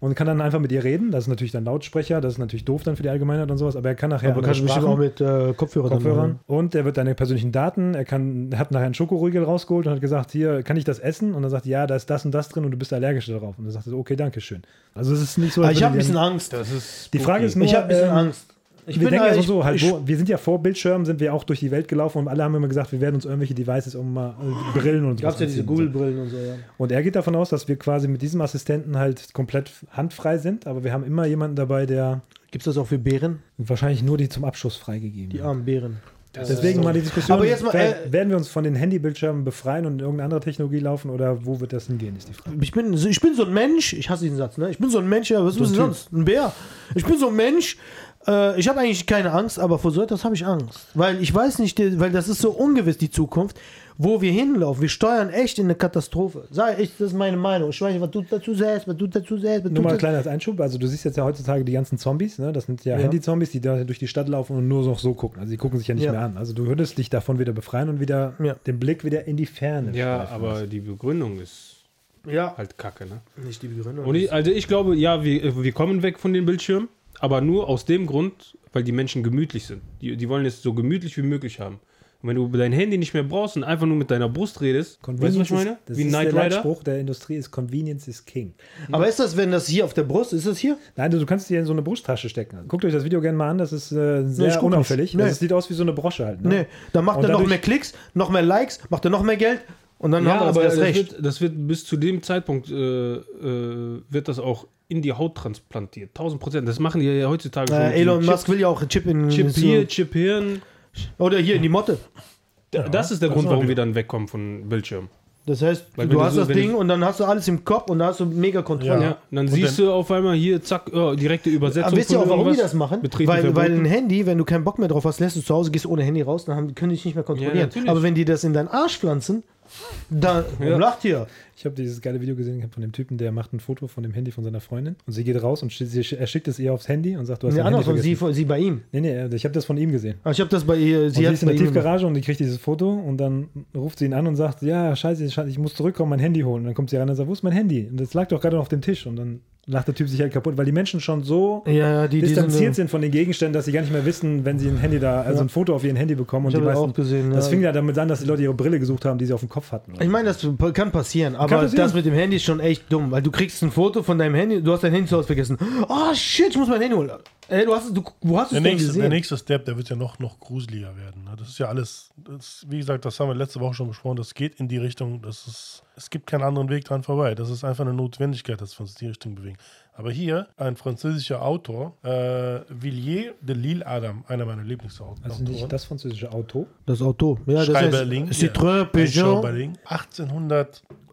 [SPEAKER 4] Und kann dann einfach mit ihr reden. Das ist natürlich dann Lautsprecher, das ist natürlich doof dann für die Allgemeinheit und sowas, aber er kann nachher
[SPEAKER 2] aber
[SPEAKER 4] andere
[SPEAKER 2] kannst du bestimmt auch
[SPEAKER 4] Sprachen-
[SPEAKER 2] mit äh, Kopfhörern. dann
[SPEAKER 4] Kopfhörern.
[SPEAKER 2] machen.
[SPEAKER 4] Und er wird deine persönlichen Daten, er kann, er hat nachher einen Schokoriegel rausgeholt und hat gesagt, hier, kann ich das essen? Und dann sagt, er, ja, da ist das und das drin und du bist allergisch darauf. Und dann sagt er so, okay, danke schön. Also es ist nicht so,
[SPEAKER 2] Ah,
[SPEAKER 4] als
[SPEAKER 2] ich
[SPEAKER 4] würde
[SPEAKER 2] habe ein
[SPEAKER 4] die-
[SPEAKER 2] bisschen Angst.
[SPEAKER 1] Das ist
[SPEAKER 4] Die Frage ist nur,
[SPEAKER 2] Ich habe ein bisschen
[SPEAKER 4] ähm,
[SPEAKER 2] Angst. Ich
[SPEAKER 4] wir denken ja
[SPEAKER 2] äh,
[SPEAKER 4] so,
[SPEAKER 2] ich-
[SPEAKER 4] so, halt,
[SPEAKER 2] ich-
[SPEAKER 4] wo, wir sind ja vor Bildschirmen, sind wir auch durch die Welt gelaufen und alle haben immer gesagt, wir werden uns irgendwelche Devices um mal äh, Brillen und
[SPEAKER 2] Gab's ja diese
[SPEAKER 4] anziehen und so.
[SPEAKER 2] Google-Brillen und so, ja.
[SPEAKER 4] Und er geht davon aus, dass wir quasi mit diesem Assistenten halt komplett handfrei sind, aber wir haben immer jemanden dabei, der
[SPEAKER 2] Gibt's das auch für Bären?
[SPEAKER 4] wahrscheinlich nur die zum Abschuss freigegeben
[SPEAKER 2] Die
[SPEAKER 4] wird.
[SPEAKER 2] armen Bären.
[SPEAKER 4] Deswegen mal die Diskussion,
[SPEAKER 2] Aber jetzt mal,
[SPEAKER 4] wer-
[SPEAKER 2] äh,
[SPEAKER 4] werden wir uns von den Handybildschirmen befreien und in irgendeine andere Technologie laufen oder wo wird das hingehen, ist die Frage.
[SPEAKER 2] Ich bin, ich bin so ein Mensch, ich hasse diesen Satz, ne? Ich bin so ein Mensch, ja, was ist denn
[SPEAKER 4] Typ.
[SPEAKER 2] sonst? Ein Bär. Ich bin so ein Mensch, äh, ich habe eigentlich keine Angst, aber vor so etwas habe ich Angst. Weil ich weiß nicht, die- weil das ist so ungewiss, die Zukunft, wo wir hinlaufen. Wir steuern echt in eine Katastrophe. Sag ich, das ist meine Meinung. Ich weiß nicht, was du dazu sagst, was du dazu sagst, was du
[SPEAKER 4] Nur mal
[SPEAKER 2] dazu-
[SPEAKER 4] kleiner als Einschub, also du siehst jetzt ja heutzutage die ganzen Zombies, ne? das sind ja,
[SPEAKER 2] Ja.
[SPEAKER 4] Handy-Zombies, die da durch die Stadt laufen und nur noch so gucken, also die gucken sich ja nicht
[SPEAKER 2] Ja.
[SPEAKER 4] mehr an. Also du würdest dich davon wieder befreien und wieder
[SPEAKER 2] Ja.
[SPEAKER 4] den Blick wieder in die Ferne
[SPEAKER 1] ja,
[SPEAKER 4] schweifen
[SPEAKER 1] aber die Begründung ist
[SPEAKER 2] Ja,
[SPEAKER 1] halt kacke, ne?
[SPEAKER 2] nicht die Begründung.
[SPEAKER 1] Und ich, also ich glaube, ja, wir, wir kommen weg von den Bildschirmen, aber nur aus dem Grund, weil die Menschen gemütlich sind. Die, die wollen es so gemütlich wie möglich haben. Und wenn du dein Handy nicht mehr brauchst und einfach nur mit deiner Brust redest, weißt du, was ich meine?
[SPEAKER 4] Ist, das
[SPEAKER 1] wie
[SPEAKER 4] ist
[SPEAKER 1] Knight
[SPEAKER 4] der
[SPEAKER 1] Rider.
[SPEAKER 4] Leitspruch der Industrie ist Convenience is King.
[SPEAKER 2] aber ist das, wenn das hier auf der Brust, ist das hier?
[SPEAKER 4] Nein, du, du kannst dir in so eine Brusttasche stecken. Guckt euch das Video gerne mal an, das ist äh, sehr
[SPEAKER 2] ich guck
[SPEAKER 4] unauffällig.
[SPEAKER 2] nicht. Nee.
[SPEAKER 4] Also, es sieht aus wie so eine Brosche halt. Ne?
[SPEAKER 2] Nee, dann macht
[SPEAKER 4] Und
[SPEAKER 2] er noch
[SPEAKER 4] dadurch-
[SPEAKER 2] mehr Klicks, noch mehr Likes, macht er noch mehr Geld und dann
[SPEAKER 1] Ja,
[SPEAKER 2] haben wir
[SPEAKER 1] aber
[SPEAKER 2] Genau, das
[SPEAKER 1] das
[SPEAKER 2] recht.
[SPEAKER 1] wird, das wird bis zu dem Zeitpunkt äh, äh, wird das auch in die Haut transplantiert. 1000 Prozent. Das machen die ja heutzutage schon. mit
[SPEAKER 2] Äh, Elon
[SPEAKER 1] diesem
[SPEAKER 2] Musk will ja auch einen Chip in
[SPEAKER 1] Chip, Chip
[SPEAKER 2] so-
[SPEAKER 1] hier, Chip Hirn.
[SPEAKER 2] Oder hier in die Motte.
[SPEAKER 1] Da- das ist der
[SPEAKER 3] das
[SPEAKER 1] Grund,
[SPEAKER 3] war
[SPEAKER 1] warum
[SPEAKER 3] der-
[SPEAKER 1] wir dann wegkommen von Bildschirm.
[SPEAKER 2] Das heißt,
[SPEAKER 1] Weil wenn
[SPEAKER 2] du
[SPEAKER 1] du
[SPEAKER 2] hast
[SPEAKER 1] so-
[SPEAKER 2] das
[SPEAKER 1] wenn
[SPEAKER 2] Ding
[SPEAKER 1] du-
[SPEAKER 2] und dann hast du alles im Kopf und da hast du mega Kontrolle.
[SPEAKER 1] Ja, und dann
[SPEAKER 3] Und
[SPEAKER 1] siehst du auf einmal hier, zack, oh, direkte Übersetzung.
[SPEAKER 2] Aber wisst ihr
[SPEAKER 1] von
[SPEAKER 2] auch, warum die
[SPEAKER 1] irgendwas.
[SPEAKER 2] das machen?
[SPEAKER 1] Betreten
[SPEAKER 2] Weil, weil ein
[SPEAKER 1] verboten.
[SPEAKER 2] Handy, wenn du keinen Bock mehr drauf hast, lässt du zu Hause, gehst ohne Handy raus, dann haben, können die dich nicht mehr kontrollieren.
[SPEAKER 1] natürlich.
[SPEAKER 2] Aber wenn die das in deinen Arsch pflanzen, dann warum lacht ihr.
[SPEAKER 4] Ich habe dieses geile Video gesehen von dem Typen, der macht ein Foto von dem Handy von seiner Freundin und sie geht raus und schi- sie, er schickt es ihr aufs Handy und sagt, du hast
[SPEAKER 2] Nee,
[SPEAKER 4] dein Handy
[SPEAKER 2] andersrum, sie,
[SPEAKER 4] vergessen.
[SPEAKER 2] sie bei ihm.
[SPEAKER 4] Nee, nee, ich habe das von ihm gesehen.
[SPEAKER 2] Aber Ich habe das bei ihr,
[SPEAKER 4] Sie,
[SPEAKER 2] sie
[SPEAKER 4] und sie
[SPEAKER 2] hat
[SPEAKER 4] ist in
[SPEAKER 2] bei
[SPEAKER 4] der
[SPEAKER 2] ihm. gemacht.
[SPEAKER 4] Tiefgarage und die kriegt dieses Foto und dann ruft sie ihn an und sagt, ja, scheiße, scheiße, ich muss zurückkommen, mein Handy holen. Und dann kommt sie ran und sagt, wo ist mein Handy? Und das lag doch gerade noch auf dem Tisch. Und dann lacht der Typ sich halt kaputt, weil die Menschen schon so
[SPEAKER 2] Ja, die, die
[SPEAKER 4] distanziert
[SPEAKER 2] sind,
[SPEAKER 4] sind von den Gegenständen, dass sie gar nicht mehr wissen, wenn sie ein Handy da, also ein Foto auf ihr Handy bekommen. Und
[SPEAKER 2] Ich
[SPEAKER 4] die
[SPEAKER 2] hab das
[SPEAKER 4] meisten,
[SPEAKER 2] auch gesehen,
[SPEAKER 4] das
[SPEAKER 2] ja.
[SPEAKER 4] fing ja damit an, dass die Leute ihre Brille gesucht haben, die sie auf dem Kopf hatten.
[SPEAKER 2] Ich meine, das kann passieren, aber
[SPEAKER 4] passieren.
[SPEAKER 2] das mit dem Handy ist schon echt dumm, weil du kriegst ein Foto von deinem Handy, du hast dein Handy zu Hause vergessen. Oh shit, ich muss mein Handy holen. Ey, du hast, du, wo hast du
[SPEAKER 3] Der
[SPEAKER 2] es denn
[SPEAKER 3] nächste, der
[SPEAKER 2] gesehen?
[SPEAKER 3] nächste Step, der wird ja noch, noch gruseliger werden. ne? Das ist ja alles, das, wie gesagt, das haben wir letzte Woche schon besprochen, das geht in die Richtung, das ist, es gibt keinen anderen Weg dran vorbei. Das ist einfach eine Notwendigkeit, dass wir uns in die Richtung bewegen. Aber hier, ein französischer Autor, äh, Villiers de Lille Adam, einer meiner Lieblingsautoren.
[SPEAKER 4] Also nicht das französische Auto.
[SPEAKER 2] Das Auto. Ja, das
[SPEAKER 3] Schreiberling.
[SPEAKER 2] heißt, Citroën, Peugeot.
[SPEAKER 3] Schreiberling,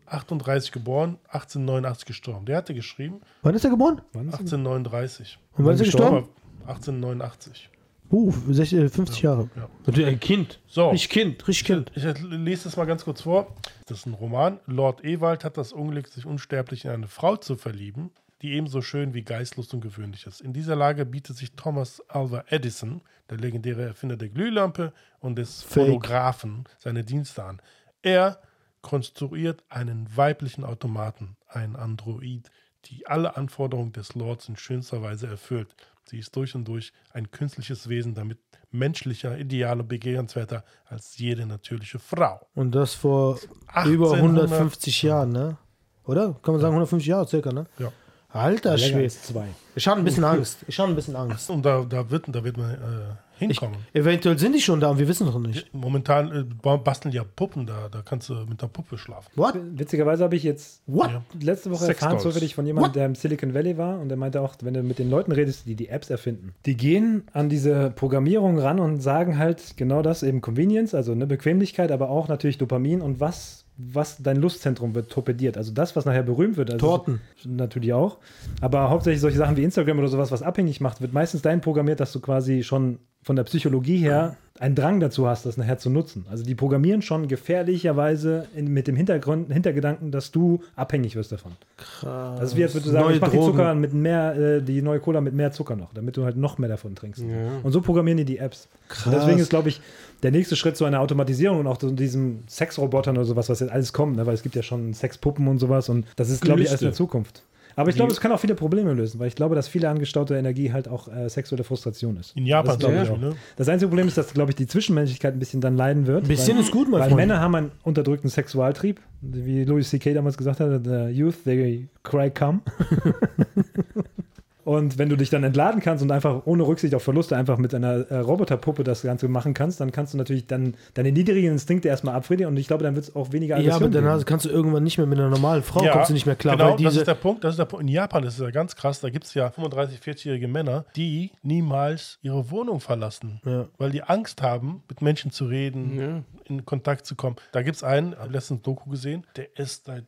[SPEAKER 3] 1838 geboren, 1889 gestorben. Der hatte geschrieben,
[SPEAKER 2] Wann ist er geboren?
[SPEAKER 4] Wann ist
[SPEAKER 3] 1839.
[SPEAKER 2] Und wann ist er gestorben?
[SPEAKER 3] 1889.
[SPEAKER 2] Uh, 60, äh, 50 Jahre.
[SPEAKER 3] Ja. Oh.
[SPEAKER 2] Natürlich ein Kind.
[SPEAKER 3] So.
[SPEAKER 2] Nicht Kind, richtig Kind.
[SPEAKER 3] Ich lese das mal ganz kurz vor. Das ist ein Roman. Lord Ewald hat das Unglück, sich unsterblich in eine Frau zu verlieben, die ebenso schön wie geistlos und gewöhnlich ist. In dieser Lage bietet sich Thomas Alva Edison, der legendäre Erfinder der Glühlampe und des
[SPEAKER 2] Fake.
[SPEAKER 3] Phonographen, seine Dienste an. Er konstruiert einen weiblichen Automaten, einen Android, die alle Anforderungen des Lords in schönster Weise erfüllt. Sie ist durch und durch ein künstliches Wesen, damit menschlicher, idealer, begehrenswerter als jede natürliche Frau.
[SPEAKER 2] Und das vor
[SPEAKER 3] 1800
[SPEAKER 2] über 150 Jahren, ne? Oder? Kann man sagen 150 Jahre circa, ne?
[SPEAKER 3] Ja.
[SPEAKER 2] Alter
[SPEAKER 4] Länger
[SPEAKER 2] Schwede.
[SPEAKER 4] als zwei.
[SPEAKER 2] Ich habe ein bisschen Angst. Ich habe ein bisschen Angst.
[SPEAKER 3] Und da, da, wird, da wird man äh,
[SPEAKER 2] Ich,
[SPEAKER 3] hinkommen.
[SPEAKER 2] eventuell sind die schon da und wir wissen noch nicht.
[SPEAKER 3] Momentan äh, ba- basteln ja Puppen da, da kannst du mit der Puppe schlafen.
[SPEAKER 2] What?
[SPEAKER 4] Witzigerweise habe ich jetzt
[SPEAKER 2] What?
[SPEAKER 3] Ja.
[SPEAKER 4] letzte Woche
[SPEAKER 3] Sex
[SPEAKER 4] erfahren,
[SPEAKER 3] Dolls.
[SPEAKER 4] zufällig von jemandem, der im Silicon Valley war und der meinte auch, wenn du mit den Leuten redest, die die Apps erfinden, die gehen an diese Programmierung ran und sagen halt genau das, eben Convenience, also eine Bequemlichkeit, aber auch natürlich Dopamin und was, was dein Lustzentrum wird torpediert. Also das, was nachher berühmt wird. Also
[SPEAKER 2] Torten.
[SPEAKER 4] Natürlich auch. Aber hauptsächlich solche Sachen wie Instagram oder sowas, was abhängig macht, wird meistens dahin programmiert, dass du quasi schon von der Psychologie her einen Drang dazu hast, das nachher zu nutzen. Also die programmieren schon gefährlicherweise in, mit dem Hintergrund, Hintergedanken, dass du abhängig wirst davon. Krass. Also wie als würdest du sagen,
[SPEAKER 2] Neue
[SPEAKER 4] ich mach die
[SPEAKER 2] Drogen.
[SPEAKER 4] Zucker mit mehr, äh, die neue Cola mit mehr Zucker noch, damit du halt noch mehr davon trinkst. Und so programmieren die die Apps. Krass. Deswegen ist, glaube ich, der nächste Schritt zu einer Automatisierung und auch zu diesen Sexrobotern oder sowas, was jetzt alles kommt, ne? weil es gibt ja schon Sexpuppen und sowas und das ist, glaube ich, erst in der
[SPEAKER 1] Gelüste.
[SPEAKER 4] Zukunft. Aber ich glaube, es kann auch viele Probleme lösen, weil ich glaube, dass viele angestaute Energie halt auch äh, sexuelle Frustration ist.
[SPEAKER 3] In Japan
[SPEAKER 4] das glaube
[SPEAKER 3] zum
[SPEAKER 4] ich auch.
[SPEAKER 3] Beispiel, ne?
[SPEAKER 4] Das einzige Problem ist, dass, glaube ich, die Zwischenmenschlichkeit ein bisschen dann leiden wird. Ein
[SPEAKER 2] bisschen ist gut, mein
[SPEAKER 4] Weil
[SPEAKER 2] Freund.
[SPEAKER 4] Männer haben einen unterdrückten Sexualtrieb. Wie Louis C.K. damals gesagt hat, the youth, they cry come. Und wenn du dich dann entladen kannst und einfach ohne Rücksicht auf Verluste einfach mit einer äh, Roboterpuppe das Ganze machen kannst, dann kannst du natürlich dann deine niedrigen Instinkte erstmal abfriedigen und ich glaube, dann wird es auch weniger
[SPEAKER 2] Ja, aber
[SPEAKER 4] Aggression
[SPEAKER 2] dann
[SPEAKER 4] geben.
[SPEAKER 2] hast- kannst du irgendwann nicht mehr mit einer normalen Frau, kommst du nicht mehr klar,
[SPEAKER 3] Genau,
[SPEAKER 2] weil
[SPEAKER 3] das
[SPEAKER 2] diese
[SPEAKER 3] ist der Punkt. Das ist der Punkt. In Japan ist es ja ganz krass. Da gibt es ja 35, 40-jährige Männer, die niemals ihre Wohnung verlassen,
[SPEAKER 2] Ja.
[SPEAKER 3] weil die Angst haben, mit Menschen zu reden, in Kontakt zu kommen. Da gibt es einen, hab letztens Doku gesehen, der ist seit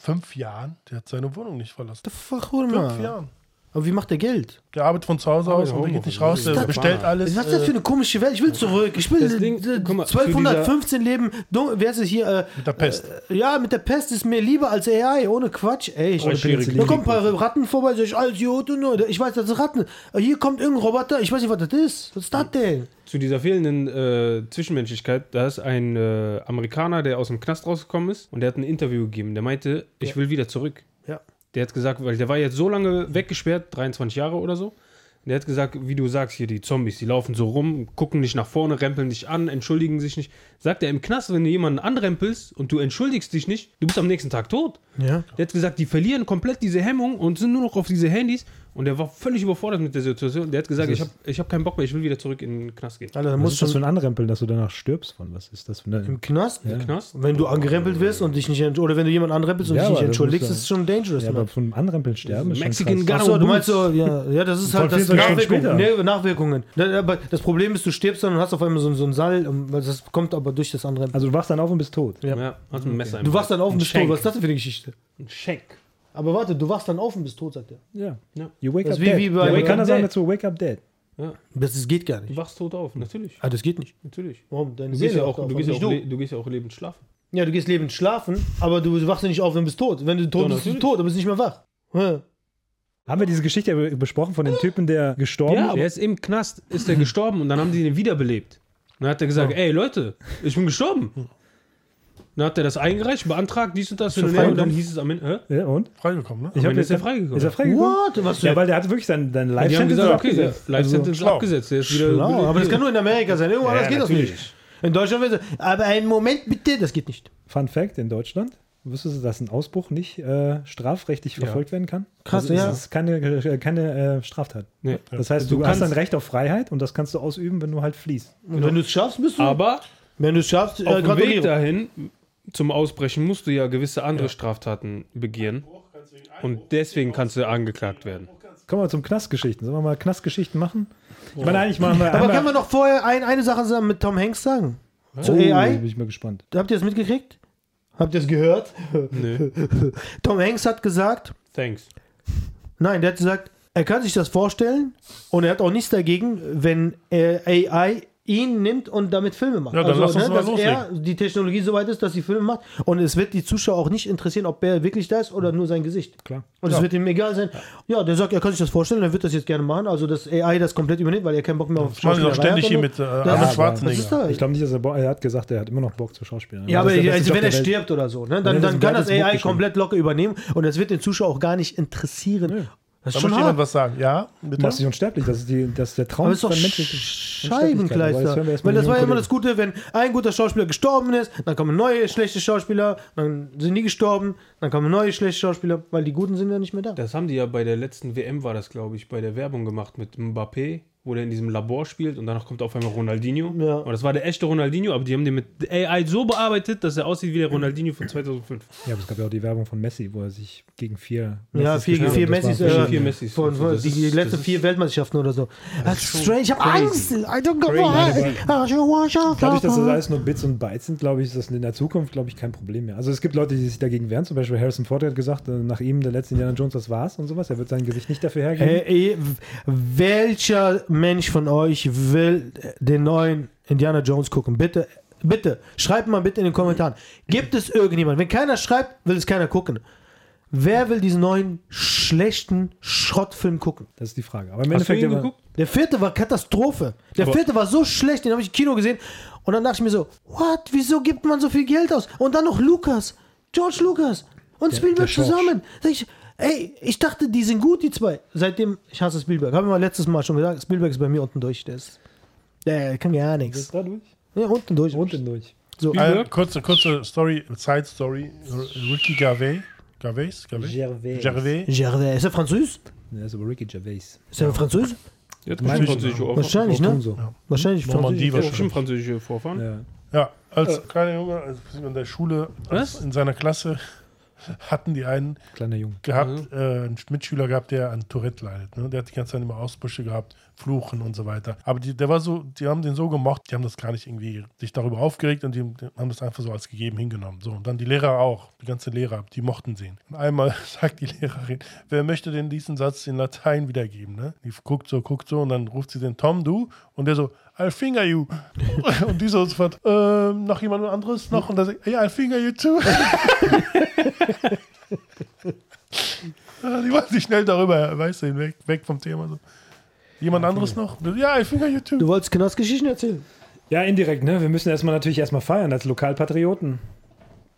[SPEAKER 3] fünf Jahren, der hat seine Wohnung nicht verlassen.
[SPEAKER 2] The fuck, hol
[SPEAKER 3] Fünf
[SPEAKER 2] mal.
[SPEAKER 3] Jahren.
[SPEAKER 2] Aber wie macht der Geld?
[SPEAKER 3] Der arbeitet von zu Hause
[SPEAKER 1] Aber
[SPEAKER 3] aus
[SPEAKER 1] der
[SPEAKER 3] und der geht
[SPEAKER 1] Homeoffice,
[SPEAKER 3] nicht raus,
[SPEAKER 1] das
[SPEAKER 3] der
[SPEAKER 1] ist
[SPEAKER 3] bestellt
[SPEAKER 1] Japan.
[SPEAKER 3] alles.
[SPEAKER 2] Was ist das für
[SPEAKER 3] äh,
[SPEAKER 2] eine komische Welt? Ich will zurück. Ich will
[SPEAKER 1] Das Ding-
[SPEAKER 2] äh,
[SPEAKER 1] guck mal, für
[SPEAKER 2] 1215 leben. Dun- Wer ist es hier? Äh,
[SPEAKER 3] mit der Pest.
[SPEAKER 2] äh, ja, mit der Pest ist mir lieber als AI. Ohne Quatsch. Ey, ich
[SPEAKER 4] Oh,
[SPEAKER 1] Ohne
[SPEAKER 2] Penicillin. Da kommen ein paar Ratten vorbei. Sag ich, alles Jod und nur. Ich weiß, das sind Ratten. Hier kommt irgendein Roboter. Ich weiß nicht, was das ist. Was ist das denn?
[SPEAKER 1] Zu dieser fehlenden äh, Zwischenmenschlichkeit, da ist ein äh, Amerikaner, der aus dem Knast rausgekommen ist und der hat ein Interview gegeben. Der meinte, ich will wieder zurück.
[SPEAKER 2] Ja.
[SPEAKER 1] Der hat gesagt, weil der war jetzt so lange weggesperrt, 23 Jahre oder so. Und Der hat gesagt, wie du sagst, hier die Zombies, die laufen so rum, gucken nicht nach vorne, rempeln dich an, entschuldigen sich nicht. Sagt er im Knast, wenn du jemanden anrempelst und du entschuldigst dich nicht, du bist am nächsten Tag tot.
[SPEAKER 2] Ja.
[SPEAKER 1] Der hat gesagt, die verlieren komplett diese Hemmung und sind nur noch auf diese Handys. Und der war völlig überfordert mit der Situation. Der hat gesagt, ich habe ich hab keinen Bock mehr, ich will wieder zurück in den Knast gehen.
[SPEAKER 2] Alter, da
[SPEAKER 4] Was
[SPEAKER 2] musst
[SPEAKER 4] ist das für
[SPEAKER 2] schon
[SPEAKER 4] ein Anrempeln, dass du danach stirbst von? Was ist das für eine...
[SPEAKER 2] im Knast.
[SPEAKER 1] Knast?
[SPEAKER 2] Wenn du angerempelt wirst und dich nicht entsch- oder wenn du jemanden anrempelst und
[SPEAKER 4] Ja,
[SPEAKER 2] dich nicht
[SPEAKER 4] aber das
[SPEAKER 2] entschuldigst,
[SPEAKER 4] muss ja-
[SPEAKER 2] ist es schon dangerous.
[SPEAKER 4] Ja,
[SPEAKER 2] Mann.
[SPEAKER 4] aber vom Anrempeln sterben ist schon
[SPEAKER 1] Mexican
[SPEAKER 4] krass.
[SPEAKER 1] Gun.
[SPEAKER 2] Achso, du
[SPEAKER 1] Garou
[SPEAKER 2] meinst so, ja, ja das ist
[SPEAKER 4] Voll
[SPEAKER 2] halt das
[SPEAKER 4] 24 Stunden
[SPEAKER 2] Nachwirkungen.
[SPEAKER 4] später.
[SPEAKER 2] Nee, Nachwirkungen. Da- Aber das Problem ist, du stirbst dann und hast auf einmal so, so einen Saal, um, weil das kommt aber durch das andere.
[SPEAKER 4] Also du wachst dann auf und bist tot.
[SPEAKER 1] Ja, hat ein Messer
[SPEAKER 2] du
[SPEAKER 1] im
[SPEAKER 2] wachst dann auf und
[SPEAKER 1] Ein
[SPEAKER 2] bist tot.
[SPEAKER 1] Schenk.
[SPEAKER 2] Was ist das denn für eine Geschichte?
[SPEAKER 1] Ein Schenk.
[SPEAKER 2] Aber warte, du wachst dann auf und bist tot, sagt er.
[SPEAKER 4] Ja.
[SPEAKER 1] Ja.
[SPEAKER 4] You wake
[SPEAKER 2] Das
[SPEAKER 4] up
[SPEAKER 2] ist wie-
[SPEAKER 4] dead.
[SPEAKER 2] wie bei
[SPEAKER 4] Der
[SPEAKER 2] Wake
[SPEAKER 4] Amerikaner
[SPEAKER 2] Up
[SPEAKER 4] sagen
[SPEAKER 2] Dead.
[SPEAKER 4] dazu Wake up dead.
[SPEAKER 2] Das, das geht gar
[SPEAKER 1] Du
[SPEAKER 2] nicht.
[SPEAKER 1] wachst tot auf, natürlich.
[SPEAKER 2] Ah, das geht nicht.
[SPEAKER 1] Natürlich.
[SPEAKER 2] Warum? Deine
[SPEAKER 1] Du gehst ja
[SPEAKER 2] Seele
[SPEAKER 1] auch,
[SPEAKER 2] wacht
[SPEAKER 1] du
[SPEAKER 2] auf,
[SPEAKER 1] gehst ja auch,
[SPEAKER 2] nicht
[SPEAKER 1] le- du gehst ja auch lebend schlafen.
[SPEAKER 2] Ja, du gehst lebend schlafen, aber du wachst ja nicht auf und bist tot. Wenn du tot
[SPEAKER 1] Doch,
[SPEAKER 2] bist, bist du
[SPEAKER 1] natürlich.
[SPEAKER 2] tot, aber bist nicht mehr wach. Hm.
[SPEAKER 4] Haben wir diese Geschichte be- besprochen von dem Typen, der gestorben
[SPEAKER 1] Ja,
[SPEAKER 4] ist?
[SPEAKER 1] der ist im Knast, ist der gestorben und dann haben die den wiederbelebt. Dann hat er gesagt, ey Leute, ich bin gestorben. Dann hat er das eingereicht, beantragt, dies und das. Und,
[SPEAKER 4] frei
[SPEAKER 1] und dann hieß es am Ende, hä?
[SPEAKER 4] Ja, und?
[SPEAKER 3] Freigekommen, ne?
[SPEAKER 4] Ich
[SPEAKER 1] Am
[SPEAKER 4] hab
[SPEAKER 1] Ende ist er
[SPEAKER 4] jetzt-
[SPEAKER 1] freigekommen.
[SPEAKER 4] Ist er freigekommen?
[SPEAKER 2] What? Was für-
[SPEAKER 4] Ja, weil der hat wirklich sein, sein
[SPEAKER 1] Die haben
[SPEAKER 4] Live-Sentence
[SPEAKER 1] gesagt, okay, der
[SPEAKER 4] abgesetzt.
[SPEAKER 1] Live-Sentence ist
[SPEAKER 3] schlau.
[SPEAKER 1] abgesetzt. Der ist wieder
[SPEAKER 2] Also Schlau, Genau, aber das kann nur in Amerika sein. Irgendwo
[SPEAKER 1] Ja,
[SPEAKER 2] anders geht das
[SPEAKER 1] natürlich.
[SPEAKER 2] nicht. In Deutschland wird so, aber einen Moment bitte, das geht nicht.
[SPEAKER 4] Fun Also, Fact in Deutschland. Wüsstest du, dass ein Ausbruch nicht äh, strafrechtlich verfolgt werden kann? Also,
[SPEAKER 2] Krass,
[SPEAKER 4] es
[SPEAKER 2] ja.
[SPEAKER 4] ist keine, äh, keine äh, Straftat.
[SPEAKER 1] Nee.
[SPEAKER 4] Das heißt, du,
[SPEAKER 1] Du
[SPEAKER 4] hast ein
[SPEAKER 1] kannst-
[SPEAKER 4] Recht auf Freiheit und das kannst du ausüben, wenn du halt fließt.
[SPEAKER 2] Und wenn du es schaffst, bist du.
[SPEAKER 1] Aber
[SPEAKER 2] wenn du es schaffst, äh,
[SPEAKER 1] auf dem Weg
[SPEAKER 2] gratuliere.
[SPEAKER 1] dahin zum Ausbrechen musst du ja gewisse andere Straftaten begehen. Und deswegen kannst du angeklagt werden.
[SPEAKER 4] Kommen wir zum Knastgeschichten. Sollen wir mal Knastgeschichten machen? Ich meine, eigentlich machen wir.
[SPEAKER 2] Aber
[SPEAKER 4] einmal-
[SPEAKER 2] kann man noch vorher ein, eine Sache zusammen mit Tom Hanks sagen? Zur
[SPEAKER 4] oh,
[SPEAKER 2] AI?
[SPEAKER 4] Bin ich mal gespannt.
[SPEAKER 2] Habt ihr das mitgekriegt? Habt ihr es gehört?
[SPEAKER 1] Nö.
[SPEAKER 2] Tom Hanks hat gesagt,
[SPEAKER 1] Thanks.
[SPEAKER 2] nein, der hat gesagt, er kann sich das vorstellen und er hat auch nichts dagegen, wenn äh, AI ihn nimmt und damit Filme macht. Also, ne,
[SPEAKER 3] Ja, dann lass uns mal
[SPEAKER 2] dass er die Technologie so weit ist, dass sie Filme macht und es wird die Zuschauer auch nicht interessieren, ob er wirklich da ist oder nur sein Gesicht.
[SPEAKER 4] Klar.
[SPEAKER 2] Und es wird ihm egal sein. Ja, der sagt, er kann sich das vorstellen, er wird das jetzt gerne machen. Also, dass AI das komplett übernimmt, weil er keinen Bock mehr auf
[SPEAKER 3] Das machen sie doch
[SPEAKER 2] Schauspielerei hat
[SPEAKER 3] ständig hier
[SPEAKER 2] und
[SPEAKER 3] mit äh,
[SPEAKER 2] Ja,
[SPEAKER 3] Arnold
[SPEAKER 2] aber-
[SPEAKER 4] was
[SPEAKER 2] ist halt.
[SPEAKER 3] Schwarzenegger.
[SPEAKER 2] das?
[SPEAKER 4] Ich glaube nicht, dass er, Bo- er hat gesagt, er hat immer noch Bock zu Schauspielern.
[SPEAKER 2] Ja, aber
[SPEAKER 4] Das ist der
[SPEAKER 2] also,
[SPEAKER 4] beste
[SPEAKER 2] wenn er
[SPEAKER 4] Job der Welt.
[SPEAKER 2] stirbt oder so, ne,
[SPEAKER 4] Wenn er
[SPEAKER 2] dann,
[SPEAKER 4] so
[SPEAKER 2] dann
[SPEAKER 4] ein
[SPEAKER 2] kann das
[SPEAKER 4] geiles Buch
[SPEAKER 2] AI
[SPEAKER 4] geschrieben.
[SPEAKER 2] komplett locker übernehmen und das wird den Zuschauer auch gar nicht interessieren. Das
[SPEAKER 3] Da
[SPEAKER 2] ist schon
[SPEAKER 3] muss jemand
[SPEAKER 2] hart.
[SPEAKER 3] was sagen. Ja, bitte.
[SPEAKER 4] Du machst dich unsterblich. Das ist, die, das ist der Traum
[SPEAKER 2] Aber ist doch
[SPEAKER 4] von menschlichen Unsterblichkeit. Aber das hören
[SPEAKER 2] Scheibenkleister.
[SPEAKER 4] wir erst mal
[SPEAKER 2] Weil das
[SPEAKER 4] von
[SPEAKER 2] war ja
[SPEAKER 4] den
[SPEAKER 2] immer das Gute, wenn ein guter Schauspieler gestorben ist, dann kommen neue schlechte Schauspieler, dann sind die gestorben, dann kommen neue schlechte Schauspieler, weil die Guten sind ja nicht mehr da.
[SPEAKER 1] Das haben die ja bei der letzten WM, war das, glaube ich, bei der Werbung gemacht mit Mbappé, wo der in diesem Labor spielt und danach kommt auf einmal Ronaldinho.
[SPEAKER 2] Ja.
[SPEAKER 1] Und das war der echte Ronaldinho, aber die haben den mit AI so bearbeitet, dass er aussieht wie der Ronaldinho von 2005.
[SPEAKER 4] Ja, aber es gab ja auch die Werbung von Messi, wo er sich gegen vier
[SPEAKER 2] Ja, vier,
[SPEAKER 4] gestellt hat.
[SPEAKER 2] vier,
[SPEAKER 4] Das war
[SPEAKER 2] Messis,
[SPEAKER 4] verschieden.
[SPEAKER 2] äh,
[SPEAKER 1] verschiedene. Vier Messis.
[SPEAKER 2] Von, von,
[SPEAKER 1] Das
[SPEAKER 2] die,
[SPEAKER 1] ist-
[SPEAKER 2] die letzten
[SPEAKER 1] das ist-
[SPEAKER 2] vier Weltmeisterschaften oder so. Das ist strange. Ich hab Angst.
[SPEAKER 1] crazy.
[SPEAKER 2] I don't go why.
[SPEAKER 4] Dadurch, dass das alles nur Bits und Bytes sind, glaube ich, ist das in der Zukunft, glaube ich, kein Problem mehr. Also es gibt Leute, die sich dagegen wehren. Zum Beispiel Harrison Ford hat gesagt, äh, nach ihm, der letzte Indiana Jones, das war's und sowas. Er wird sein Gesicht nicht dafür hergeben.
[SPEAKER 2] Hey, ey, w- Äh, welcher Mensch von euch will äh, den neuen Indiana Jones gucken? Bitte, bitte, schreibt mal bitte in den Kommentaren. Gibt es irgendjemand? Wenn keiner schreibt, will es keiner gucken. Wer will diesen neuen schlechten Schrottfilm gucken?
[SPEAKER 4] Das ist die Frage. Aber im
[SPEAKER 1] Hast du
[SPEAKER 4] Endeffekt
[SPEAKER 1] ihn
[SPEAKER 4] immer-
[SPEAKER 1] geguckt?
[SPEAKER 2] Der vierte war Katastrophe. Der
[SPEAKER 1] Aber-
[SPEAKER 2] vierte war so schlecht, den habe ich im Kino gesehen. Und dann dachte ich mir so, what? Wieso gibt man so viel Geld aus? Und dann noch Lukas, George Lucas und Spielberg
[SPEAKER 4] der George.
[SPEAKER 2] zusammen. Sag ich, ey, ich dachte, die sind gut, die zwei. Seitdem, ich hasse Spielberg. Habe ich mal letztes Mal schon gesagt, Spielberg ist bei mir unten durch. Der, ist, der kann gar
[SPEAKER 4] Das
[SPEAKER 2] nichts.
[SPEAKER 4] ist dadurch.
[SPEAKER 2] Ja, unten durch.
[SPEAKER 4] Und hindurch.
[SPEAKER 2] So.
[SPEAKER 3] Äh, kurze, kurze Story, Side Story. Ricky Gervais. Gervais? Gervais?
[SPEAKER 4] Gervais.
[SPEAKER 3] Gervais.
[SPEAKER 2] Gervais, ist er Französisch?
[SPEAKER 4] Das ist aber Ricky Gervais.
[SPEAKER 2] Ist er Französisch?
[SPEAKER 1] Jetzt
[SPEAKER 4] Mein
[SPEAKER 1] französische Vorfahren.
[SPEAKER 2] Wahrscheinlich,
[SPEAKER 4] Auch
[SPEAKER 2] ne?
[SPEAKER 4] so.
[SPEAKER 2] Wahrscheinlich Französisch.
[SPEAKER 3] Normandie
[SPEAKER 1] Ich hab schon
[SPEAKER 3] wahrscheinlich.
[SPEAKER 1] französische Vorfahren.
[SPEAKER 4] Ja.
[SPEAKER 3] Ja, als kleiner Junge, als wir in der Schule, als
[SPEAKER 1] Was?
[SPEAKER 3] in seiner Klasse hatten die einen
[SPEAKER 4] Kleiner Junge.
[SPEAKER 3] gehabt, äh, einen Mitschüler gehabt, der an Tourette leidet. Ne? Der hat die ganze Zeit immer Ausbrüche gehabt, Fluchen und so weiter. Aber die, der war so, die haben den so gemocht, die haben das gar nicht irgendwie sich darüber aufgeregt und die haben das einfach so als gegeben hingenommen. So, und dann die Lehrer auch, die ganze Lehrer, die mochten sehen. Und einmal sagt die Lehrerin, wer möchte denn diesen Satz in Latein wiedergeben? Ne? Die guckt so, guckt so und dann ruft sie den Tom, du, und der so, I'll finger you. und die so sofort, ähm, noch jemand anderes noch? Und dann sagt, ja, I'll finger you too. Ja, Die waren sich schnell darüber, weißt du, hinweg, weg vom Thema. So. Jemand anderes noch? Ja, ich finde
[SPEAKER 2] Du
[SPEAKER 3] YouTube.
[SPEAKER 2] wolltest Knastgeschichten erzählen?
[SPEAKER 4] ja, indirekt, ne? Wir müssen erstmal natürlich erstmal feiern als Lokalpatrioten.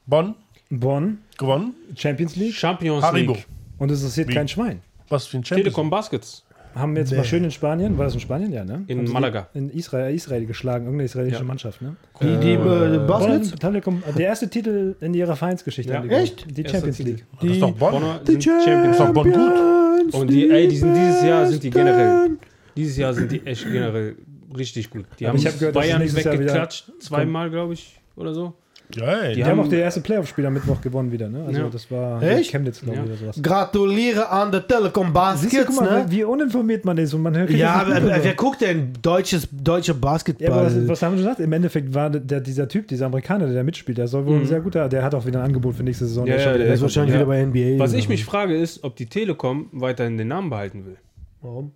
[SPEAKER 3] Bonn
[SPEAKER 4] Bonn,
[SPEAKER 3] gewonnen.
[SPEAKER 4] Champions League
[SPEAKER 1] Champions
[SPEAKER 3] Haribo.
[SPEAKER 1] League.
[SPEAKER 4] und es interessiert
[SPEAKER 3] Wie?
[SPEAKER 4] kein Schwein.
[SPEAKER 3] Was für ein Champions
[SPEAKER 1] Telekom Baskets.
[SPEAKER 4] Haben jetzt mal schön in Spanien, war das in Spanien, ja, ne?
[SPEAKER 1] In
[SPEAKER 4] Haben sie
[SPEAKER 1] Malaga.
[SPEAKER 4] In Israel, Israel geschlagen, irgendeine israelische
[SPEAKER 1] Ja.
[SPEAKER 4] Mannschaft, ne?
[SPEAKER 2] Die, die äh, Baskets?
[SPEAKER 4] Bonn, Telekom, der erste Titel in ihrer Vereinsgeschichte.
[SPEAKER 1] Ja.
[SPEAKER 4] haben die gewonnen.
[SPEAKER 2] Echt?
[SPEAKER 4] Die
[SPEAKER 1] Erster
[SPEAKER 4] Champions
[SPEAKER 1] Titel.
[SPEAKER 4] League.
[SPEAKER 3] das ist doch Bonn.
[SPEAKER 1] Bonner
[SPEAKER 2] Die
[SPEAKER 1] sind Champions
[SPEAKER 3] Ist doch
[SPEAKER 1] League.
[SPEAKER 3] Bonn gut.
[SPEAKER 1] Und die, ey, die sind dieses Jahr sind die generell. Dieses Jahr sind die echt generell richtig gut. Die
[SPEAKER 4] Aber
[SPEAKER 1] haben
[SPEAKER 4] ich hab gehört, dass
[SPEAKER 1] Bayern
[SPEAKER 4] nächstes Jahr wieder-
[SPEAKER 1] weggeklatscht, zweimal, glaube ich, oder so.
[SPEAKER 3] Ja, ey.
[SPEAKER 4] Die haben auch der erste Playoff-Spiel am Mittwoch gewonnen wieder, ne? Also
[SPEAKER 1] Ja.
[SPEAKER 4] das war
[SPEAKER 2] Echt?
[SPEAKER 4] Chemnitz, glaube ich,
[SPEAKER 1] Ja.
[SPEAKER 4] oder sowas.
[SPEAKER 2] Gratuliere an der Telekom
[SPEAKER 4] Siehst du,
[SPEAKER 2] Baskets,
[SPEAKER 4] guck mal,
[SPEAKER 2] ne?
[SPEAKER 4] wie uninformiert man ist und man hört
[SPEAKER 2] Ja,
[SPEAKER 4] kriegt das
[SPEAKER 2] aber
[SPEAKER 4] nicht
[SPEAKER 2] wer,
[SPEAKER 4] mit.
[SPEAKER 2] wer guckt denn deutsches, deutsche
[SPEAKER 4] Ja, aber
[SPEAKER 2] Basketball?
[SPEAKER 4] was, was haben wir gesagt? Im Endeffekt war der, dieser Typ, dieser Amerikaner, der da mitspielt, der soll wohl ein sehr guter, der hat auch wieder ein Angebot für nächste Saison.
[SPEAKER 1] Ja,
[SPEAKER 4] ist
[SPEAKER 1] ja,
[SPEAKER 4] schon
[SPEAKER 1] der
[SPEAKER 4] wieder
[SPEAKER 2] der ist
[SPEAKER 4] weg.
[SPEAKER 2] wahrscheinlich
[SPEAKER 1] Ja.
[SPEAKER 2] wieder bei NBA.
[SPEAKER 1] Was ich mich frage, ist, ob die Telekom weiterhin den Namen behalten will.
[SPEAKER 2] Warum?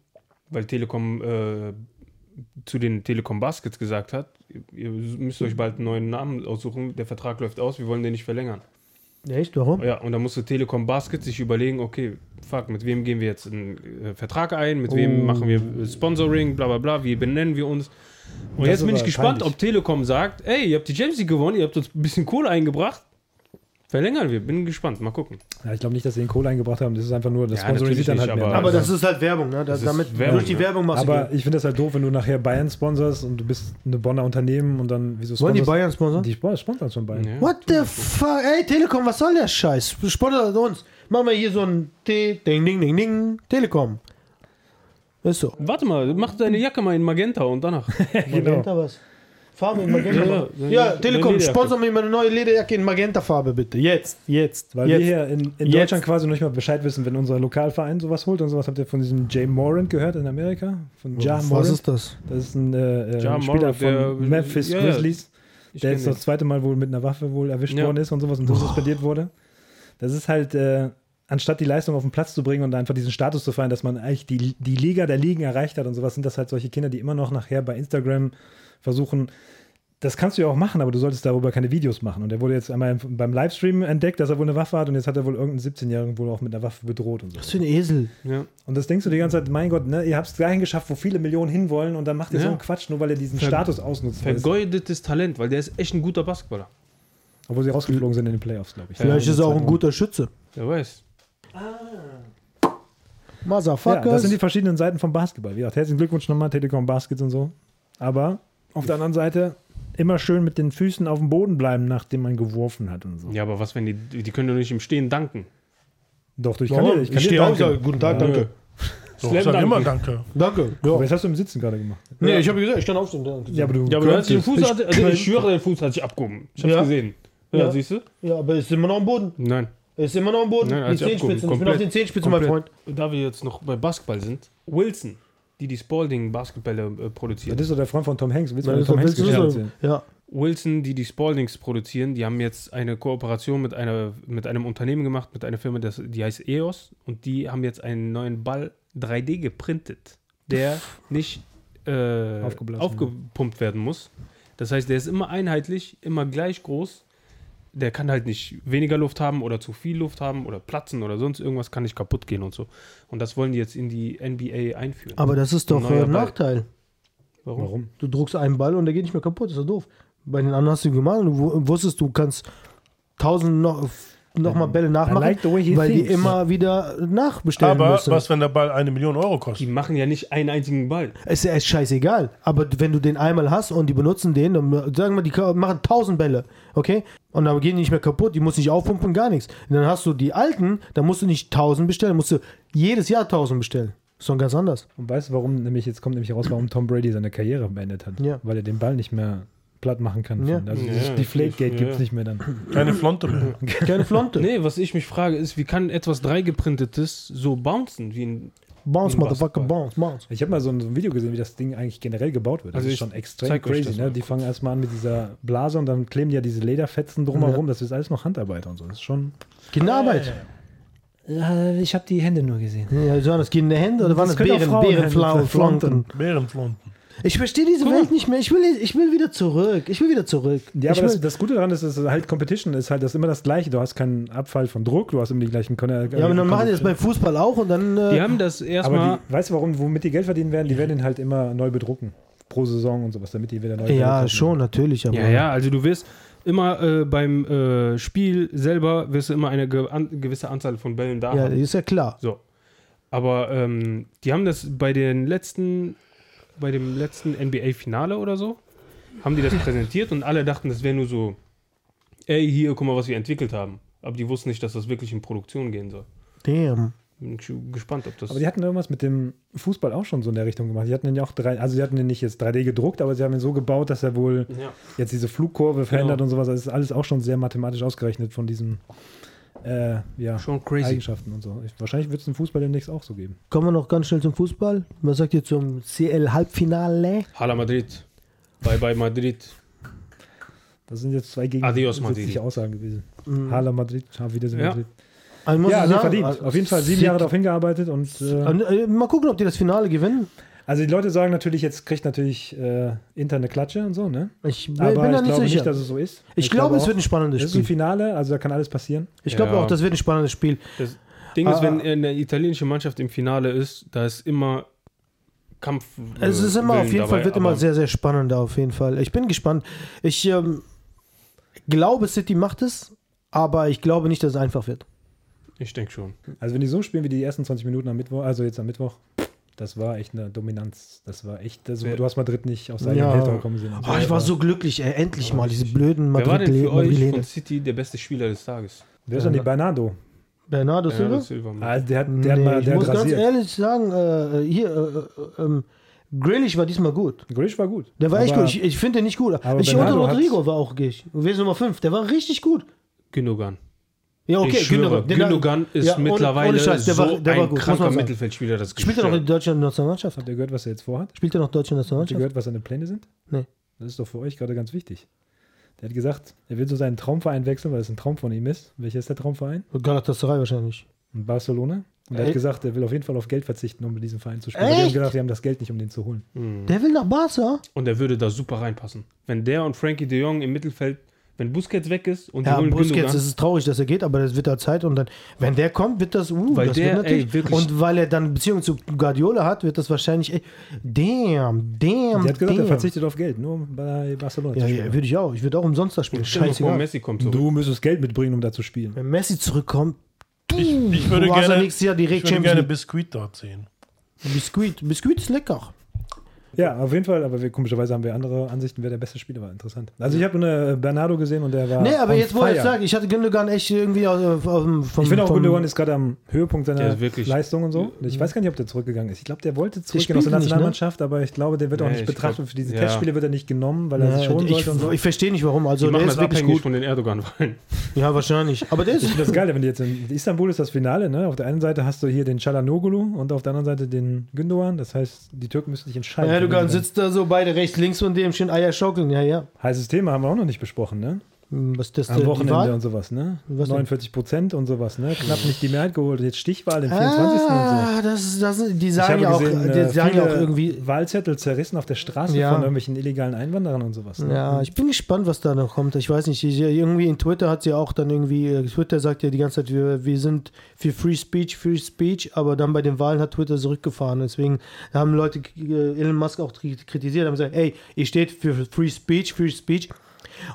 [SPEAKER 1] Weil Telekom äh, zu den Telekom Baskets gesagt hat, ihr- ihr müsst euch bald einen neuen Namen aussuchen, der Vertrag läuft aus, wir wollen den nicht verlängern.
[SPEAKER 2] Echt? Warum?
[SPEAKER 1] Ja, und da musste Telekom Basket sich überlegen, okay, fuck, mit wem gehen wir jetzt einen äh, Vertrag ein, mit
[SPEAKER 4] Oh.
[SPEAKER 1] wem machen wir äh, Sponsoring, bla bla bla, wie benennen wir uns. Und
[SPEAKER 4] Das
[SPEAKER 1] jetzt
[SPEAKER 4] ist
[SPEAKER 1] bin ich
[SPEAKER 4] aber
[SPEAKER 1] gespannt,
[SPEAKER 4] peinlich.
[SPEAKER 1] ob Telekom sagt, ey, ihr habt die Champions League gewonnen, ihr habt uns ein bisschen Kohle eingebracht, Verlängern wir, bin gespannt, mal gucken.
[SPEAKER 4] Ja, ich glaube nicht, dass sie den Kohle eingebracht haben. Das ist einfach nur, das
[SPEAKER 1] Ja,
[SPEAKER 4] sponsorisiert dann
[SPEAKER 1] natürlich
[SPEAKER 4] halt
[SPEAKER 1] nicht,
[SPEAKER 4] mehr.
[SPEAKER 2] Aber
[SPEAKER 1] Also-
[SPEAKER 2] das ist halt Werbung, ne? Da,
[SPEAKER 1] Das ist
[SPEAKER 2] damit
[SPEAKER 1] Werbung,
[SPEAKER 2] durch die
[SPEAKER 1] ja.
[SPEAKER 2] Werbung machst
[SPEAKER 4] Aber
[SPEAKER 2] du.
[SPEAKER 4] ich finde das halt doof, wenn du nachher Bayern sponsorst und du bist eine Bonner Unternehmen und dann wieso
[SPEAKER 2] Wollen die
[SPEAKER 4] sponsorst-
[SPEAKER 2] Bayern sponsern?
[SPEAKER 4] Die Spon- sponsern schon Bayern.
[SPEAKER 1] Ja.
[SPEAKER 2] What the fuck? Ey, Telekom, was soll der Scheiß? Sponsert uns. Machen wir hier so ein T, ding, ding, ding, ding. Telekom. Ist so.
[SPEAKER 1] Warte mal, mach deine Jacke mal in Magenta und danach.
[SPEAKER 2] Magenta was? Farbe in Magenta.
[SPEAKER 1] Ja,
[SPEAKER 2] Ja,
[SPEAKER 1] ja.
[SPEAKER 2] ja
[SPEAKER 1] Eine
[SPEAKER 2] Telekom,
[SPEAKER 1] Lederjacke.
[SPEAKER 2] sponsor mir meine neue Lederjacke in Magenta-Farbe bitte. Jetzt, jetzt,
[SPEAKER 4] Weil
[SPEAKER 2] jetzt.
[SPEAKER 4] wir hier in, in
[SPEAKER 2] Jetzt.
[SPEAKER 4] Deutschland quasi noch nicht mal Bescheid wissen, wenn unser Lokalverein sowas holt und sowas. Habt ihr von diesem Jay Morant gehört in Amerika? Von Ja
[SPEAKER 2] was
[SPEAKER 4] Morant?
[SPEAKER 2] ist das?
[SPEAKER 4] Das ist ein äh, äh,
[SPEAKER 1] Ja
[SPEAKER 4] Spieler
[SPEAKER 1] Morant,
[SPEAKER 4] von
[SPEAKER 1] der-
[SPEAKER 4] Memphis
[SPEAKER 1] ja, ja.
[SPEAKER 4] Grizzlies,
[SPEAKER 1] Ich
[SPEAKER 4] der
[SPEAKER 1] kenn
[SPEAKER 4] jetzt das
[SPEAKER 1] den.
[SPEAKER 4] zweite Mal wohl mit einer Waffe wohl erwischt
[SPEAKER 1] Ja.
[SPEAKER 4] worden ist und sowas und so suspendiert wurde. Das ist halt, äh, anstatt die Leistung auf den Platz zu bringen und einfach diesen Status zu feiern, dass man eigentlich die, die Liga der Ligen erreicht hat und sowas, sind das halt solche Kinder, die immer noch nachher bei Instagram versuchen, das kannst du ja auch machen, aber du solltest darüber keine Videos machen. Und er wurde jetzt einmal beim Livestream entdeckt, dass er wohl eine Waffe hat und jetzt hat er wohl irgendeinen 17-Jährigen wohl auch mit einer Waffe bedroht und so.
[SPEAKER 2] Was für ein Esel.
[SPEAKER 1] Ja.
[SPEAKER 4] Und das denkst du die ganze Zeit, mein Gott, ne, ihr habt es dahin geschafft, wo viele Millionen hinwollen und dann macht ihr so
[SPEAKER 1] Ja.
[SPEAKER 4] einen Quatsch, nur weil ihr diesen
[SPEAKER 1] Ver-
[SPEAKER 4] Status ausnutzt.
[SPEAKER 1] Vergeudetes Talent, weil der ist echt ein guter Basketballer.
[SPEAKER 4] Obwohl sie rausgeflogen sind in den Playoffs, glaube ich.
[SPEAKER 2] Vielleicht
[SPEAKER 4] Ja,
[SPEAKER 2] ist er auch
[SPEAKER 4] in
[SPEAKER 2] ein
[SPEAKER 4] der
[SPEAKER 2] guter Schütze.
[SPEAKER 1] Wer weiß.
[SPEAKER 4] zweiten Runde. Ja, das
[SPEAKER 2] Motherfuckers.
[SPEAKER 4] sind die verschiedenen Seiten vom Basketball. Wie gesagt, herzlichen Glückwunsch nochmal, Telekom Baskets und so. Aber auf der anderen Seite immer schön mit den Füßen auf dem Boden bleiben, nachdem man geworfen hat und so.
[SPEAKER 1] Ja, aber was, wenn die, die können doch nicht im Stehen danken.
[SPEAKER 4] Doch, du, ich kann
[SPEAKER 2] Warum? ich
[SPEAKER 4] dir, ich kann dir
[SPEAKER 2] stehe auch und
[SPEAKER 4] danken.
[SPEAKER 2] sage, guten Tag,
[SPEAKER 1] Ja.
[SPEAKER 2] danke.
[SPEAKER 3] So,
[SPEAKER 1] Slam
[SPEAKER 3] ich sag
[SPEAKER 1] Dunk.
[SPEAKER 3] immer danke.
[SPEAKER 2] Danke. Ja.
[SPEAKER 4] Aber jetzt hast du im Sitzen gerade gemacht.
[SPEAKER 2] Nee, ich habe gesagt, ich kann aufstehen. danke.
[SPEAKER 4] Ja, aber du,
[SPEAKER 1] Ja, aber du hast den Fuß,
[SPEAKER 4] Ich-
[SPEAKER 1] hat, also ich schwöre, dein Fuß hat sich abgehoben. Ich hab's
[SPEAKER 2] Ja.
[SPEAKER 1] gesehen. Ja,
[SPEAKER 2] Ja.
[SPEAKER 1] siehst du?
[SPEAKER 2] Ja, aber er ist immer noch am Boden.
[SPEAKER 1] Nein.
[SPEAKER 2] Er ist immer noch am Boden.
[SPEAKER 1] Nein,
[SPEAKER 2] die
[SPEAKER 1] als ich abgehoben.
[SPEAKER 2] Zehenspitzen. Ich bin
[SPEAKER 1] Komplett.
[SPEAKER 2] auf den Zehenspitzen, mein Freund.
[SPEAKER 1] Da wir jetzt noch bei Basketball sind, Wilson, die die Spalding Basketbälle äh,
[SPEAKER 4] Das
[SPEAKER 1] produzieren.
[SPEAKER 4] ist doch der Freund von Tom Hanks. Willst du
[SPEAKER 2] Nein,
[SPEAKER 4] mir
[SPEAKER 2] das
[SPEAKER 4] Tom Hanks
[SPEAKER 2] willst du
[SPEAKER 4] Geschichte
[SPEAKER 2] sagen.
[SPEAKER 4] erzählen?
[SPEAKER 2] Ja.
[SPEAKER 1] Wilson, die die Spaldings produzieren, die haben jetzt eine Kooperation mit, einer, mit einem Unternehmen gemacht, mit einer Firma, das, die heißt EOS. Und die haben jetzt einen neuen Ball 3D geprintet, der nicht äh,
[SPEAKER 4] Aufgeblasen.
[SPEAKER 1] aufgepumpt werden muss. Das heißt, der ist immer einheitlich, immer gleich groß. Der kann halt nicht weniger Luft haben oder zu viel Luft haben oder platzen oder sonst irgendwas, kann nicht kaputt gehen und so. Und das wollen die jetzt in die NBA einführen.
[SPEAKER 2] Aber das ist doch
[SPEAKER 1] Neuer
[SPEAKER 2] äh,
[SPEAKER 1] Ball.
[SPEAKER 2] Nachteil.
[SPEAKER 1] Warum?
[SPEAKER 2] Du druckst einen Ball und der geht nicht mehr kaputt. Das ist doch doof. Bei den anderen hast du gemacht und du wu- wusstest, du kannst tausend noch, noch mal Bälle nachmachen,
[SPEAKER 4] like the way he
[SPEAKER 2] weil die
[SPEAKER 4] thinks.
[SPEAKER 2] immer wieder nachbestellen
[SPEAKER 3] Aber
[SPEAKER 2] müssen.
[SPEAKER 3] was, wenn der Ball eine Million Euro
[SPEAKER 1] Die
[SPEAKER 3] kostet?
[SPEAKER 1] machen ja nicht einen einzigen Ball.
[SPEAKER 2] Ist ja echt scheißegal. Aber wenn du den einmal hast und die benutzen den, dann äh, sagen wir, die ka- machen 1000 Bälle, okay? Und dann gehen die nicht mehr kaputt, die musst du nicht aufpumpen, gar nichts. Und dann hast du die alten, dann musst du nicht 1000 bestellen, musst du jedes Jahr 1000 bestellen. Ist doch ganz anders.
[SPEAKER 4] Und weißt du, warum nämlich, jetzt kommt nämlich raus, warum Tom Brady seine Karriere beendet hat?
[SPEAKER 2] Ja.
[SPEAKER 4] Weil er den Ball nicht mehr platt machen kann.
[SPEAKER 2] Ja.
[SPEAKER 4] Also
[SPEAKER 1] Ja,
[SPEAKER 4] dieses, die Flake-Gate
[SPEAKER 1] ja.
[SPEAKER 4] gibt es nicht mehr dann.
[SPEAKER 3] Keine Flonte mehr.
[SPEAKER 2] Keine Flonte.
[SPEAKER 1] Nee, was ich mich frage ist, wie kann etwas 3 geprintetes so bouncen wie ein
[SPEAKER 2] Bounce,
[SPEAKER 1] Im
[SPEAKER 2] Motherfucker,
[SPEAKER 1] Basketball.
[SPEAKER 2] bounce, bounce.
[SPEAKER 4] Ich habe mal so ein, so ein Video gesehen, wie das Ding eigentlich generell gebaut wird. Das
[SPEAKER 1] Also
[SPEAKER 4] ist
[SPEAKER 1] ich
[SPEAKER 4] schon extrem
[SPEAKER 1] zeig euch das
[SPEAKER 4] crazy.
[SPEAKER 1] mal
[SPEAKER 4] Ne? Die fangen erstmal an mit dieser Blase und dann kleben die ja diese Lederfetzen drumherum. Das ist alles noch Handarbeit und so. Das ist schon. Äh.
[SPEAKER 2] Kinderarbeit.
[SPEAKER 4] ich habe die Hände nur gesehen.
[SPEAKER 2] Ja, waren das Kinder Hände oder waren das,
[SPEAKER 4] Das können
[SPEAKER 2] Bären,
[SPEAKER 4] auch Frauen
[SPEAKER 2] Bären,
[SPEAKER 4] Hände
[SPEAKER 2] Flau-
[SPEAKER 4] verflonten.
[SPEAKER 2] Flonten?
[SPEAKER 3] Bärenflonten.
[SPEAKER 2] Ich verstehe diese Welt nicht mehr. Ich will, ich will wieder zurück. Ich will wieder zurück.
[SPEAKER 4] Ja,
[SPEAKER 2] ich
[SPEAKER 4] aber das,
[SPEAKER 2] will,
[SPEAKER 4] das Gute daran ist, dass es halt Competition ist halt das ist immer das Gleiche. Du hast keinen Abfall von Druck, du hast immer die gleichen Könner.
[SPEAKER 2] ja aber dann machen die das beim Fußball auch und dann. Äh,
[SPEAKER 1] Die haben das erstmal.
[SPEAKER 4] Aber die, weißt du, warum, womit die Geld verdienen werden? Die werden ihn halt immer neu bedrucken. Pro Saison und sowas, damit die wieder neu bedruckt
[SPEAKER 2] ja,
[SPEAKER 4] werden.
[SPEAKER 2] schon, natürlich. Aber
[SPEAKER 1] Ja, ja, also du wirst immer äh, beim äh, Spiel selber wirst du immer eine ge an gewisse Anzahl von Bällen da
[SPEAKER 2] Ja,
[SPEAKER 1] haben.
[SPEAKER 2] ist ja klar.
[SPEAKER 1] So. Aber ähm, die haben das bei den letzten, bei dem letzten NBA-Finale oder so, haben die das präsentiert und alle dachten, das wäre nur so, ey, hier, guck mal, was wir entwickelt haben. Aber die wussten nicht, dass das wirklich in Produktion gehen soll.
[SPEAKER 2] Damn.
[SPEAKER 1] Bin ges- gespannt, ob das.
[SPEAKER 4] Aber die hatten irgendwas mit dem Fußball auch schon so in der Richtung gemacht. Die hatten den ja auch drei, also sie hatten den nicht jetzt 3D gedruckt, aber sie haben ihn so gebaut, dass er wohl
[SPEAKER 1] ja.
[SPEAKER 4] jetzt diese Flugkurve verändert
[SPEAKER 1] Genau.
[SPEAKER 4] und sowas. Das ist alles auch schon sehr mathematisch ausgerechnet von diesen äh, ja,
[SPEAKER 1] Schon crazy.
[SPEAKER 4] Eigenschaften und so. Ich, wahrscheinlich wird es im Fußball demnächst auch so geben.
[SPEAKER 2] Kommen wir noch ganz schnell zum Fußball. Was sagt ihr zum CL-Halbfinale?
[SPEAKER 1] Hala Madrid. Bye bye Madrid.
[SPEAKER 4] Das sind jetzt zwei gegen
[SPEAKER 1] Adios, Madrid.
[SPEAKER 4] witzige Aussagen gewesen. Hala Madrid, auf Wiedersehen
[SPEAKER 1] Ja.
[SPEAKER 4] Madrid.
[SPEAKER 2] Also, Mhm. muss
[SPEAKER 4] Ja,
[SPEAKER 2] ich
[SPEAKER 4] also
[SPEAKER 2] sagen,
[SPEAKER 4] verdient.
[SPEAKER 2] also,
[SPEAKER 4] Auf jeden Fall sieben
[SPEAKER 2] Sieg-
[SPEAKER 4] Jahre darauf hingearbeitet und äh,
[SPEAKER 2] Und, äh, Mal gucken, ob die das Finale gewinnen.
[SPEAKER 4] also die Leute sagen natürlich, jetzt kriegt natürlich äh, Inter eine Klatsche und so, ne?
[SPEAKER 2] Ich bin
[SPEAKER 4] Aber ich
[SPEAKER 2] bin da nicht
[SPEAKER 4] glaube
[SPEAKER 2] sicher.
[SPEAKER 4] nicht, dass es so ist.
[SPEAKER 2] ich, glaube, es
[SPEAKER 4] auch,
[SPEAKER 2] wird ein spannendes
[SPEAKER 4] das ist ein
[SPEAKER 2] Spiel.
[SPEAKER 4] Finale, also da kann alles passieren.
[SPEAKER 2] Ich glaube
[SPEAKER 1] Ja.
[SPEAKER 2] auch, das wird ein spannendes Spiel.
[SPEAKER 1] Das Ding
[SPEAKER 2] Ah.
[SPEAKER 1] ist, wenn eine italienische Mannschaft im Finale ist, da ist immer Kampf. äh,
[SPEAKER 2] Es ist immer,
[SPEAKER 1] Willen
[SPEAKER 2] auf jeden
[SPEAKER 1] dabei,
[SPEAKER 2] Fall, wird
[SPEAKER 1] aber
[SPEAKER 2] immer sehr, sehr spannend, auf jeden Fall. Ich bin gespannt. Ich ähm, glaube, City macht es, Aber ich glaube nicht, dass es einfach wird.
[SPEAKER 1] Ich denke schon.
[SPEAKER 4] Also wenn die so spielen wie die ersten 20 Minuten am Mittwoch, also jetzt am Mittwoch, das war echt eine Dominanz. Das war echt, also, du hast Madrid nicht auf seine
[SPEAKER 2] Ja.
[SPEAKER 4] Hälter kommen sehen.
[SPEAKER 2] Oh, ich war so glücklich, ey. Endlich mal diese blöden
[SPEAKER 1] Wer war denn für euch von
[SPEAKER 2] Madrilene.
[SPEAKER 1] City der beste Spieler des Tages? Äh,
[SPEAKER 4] Wer ist denn die Bernardo?
[SPEAKER 2] Bernardo Silva?
[SPEAKER 1] Bernardo Silva.
[SPEAKER 4] Also der hat, der hat
[SPEAKER 2] Nee,
[SPEAKER 4] mal,
[SPEAKER 2] ich
[SPEAKER 4] der
[SPEAKER 2] muss
[SPEAKER 4] hat
[SPEAKER 2] ganz
[SPEAKER 4] rasiert.
[SPEAKER 2] ehrlich sagen, äh, hier, äh, äh, ähm, Grealish war diesmal gut.
[SPEAKER 4] Grealish war gut.
[SPEAKER 2] Der war echt
[SPEAKER 4] Aber
[SPEAKER 2] gut. Ich, ich finde den nicht gut.
[SPEAKER 4] aber
[SPEAKER 2] Ich und
[SPEAKER 4] Bernardo
[SPEAKER 2] Rodrigo war auch gut. Wesen Nummer 5. Der war richtig gut.
[SPEAKER 1] Gündogan.
[SPEAKER 2] Ja, okay,
[SPEAKER 1] ich schwöre,
[SPEAKER 2] den-
[SPEAKER 1] Gündogan ist
[SPEAKER 2] ja, ohne-
[SPEAKER 1] mittlerweile
[SPEAKER 2] ohne Scheiß,
[SPEAKER 1] so ein
[SPEAKER 2] muss man
[SPEAKER 1] kranker
[SPEAKER 2] sagen.
[SPEAKER 1] Mittelfeldspieler. Das
[SPEAKER 2] Spielt er noch in der deutschen Nationalmannschaft?
[SPEAKER 4] Habt ihr gehört, was er jetzt vorhat?
[SPEAKER 2] Spielt er noch deutsche
[SPEAKER 4] Habt ihr
[SPEAKER 2] Nationalmannschaft?
[SPEAKER 4] gehört, was seine Pläne sind?
[SPEAKER 2] Nee.
[SPEAKER 4] Das ist doch für euch gerade ganz wichtig. Der hat gesagt, er will so seinen Traumverein wechseln, weil es ein Traum von ihm ist. Welcher ist der Traumverein?
[SPEAKER 2] Galatasaray wahrscheinlich.
[SPEAKER 4] In Barcelona. Und er
[SPEAKER 2] Ey.
[SPEAKER 4] hat gesagt, er will auf jeden Fall auf Geld verzichten, um mit diesem Verein zu spielen. Aber Die haben
[SPEAKER 2] Echt?
[SPEAKER 4] gedacht, die haben das Geld nicht, um den zu holen.
[SPEAKER 2] Der will nach Barca?
[SPEAKER 1] Und er würde da super reinpassen. Wenn der und Frankie de Jong im Mittelfeld, wenn Busquets weg ist und
[SPEAKER 2] Ja,
[SPEAKER 1] die holen
[SPEAKER 2] Busquets,
[SPEAKER 1] Gündogan.
[SPEAKER 2] es ist traurig, dass er geht, aber das wird halt Zeit und dann, wenn der kommt, wird das, uh,
[SPEAKER 1] Weil
[SPEAKER 2] das
[SPEAKER 1] der,
[SPEAKER 2] wird
[SPEAKER 1] ey, wirklich-
[SPEAKER 2] und weil er dann Beziehung zu Guardiola hat, wird das wahrscheinlich, ey, damn, damn,
[SPEAKER 4] Der hat gesagt,
[SPEAKER 2] damn.
[SPEAKER 4] er verzichtet auf Geld, nur um bei Barcelona
[SPEAKER 2] ja,
[SPEAKER 4] zu
[SPEAKER 2] ja,
[SPEAKER 4] spielen.
[SPEAKER 2] würde ich auch, ich würde auch umsonst das spielen,
[SPEAKER 1] Stell dir mal vor,
[SPEAKER 2] scheißegal.
[SPEAKER 1] Messi kommt zurück.
[SPEAKER 4] du müsstest Geld mitbringen, um da zu spielen.
[SPEAKER 2] Wenn Messi zurückkommt, du,
[SPEAKER 3] Ich, ich würde
[SPEAKER 2] du hast ja
[SPEAKER 3] gerne,
[SPEAKER 2] nächstes Jahr
[SPEAKER 3] ich
[SPEAKER 2] direkt
[SPEAKER 3] würde
[SPEAKER 2] Champions
[SPEAKER 3] gerne
[SPEAKER 2] League.
[SPEAKER 3] Biskuit dort sehen.
[SPEAKER 2] Biskuit, Biskuit ist lecker.
[SPEAKER 4] Ja, auf jeden Fall, aber wir, komischerweise haben wir andere Ansichten, wer der beste Spieler war. Interessant. Also ich habe nur äh, Bernardo gesehen und der war.
[SPEAKER 2] Nee, aber
[SPEAKER 4] on
[SPEAKER 2] jetzt, wo er
[SPEAKER 4] fire.
[SPEAKER 2] jetzt sagt, ich hatte Gündogan echt irgendwie auf, auf, auf, vom,
[SPEAKER 4] Ich finde auch,
[SPEAKER 2] vom,
[SPEAKER 4] Gündogan ist gerade am Höhepunkt
[SPEAKER 1] Der
[SPEAKER 4] seiner
[SPEAKER 1] ist wirklich-
[SPEAKER 4] Leistung und so. Ich weiß gar nicht, ob der zurückgegangen ist. Ich glaube, der wollte zurückgehen aus der
[SPEAKER 2] äh, mhm. spielt nicht, ne?
[SPEAKER 4] Nationalmannschaft, aber ich glaube, der wird auch
[SPEAKER 1] Nee,
[SPEAKER 4] nicht
[SPEAKER 1] ich
[SPEAKER 4] betrachtet.
[SPEAKER 1] glaub-
[SPEAKER 4] Für diese
[SPEAKER 1] ja.
[SPEAKER 4] Testspiele wird er nicht genommen, weil er sich
[SPEAKER 2] Ja,
[SPEAKER 4] schonen
[SPEAKER 2] ich
[SPEAKER 4] wollte. Und so.
[SPEAKER 2] ich verstehe nicht warum. Also
[SPEAKER 1] Die machen
[SPEAKER 2] der
[SPEAKER 1] das
[SPEAKER 2] ist wirklich
[SPEAKER 1] abhängig
[SPEAKER 2] gut.
[SPEAKER 1] von den Erdogan-Wahlen.
[SPEAKER 2] Ja, wahrscheinlich. Aber der ist.
[SPEAKER 4] Das ist geil, wenn du jetzt in Istanbul ist das Finale, ne? Auf der einen Seite hast du hier den Çalhanoğlu und auf der anderen Seite den Gündogan. Das heißt, die Türken müssen sich
[SPEAKER 2] Erdogan
[SPEAKER 4] entscheiden. Wen sie
[SPEAKER 2] sitzt da so beide rechts, links von dem schön Eier schaukeln. Ja, ja.
[SPEAKER 4] dann- Heißes Thema haben wir auch noch nicht besprochen, ne?
[SPEAKER 2] Hm, Was ist das
[SPEAKER 4] Am
[SPEAKER 2] die
[SPEAKER 4] Wochenende
[SPEAKER 2] Wahl?
[SPEAKER 4] und sowas, ne?
[SPEAKER 2] Was denn? Hm.
[SPEAKER 4] 49 Prozent und sowas, ne? Knapp nicht die Mehrheit geholt. Und jetzt Stichwahl, den 24. und so.
[SPEAKER 2] Ah, das, ist- das, ist- die
[SPEAKER 4] Ich
[SPEAKER 2] sagen
[SPEAKER 4] habe
[SPEAKER 2] ja auch,
[SPEAKER 4] gesehen,
[SPEAKER 2] die
[SPEAKER 4] äh,
[SPEAKER 2] sagen ja auch
[SPEAKER 4] viele
[SPEAKER 2] irgendwie.
[SPEAKER 4] Wahlzettel zerrissen auf der Straße
[SPEAKER 2] Ja.
[SPEAKER 4] von irgendwelchen illegalen Einwanderern und sowas. ne?
[SPEAKER 2] Ja, ich bin gespannt, was da noch kommt. Ich weiß nicht, ich- irgendwie in Twitter hat sie auch dann irgendwie, äh, Twitter sagt ja die ganze Zeit, wir, wir sind für Free Speech, Free Speech, aber dann bei den Wahlen hat Twitter zurückgefahren. Deswegen haben Leute äh, Elon Musk auch tri- kritisiert, haben gesagt, ey, ihr steht für Free Speech, Free Speech.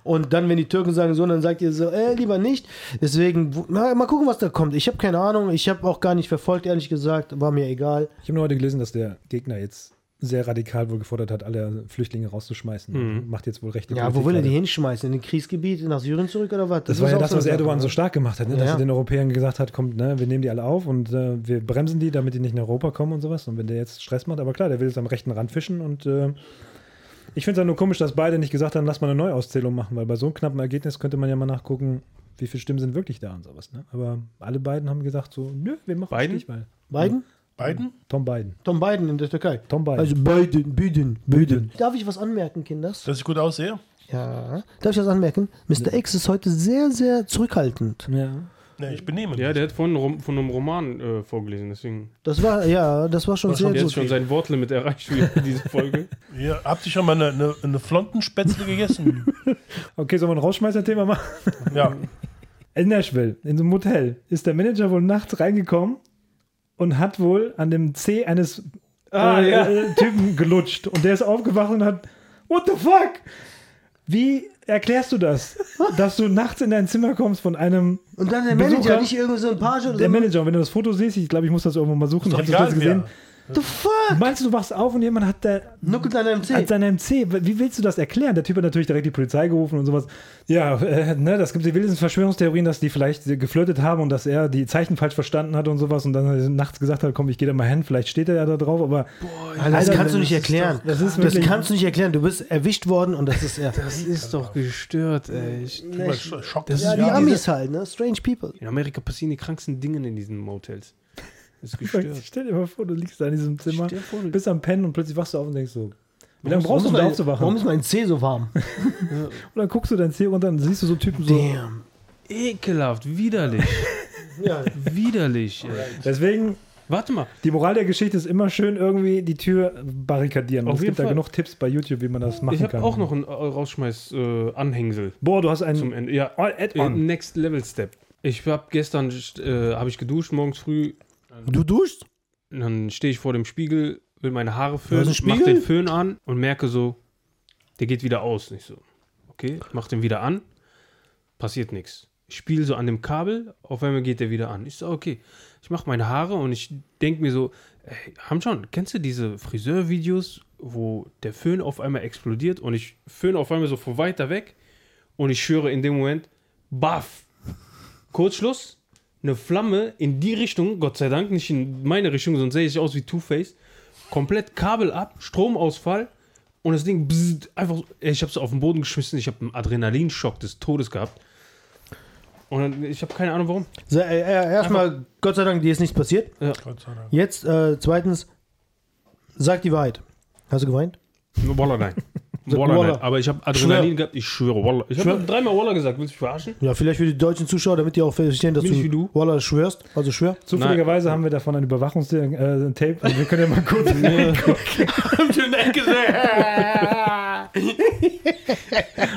[SPEAKER 2] Und dann, wenn die Türken sagen so, dann sagt ihr so, äh, lieber nicht. Deswegen, w- na, mal gucken, was da kommt. Ich habe keine Ahnung, ich habe auch gar nicht verfolgt, ehrlich gesagt, war mir egal.
[SPEAKER 4] Ich habe nur heute gelesen, dass der Gegner jetzt sehr radikal wohl gefordert hat, alle Flüchtlinge rauszuschmeißen. Macht jetzt wohl rechte
[SPEAKER 2] Ja,
[SPEAKER 4] Politik
[SPEAKER 2] wo will er
[SPEAKER 4] gerade.
[SPEAKER 2] die hinschmeißen? In den Kriegsgebiet, nach Syrien zurück oder was?
[SPEAKER 4] Das, war ja
[SPEAKER 2] ist auch
[SPEAKER 4] das,
[SPEAKER 2] so eine
[SPEAKER 4] was
[SPEAKER 2] Sache,
[SPEAKER 4] Erdogan
[SPEAKER 2] ne?
[SPEAKER 4] so stark gemacht hat, ne? dass
[SPEAKER 2] Ja.
[SPEAKER 4] er den Europäern gesagt hat, kommt, ne, wir nehmen die alle auf und äh, wir bremsen die, damit die nicht nach Europa kommen und sowas. Und wenn der jetzt Stress macht, aber klar, der will jetzt am rechten Rand fischen und äh, ich finde es ja nur komisch, dass beide nicht gesagt haben, lass mal eine Neuauszählung machen, weil bei so einem knappen Ergebnis könnte man ja mal nachgucken, wie viele Stimmen sind wirklich da und sowas. Ne? Aber alle beiden haben gesagt so, nö, wir machen
[SPEAKER 1] Biden?
[SPEAKER 4] nicht mal.
[SPEAKER 2] Biden?
[SPEAKER 3] Beiden?
[SPEAKER 4] Tom Biden.
[SPEAKER 2] Tom Biden in der Türkei.
[SPEAKER 4] Tom Biden.
[SPEAKER 2] Also Biden, Biden, Biden. Darf ich was anmerken, Kinders?
[SPEAKER 3] Dass ich gut aussehe?
[SPEAKER 2] Ja. Darf ich was anmerken? Mr. X ist heute sehr, sehr zurückhaltend.
[SPEAKER 4] ja.
[SPEAKER 3] Ne, ich benehme mich.
[SPEAKER 1] Ja, der hat vorhin rom- von einem Roman äh, vorgelesen, deswegen
[SPEAKER 2] Das war, ja, das war schon
[SPEAKER 3] War
[SPEAKER 2] sehr
[SPEAKER 3] schon
[SPEAKER 1] hat jetzt
[SPEAKER 2] gut.
[SPEAKER 1] schon sein Wortlimit erreicht für diese Folge.
[SPEAKER 3] Ihr, habt ihr schon mal eine, eine, eine Flontenspätzle gegessen?
[SPEAKER 4] Okay, sollen wir ein Rausschmeißer-Thema machen?
[SPEAKER 3] ja.
[SPEAKER 4] In Nashville, in so einem Motel, ist der Manager wohl nachts reingekommen und hat wohl an dem Zeh eines
[SPEAKER 3] Ah,
[SPEAKER 4] äh, äh, Typen gelutscht. Und der ist aufgewacht und hat, what the fuck? Wie erklärst du das? Dass du nachts in dein Zimmer kommst von einem
[SPEAKER 2] Und dann der
[SPEAKER 4] Besucher-
[SPEAKER 2] Manager, nicht irgend so ein Page oder
[SPEAKER 4] der
[SPEAKER 2] so.
[SPEAKER 4] Manager. Und wenn du das Foto siehst, ich glaube, ich muss das irgendwo mal suchen.
[SPEAKER 3] Doch
[SPEAKER 4] Habt ihr
[SPEAKER 3] egal,
[SPEAKER 4] das gesehen?
[SPEAKER 2] What the fuck?
[SPEAKER 4] Meinst du, du wachst auf und jemand hat da
[SPEAKER 2] Nuckelt an deinem Zeh.
[SPEAKER 4] An seinem C. Wie willst du das erklären? Der Typ hat natürlich direkt die Polizei gerufen und sowas. Ja, äh, ne, das gibt die wildesten Verschwörungstheorien, dass die vielleicht geflirtet haben und dass er die Zeichen falsch verstanden hat und sowas und dann nachts gesagt hat, komm, ich gehe da mal hin, vielleicht steht er ja da drauf, aber
[SPEAKER 2] Alter, das
[SPEAKER 4] Alter,
[SPEAKER 2] kannst du
[SPEAKER 4] das
[SPEAKER 2] nicht
[SPEAKER 4] ist
[SPEAKER 2] erklären.
[SPEAKER 4] doch- das ist
[SPEAKER 2] das
[SPEAKER 4] wirklich-
[SPEAKER 2] kannst du nicht erklären. Du bist erwischt worden und das ist er.
[SPEAKER 1] Das ist doch gestört, ey. Ich-
[SPEAKER 3] Guck mal, Sch- Schock
[SPEAKER 1] Das
[SPEAKER 3] des
[SPEAKER 1] ist
[SPEAKER 2] Ja, die
[SPEAKER 3] Jahres.
[SPEAKER 2] Amis halt, ne? Strange people.
[SPEAKER 1] In Amerika passieren die kranksten Dinge in diesen Motels. Das ist gestört.
[SPEAKER 4] stell dir mal vor, du liegst da in diesem Zimmer,
[SPEAKER 1] Stell dir vor, du-
[SPEAKER 4] bist am Pennen und plötzlich wachst du auf und denkst so, wie lange brauchst du,
[SPEAKER 2] Warum
[SPEAKER 4] um da
[SPEAKER 2] ist mein-
[SPEAKER 4] aufzuwachen?
[SPEAKER 2] Warum
[SPEAKER 4] Und
[SPEAKER 2] ist mein Zeh so warm?
[SPEAKER 4] dann guckst du dein C runter und dann siehst du so Typen so.
[SPEAKER 2] Damn.
[SPEAKER 1] Ekelhaft, widerlich,
[SPEAKER 2] Ja,
[SPEAKER 1] widerlich. Ey.
[SPEAKER 4] Deswegen,
[SPEAKER 1] Warte mal,
[SPEAKER 4] die Moral der Geschichte ist immer schön irgendwie die Tür barrikadieren. Und
[SPEAKER 1] Auf
[SPEAKER 4] es
[SPEAKER 1] jeden
[SPEAKER 4] gibt da
[SPEAKER 1] Fall.
[SPEAKER 4] genug Tipps bei YouTube, wie man das machen
[SPEAKER 1] ich habe
[SPEAKER 4] kann.
[SPEAKER 1] auch noch einen äh, Rausschmeiß-Anhängsel
[SPEAKER 4] Boah, du hast
[SPEAKER 1] zum
[SPEAKER 4] einen
[SPEAKER 1] Ende. Ja, äh,
[SPEAKER 4] Add-on.
[SPEAKER 1] Next Level Step. Ich habe gestern äh, hab ich geduscht, morgens früh.
[SPEAKER 2] du duschst?
[SPEAKER 1] Und Dann stehe ich vor dem Spiegel, will meine Haare
[SPEAKER 2] Da
[SPEAKER 1] föhnen,
[SPEAKER 2] ist ein
[SPEAKER 1] mach
[SPEAKER 2] Spiegel?
[SPEAKER 1] den Föhn an und merke so, der geht wieder aus. Nicht so. Okay, ich mach den wieder an, passiert nichts. spiele so an dem Kabel, auf einmal geht der wieder an. Ich so, okay, ich mache meine Haare und ich denke mir so, ey, haben schon, kennst du diese Friseurvideos, wo der Föhn auf einmal explodiert und ich föhne auf einmal so von weiter weg und ich schwöre in dem Moment, baff, Kurzschluss, eine Flamme in die Richtung, Gott sei Dank, nicht in meine Richtung, sonst sehe ich aus wie Two-Face, komplett Kabel ab, Stromausfall und das Ding bzzzt, einfach, so- ich habe es auf den Boden geschmissen, ich habe einen Adrenalinschock des Todes gehabt. Und dann, ich habe keine Ahnung warum.
[SPEAKER 2] So, äh, äh, Erstmal, Gott sei Dank, dir ist nichts passiert.
[SPEAKER 3] Gott sei Dank.
[SPEAKER 2] Jetzt, äh, zweitens, sag die Wahrheit. Hast du geweint?
[SPEAKER 1] Wallah, nein.
[SPEAKER 2] Wallah,
[SPEAKER 1] Wallah,
[SPEAKER 2] nein.
[SPEAKER 1] nein. Aber ich habe Adrenalin
[SPEAKER 2] Schwör.
[SPEAKER 1] gehabt, ich schwöre. Wallah. Ich
[SPEAKER 2] Schwör.
[SPEAKER 1] habe dreimal Wallah gesagt, willst du mich verarschen?
[SPEAKER 2] Ja, vielleicht für die deutschen Zuschauer, damit die auch verstehen, dass
[SPEAKER 1] Bin ich
[SPEAKER 2] du,
[SPEAKER 1] wie du?
[SPEAKER 2] Wallah schwörst. Also schwör.
[SPEAKER 4] Zufälligerweise haben wir davon ein Überwachungstape. Äh, Tape. also wir können ja mal kurz. Nee.
[SPEAKER 2] Uh,
[SPEAKER 3] Ja,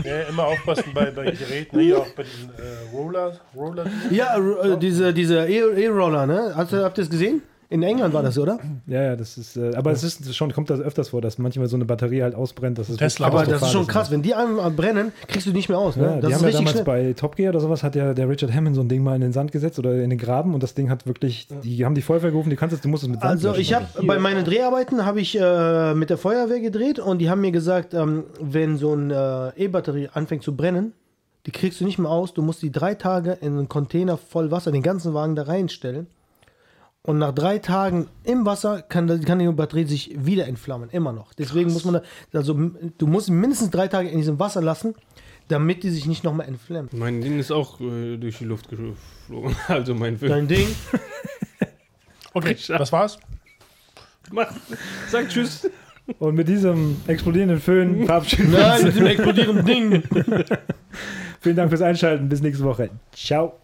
[SPEAKER 3] Äh, immer aufpassen bei, bei Geräten, hier auch bei diesen äh, Roller, Roller.
[SPEAKER 2] Ja, äh, diese, diese E- E-Roller, ne? Hast, du- habt ihr das gesehen? In England war das, oder?
[SPEAKER 4] Ja, ja, das ist. Äh, aber es ist schon, kommt das öfters vor, dass manchmal so eine Batterie halt ausbrennt. Das ist
[SPEAKER 3] Tesla
[SPEAKER 2] Aber
[SPEAKER 3] Autofahren
[SPEAKER 2] das ist schon krass. Wenn die einmal brennen, kriegst du die nicht mehr aus, ne?
[SPEAKER 4] Ja,
[SPEAKER 2] das
[SPEAKER 4] die
[SPEAKER 2] ist
[SPEAKER 4] haben ja
[SPEAKER 2] richtig
[SPEAKER 4] damals
[SPEAKER 2] schlimm.
[SPEAKER 4] bei Top Gear oder sowas hat ja der Richard Hammond so ein Ding mal in den Sand gesetzt oder in den Graben und das Ding hat wirklich, die haben die Feuerwehr gerufen, die kannst es, du musst es mit Sand
[SPEAKER 2] Also
[SPEAKER 4] löschen.
[SPEAKER 2] ich habe bei meinen Dreharbeiten habe ich äh, mit der Feuerwehr gedreht und die haben mir gesagt, ähm, wenn so eine äh, E-Batterie anfängt zu brennen, die kriegst du nicht mehr aus. Du musst die drei Tage in einen Container voll Wasser, den ganzen Wagen da reinstellen. Und nach drei Tagen im Wasser kann, das- kann die Batterie sich wieder entflammen, immer noch. Deswegen muss man da, also m- du musst mindestens drei Tage in diesem Wasser lassen, damit die sich nicht nochmal entflammt.
[SPEAKER 1] Mein Ding ist auch äh, durch die Luft geflogen. Also mein Film.
[SPEAKER 2] Dein Ding.
[SPEAKER 3] Okay, das war's.
[SPEAKER 1] Mach, sag Tschüss.
[SPEAKER 4] und mit diesem explodierenden Föhn verabschieden wir
[SPEAKER 2] Nein,
[SPEAKER 4] uns.
[SPEAKER 2] mit dem explodierenden Ding.
[SPEAKER 4] Vielen Dank fürs Einschalten. Bis nächste Woche. Ciao.